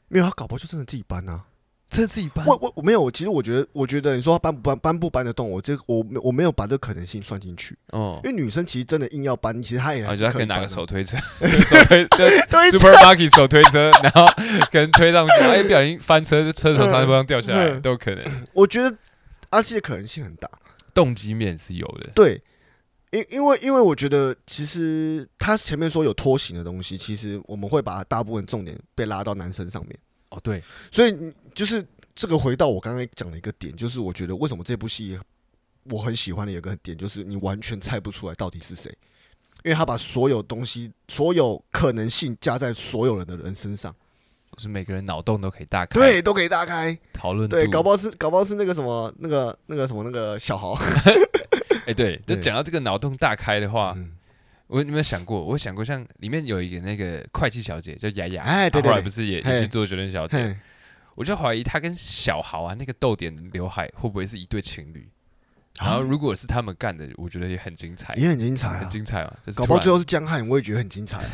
[SPEAKER 2] 没有他搞不好就真的自己搬啊。
[SPEAKER 1] 这自己搬
[SPEAKER 2] 我我我没有，其实我觉得，我觉得你说他搬不搬搬不搬得动，我这我没我没有把这个可能性算进去，
[SPEAKER 1] 哦
[SPEAKER 2] 因，为女生其实真的硬要搬，其实她也
[SPEAKER 1] 然
[SPEAKER 2] 还
[SPEAKER 1] 后
[SPEAKER 2] 是
[SPEAKER 1] 就他可
[SPEAKER 2] 以
[SPEAKER 1] 以拿
[SPEAKER 2] 搬
[SPEAKER 1] 个
[SPEAKER 2] 啊
[SPEAKER 1] 手推车， 手推就
[SPEAKER 2] 对
[SPEAKER 1] supermarket 手推车，然后可能推上去，哎，不小心翻车，车手上方掉下来
[SPEAKER 2] 嗯
[SPEAKER 1] 都有可能。
[SPEAKER 2] 我觉得阿基的可能性很大。
[SPEAKER 1] 动机面是有的，
[SPEAKER 2] 对，因因为因为我觉得其实他前面说有拖行的东西，其实我们会把大部分重点被拉到男生上面，
[SPEAKER 1] 哦对，
[SPEAKER 2] 所以你就是这个回到我刚才讲的一个点，就是我觉得为什么这部戏我很喜欢的有个点，就是你完全猜不出来到底是谁，因为他把所有东西、所有可能性加在所有人的人身上，
[SPEAKER 1] 就是每个人脑洞都可以大开，
[SPEAKER 2] 对，都给大开，
[SPEAKER 1] 讨论
[SPEAKER 2] 对，
[SPEAKER 1] 度
[SPEAKER 2] 搞不好是搞不好是那个什么那个那个什么那个小豪，
[SPEAKER 1] 哎对，就
[SPEAKER 2] 对
[SPEAKER 1] 讲到这个脑洞大开的话，
[SPEAKER 2] 嗯
[SPEAKER 1] 我有没有想过？我想过像里面有一个那个会计小姐叫雅雅，
[SPEAKER 2] 哎
[SPEAKER 1] 她
[SPEAKER 2] 对对
[SPEAKER 1] 后来
[SPEAKER 2] 对
[SPEAKER 1] 不是也
[SPEAKER 2] 嘿
[SPEAKER 1] 也去做学生小姐，
[SPEAKER 2] 嘿，
[SPEAKER 1] 我就怀疑她跟小豪啊那个逗点的刘海会不会是一对情侣？然后如果是他们干的，我觉得也很精彩，
[SPEAKER 2] 啊也很精彩啊
[SPEAKER 1] 很，精彩嘛，就是
[SPEAKER 2] 搞不
[SPEAKER 1] 突
[SPEAKER 2] 好
[SPEAKER 1] 然
[SPEAKER 2] 最后是江汉，我也觉得很 精彩、啊，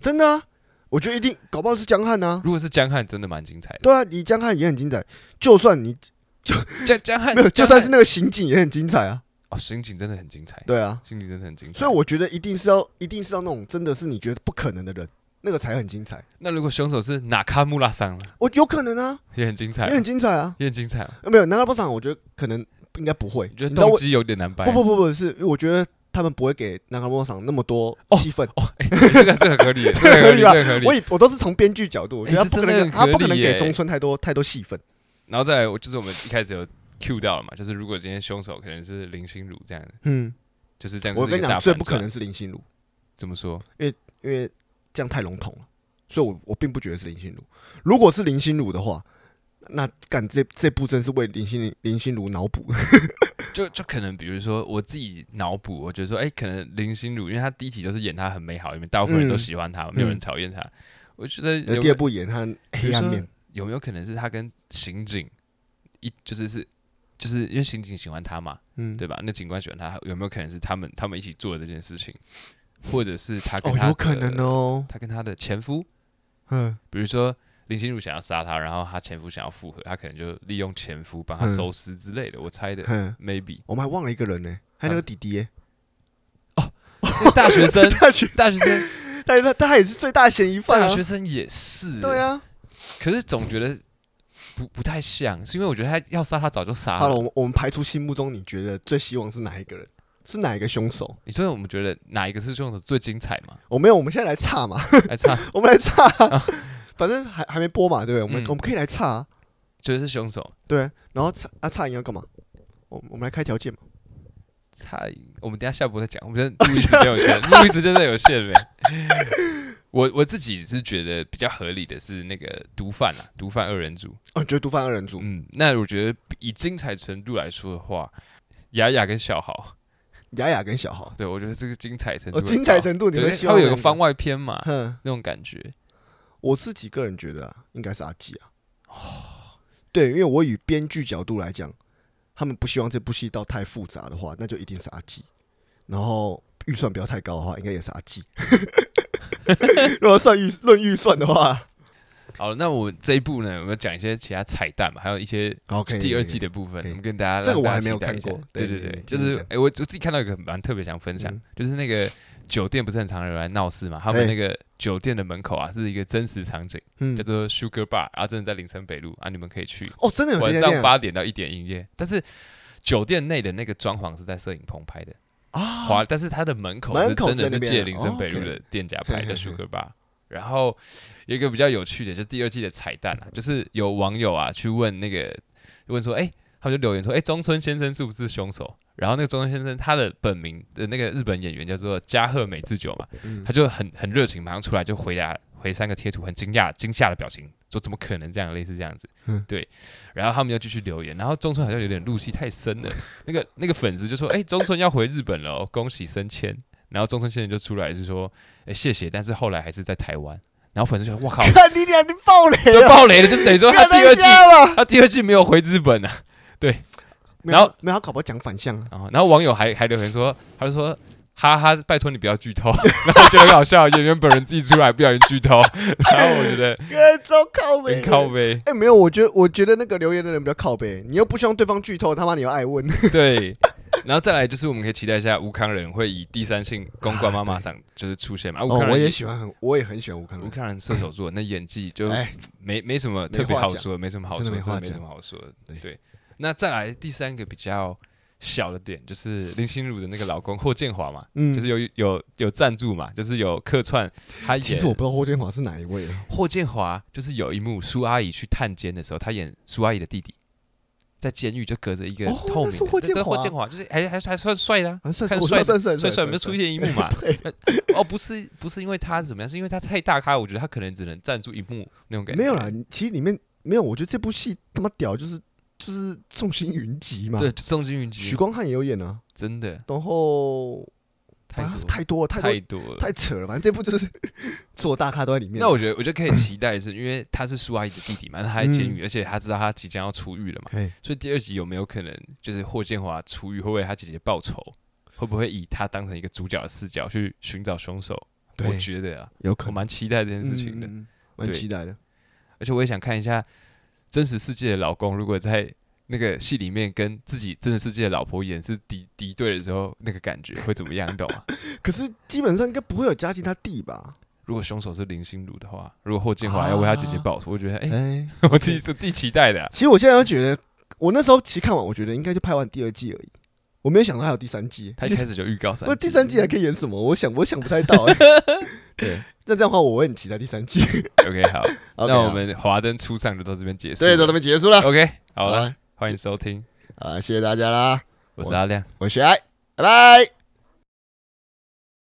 [SPEAKER 2] 真的啊，我觉得一定，搞不好是江汉啊，
[SPEAKER 1] 如果是江汉，真的蛮精彩的。
[SPEAKER 2] 对啊，你江汉也很精彩，就算你
[SPEAKER 1] 江江汉
[SPEAKER 2] 没有，就
[SPEAKER 1] 江
[SPEAKER 2] 算
[SPEAKER 1] 汉哎
[SPEAKER 2] 是那个刑警也很精彩啊，
[SPEAKER 1] 哦，刑警真的很精彩，
[SPEAKER 2] 对啊，
[SPEAKER 1] 刑警真的很精彩。
[SPEAKER 2] 所以我觉得一定是要，一定是要那种真的是你觉得不可能的人，那个才很精彩，
[SPEAKER 1] 那如果凶手是哪卡穆拉桑呢，
[SPEAKER 2] 我有可能啊，
[SPEAKER 1] 也很精彩，
[SPEAKER 2] 也很精彩啊，
[SPEAKER 1] 也很精彩啊。
[SPEAKER 2] 呃没有，南高波场我觉得可能应该不会，
[SPEAKER 1] 你
[SPEAKER 2] 你
[SPEAKER 1] 觉得
[SPEAKER 2] 知道
[SPEAKER 1] 动
[SPEAKER 2] 为
[SPEAKER 1] 机有点难掰？啊
[SPEAKER 2] 不不不不是，因为我觉得他们不会给南高波场那么多
[SPEAKER 1] 哦
[SPEAKER 2] 戏份。
[SPEAKER 1] 哦，哎，这个这个合理，这个合理，
[SPEAKER 2] 合理吧
[SPEAKER 1] 这个合理
[SPEAKER 2] 啊我。以我都是从编剧角度，我觉得
[SPEAKER 1] 哎
[SPEAKER 2] 他不可
[SPEAKER 1] 这真的
[SPEAKER 2] 能，
[SPEAKER 1] 很
[SPEAKER 2] 他不可
[SPEAKER 1] 合
[SPEAKER 2] 能
[SPEAKER 1] 理耶
[SPEAKER 2] 给中村太多太多戏份。
[SPEAKER 1] 然后再来，我就是我们一开始有 Q 到了嘛，就是如果今天凶手可能是林心如这样的，
[SPEAKER 2] 嗯，
[SPEAKER 1] 就是这样。
[SPEAKER 2] 我跟你讲，最
[SPEAKER 1] 这
[SPEAKER 2] 不可能是林心如。
[SPEAKER 1] 怎么说？
[SPEAKER 2] 因为这样太笼统了，所以我我并不觉得是林心如。如果是林心如的话，那干这这部真是为林心林心如 脑补。
[SPEAKER 1] 就就可能比如说我自己脑补，我觉得说，哎、可能林心如，因为她第一集都是演她很美好，因为大部分人都
[SPEAKER 2] 嗯
[SPEAKER 1] 喜欢她，没有人
[SPEAKER 2] 嗯呃
[SPEAKER 1] 讨厌她。我觉得有没
[SPEAKER 2] 那
[SPEAKER 1] 有
[SPEAKER 2] 第二部演他黑暗面，
[SPEAKER 1] 有没有可能是他跟刑警一就是是就是因为刑警喜欢他嘛，
[SPEAKER 2] 嗯，
[SPEAKER 1] 对吧？那警官喜欢他，有没有可能是他们他们一起做的这件事情，或者是他跟
[SPEAKER 2] 哦，
[SPEAKER 1] 他
[SPEAKER 2] 有可
[SPEAKER 1] 的
[SPEAKER 2] 能哦，
[SPEAKER 1] 他跟他的前夫，
[SPEAKER 2] 嗯，
[SPEAKER 1] 比如说林心如想要杀他，然后他前夫想要复合，他可能就利用前夫帮他
[SPEAKER 2] 嗯
[SPEAKER 1] 收尸之类的，我猜的
[SPEAKER 2] 哼，
[SPEAKER 1] ，maybe
[SPEAKER 2] 我们还忘了一个人呢，还有那个弟弟耶，
[SPEAKER 1] 那大啊学 生
[SPEAKER 2] 大学
[SPEAKER 1] 大学
[SPEAKER 2] 啊
[SPEAKER 1] 生
[SPEAKER 2] 他他他也是最大嫌疑犯
[SPEAKER 1] 大
[SPEAKER 2] 啊，
[SPEAKER 1] 学生也是，欸
[SPEAKER 2] 对，啊。
[SPEAKER 1] 可是总觉得不不太像，是因为我觉得他要杀他早就杀
[SPEAKER 2] 好了，我们我们排除心目中你觉得最希望是哪一个人，是哪一个凶手？哦
[SPEAKER 1] 你说我们觉得哪一个是凶手最精彩嘛？
[SPEAKER 2] 我没有，我们现在来查嘛，
[SPEAKER 1] 哎，差
[SPEAKER 2] 我们来查，反正还还没播嘛，对不对？我们
[SPEAKER 1] 啊嗯
[SPEAKER 2] 我们可以来查啊，
[SPEAKER 1] 觉得是凶手，
[SPEAKER 2] 对啊。然后查啊查你要干嘛？我我们来开条件嘛。
[SPEAKER 1] 差我们等一下下播再讲，我们真的录音时间有限，录音时间真的有 限没？我我自己是觉得比较合理的是那个毒贩啊，毒贩二人组，
[SPEAKER 2] 哦，你觉得毒贩二人组？
[SPEAKER 1] 嗯，那我觉得以精彩程度来说的话，雅雅跟小豪，
[SPEAKER 2] 雅雅跟小豪，
[SPEAKER 1] 对我觉得这个精彩程度
[SPEAKER 2] 哦，
[SPEAKER 1] 很高，
[SPEAKER 2] 精彩程度你
[SPEAKER 1] 哦对，
[SPEAKER 2] 会希
[SPEAKER 1] 它
[SPEAKER 2] 望
[SPEAKER 1] 会有个
[SPEAKER 2] 哪
[SPEAKER 1] 番？外篇嘛，
[SPEAKER 2] 哼，
[SPEAKER 1] 那种感觉。
[SPEAKER 2] 我自己个人觉得啊，应该是阿纪啊。对，因为我以编剧角度来讲，他们不希望这部戏到太复杂的话，那就一定是阿纪。然后预算不要太高的话，应该也是阿 纪。如果算预论预算的话
[SPEAKER 1] 好了，那我们这一部呢，我们讲一些其他彩蛋嘛，还有一些
[SPEAKER 2] ，OK，
[SPEAKER 1] 第二季的部分，
[SPEAKER 2] 可以
[SPEAKER 1] 我们跟大家
[SPEAKER 2] 这
[SPEAKER 1] 让
[SPEAKER 2] 个我
[SPEAKER 1] 大家
[SPEAKER 2] 还没有
[SPEAKER 1] 期待一
[SPEAKER 2] 看
[SPEAKER 1] 下
[SPEAKER 2] 过
[SPEAKER 1] 对
[SPEAKER 2] 对
[SPEAKER 1] 对
[SPEAKER 2] 对，
[SPEAKER 1] 就
[SPEAKER 2] 听你
[SPEAKER 1] 是
[SPEAKER 2] 讲
[SPEAKER 1] 哎、我我自己看到一个蛮特别想分享，
[SPEAKER 2] 嗯
[SPEAKER 1] 就是那个酒店不是很常有人来闹事嘛，他们
[SPEAKER 2] 哎
[SPEAKER 1] 那个酒店的门口啊是一个真实场景，
[SPEAKER 2] 嗯
[SPEAKER 1] 叫，做 Sugar Bar，然后真的在林森北路啊，你们可以去，
[SPEAKER 2] 哦，真的有这
[SPEAKER 1] 晚
[SPEAKER 2] 家
[SPEAKER 1] 上
[SPEAKER 2] 店
[SPEAKER 1] 八点到一点营业，但是酒店内的那个装潢是在摄影棚拍的。
[SPEAKER 2] 啊
[SPEAKER 1] 华，但是它的门口
[SPEAKER 2] 门
[SPEAKER 1] 是
[SPEAKER 2] 口
[SPEAKER 1] 真
[SPEAKER 2] 是
[SPEAKER 1] 的
[SPEAKER 2] 在
[SPEAKER 1] 是
[SPEAKER 2] 那边
[SPEAKER 1] 借
[SPEAKER 2] 啊
[SPEAKER 1] 林森
[SPEAKER 2] 哦
[SPEAKER 1] 北路
[SPEAKER 2] ，OK
[SPEAKER 1] 的店家拍 的
[SPEAKER 2] 嘿嘿
[SPEAKER 1] Sugar Bar。然后有一个比较有趣的，就是第二季的彩蛋 啊，就是有网友啊去问那个问说，哎、他们就留言说，哎、中村先生是不是凶手？然后那个中村先生他的本名的那个日本演员叫做加贺美智久嘛，
[SPEAKER 2] 嗯
[SPEAKER 1] 他就很很热情，马上出来就回答回三个贴图，很惊讶惊吓的表情，说怎么可能这样，类似这样子，
[SPEAKER 2] 嗯
[SPEAKER 1] 对。然后他们就继续留言，然后中村好像有点入戏太深了，那个那个粉丝就说：“哎、中村要回日本了哦、恭喜升迁。”然后中村先生就出来是说：“哎、谢谢，但是后来还是在台湾。”然后粉丝就说：“我 靠，
[SPEAKER 2] 看你俩你爆雷
[SPEAKER 1] 就
[SPEAKER 2] 了，
[SPEAKER 1] 爆雷了，就等于说他
[SPEAKER 2] 看
[SPEAKER 1] 第二
[SPEAKER 2] 那
[SPEAKER 1] 季
[SPEAKER 2] 家吧。
[SPEAKER 1] 他第二季没有回日本啊。”
[SPEAKER 2] 没有
[SPEAKER 1] 然后
[SPEAKER 2] 没有，他搞不好讲反向啊。
[SPEAKER 1] 然后然后网友还还留言说：“他就说。”哈哈，拜托你不要剧透， 然后我觉得很好笑，演员本人自己出来不小心剧透， 然后我觉得
[SPEAKER 2] 哥，糟靠呗
[SPEAKER 1] 很靠背，
[SPEAKER 2] 哎、没有，我觉得我觉得那个留言的人比较靠背，你又不希望对方剧透，他妈你要爱问。
[SPEAKER 1] 对，然后再来就是我们可以期待一下吴康仁会以第三性公关妈妈上就是出现嘛，啊吴
[SPEAKER 2] 啊哦
[SPEAKER 1] 康，
[SPEAKER 2] 我
[SPEAKER 1] 仁
[SPEAKER 2] 也
[SPEAKER 1] 也
[SPEAKER 2] 喜欢很，我也很喜欢吴康
[SPEAKER 1] 吴
[SPEAKER 2] 仁。
[SPEAKER 1] 康仁射手座，那演技就
[SPEAKER 2] 哎，
[SPEAKER 1] 没没什么
[SPEAKER 2] 没
[SPEAKER 1] 特别
[SPEAKER 2] 话
[SPEAKER 1] 好
[SPEAKER 2] 讲
[SPEAKER 1] 说，没什么好说，
[SPEAKER 2] 真的
[SPEAKER 1] 真
[SPEAKER 2] 没话
[SPEAKER 1] 的没
[SPEAKER 2] 讲
[SPEAKER 1] 什么好说的。
[SPEAKER 2] 对
[SPEAKER 1] 对，那再来第三个比较小的点就是林心如的那个老公霍建华嘛，
[SPEAKER 2] 嗯，
[SPEAKER 1] 就是有有有赞助嘛，就是有客串他
[SPEAKER 2] 其实我
[SPEAKER 1] 演
[SPEAKER 2] 不知道霍建华是哪一位，啊
[SPEAKER 1] 霍建华，就是有一幕苏阿姨去探监的时候，他演苏阿姨的弟弟。在监狱就隔着一个
[SPEAKER 2] 哦
[SPEAKER 1] 透明的，
[SPEAKER 2] 那是霍建
[SPEAKER 1] 对
[SPEAKER 2] 华
[SPEAKER 1] 霍建华就是还还还算帅 的啊，
[SPEAKER 2] 啊，算
[SPEAKER 1] 看
[SPEAKER 2] 是我
[SPEAKER 1] 帅
[SPEAKER 2] 算算
[SPEAKER 1] 所以
[SPEAKER 2] 算
[SPEAKER 1] 我们就出
[SPEAKER 2] 去
[SPEAKER 1] 现一幕嘛。 哦，不是不是因为他怎么样，是因为他太大咖，我觉得他可能只能站住一幕那种感觉。
[SPEAKER 2] 没有啦，你其实里面没有，我觉得这部戏他妈屌，就是就是众星云集嘛。
[SPEAKER 1] 对，，宋金云集
[SPEAKER 2] 许光汉也有演啊，
[SPEAKER 1] 真的
[SPEAKER 2] 然后
[SPEAKER 1] 太
[SPEAKER 2] 啊
[SPEAKER 1] 多
[SPEAKER 2] 太多了太
[SPEAKER 1] 太
[SPEAKER 2] 多
[SPEAKER 1] 多了。
[SPEAKER 2] 太扯了，反正这部就是 所有大咖都在里面。
[SPEAKER 1] 那我觉得，我觉得可以期待的是，因为他是苏阿姨的弟弟嘛，那他在监
[SPEAKER 2] 嗯
[SPEAKER 1] 狱，而且他知道他即将要出狱了嘛，
[SPEAKER 2] 嘿
[SPEAKER 1] 所以第二集有没有可能就是霍建华出狱会为他姐姐报仇？会不会以他当成一个主角的视角去寻找凶手？
[SPEAKER 2] 对
[SPEAKER 1] 我觉得啊，
[SPEAKER 2] 有
[SPEAKER 1] 我
[SPEAKER 2] 可能
[SPEAKER 1] 蛮期待这件事情的。
[SPEAKER 2] 嗯，嗯嗯蛮
[SPEAKER 1] 对
[SPEAKER 2] 期待的。
[SPEAKER 1] 而且我也想看一下真实世界的老公，如果在那个戏里面跟自己真实世界的老婆演是敌敌对的时候，那个感觉会怎么样，你懂吗？
[SPEAKER 2] 可是基本上应该不会有嘉靖他弟吧？
[SPEAKER 1] 如果凶手是林心如的话，如果霍建华要为他姐姐报仇，我觉得 哎、
[SPEAKER 2] 哎，
[SPEAKER 1] 我自己我自己期待的啊、
[SPEAKER 2] 其实我现在都觉得，我那时候其实看完，我觉得应该就拍完第二季而已，我没有想到还有第三季。
[SPEAKER 1] 他一开始就预告三
[SPEAKER 2] 不，，第三季还可以演什么？我想，我想不太 到、哎
[SPEAKER 1] 对
[SPEAKER 2] 那这样的话，我会很期待第三季。啊
[SPEAKER 1] ，OK，好， 那我们华灯初上就到这边结束了，
[SPEAKER 2] 对，到这边结束了。
[SPEAKER 1] ，OK，好了，
[SPEAKER 2] 啊，
[SPEAKER 1] 欢迎收听，
[SPEAKER 2] 好谢谢大家啦，
[SPEAKER 1] 我是阿亮。
[SPEAKER 2] 我是爱，拜拜。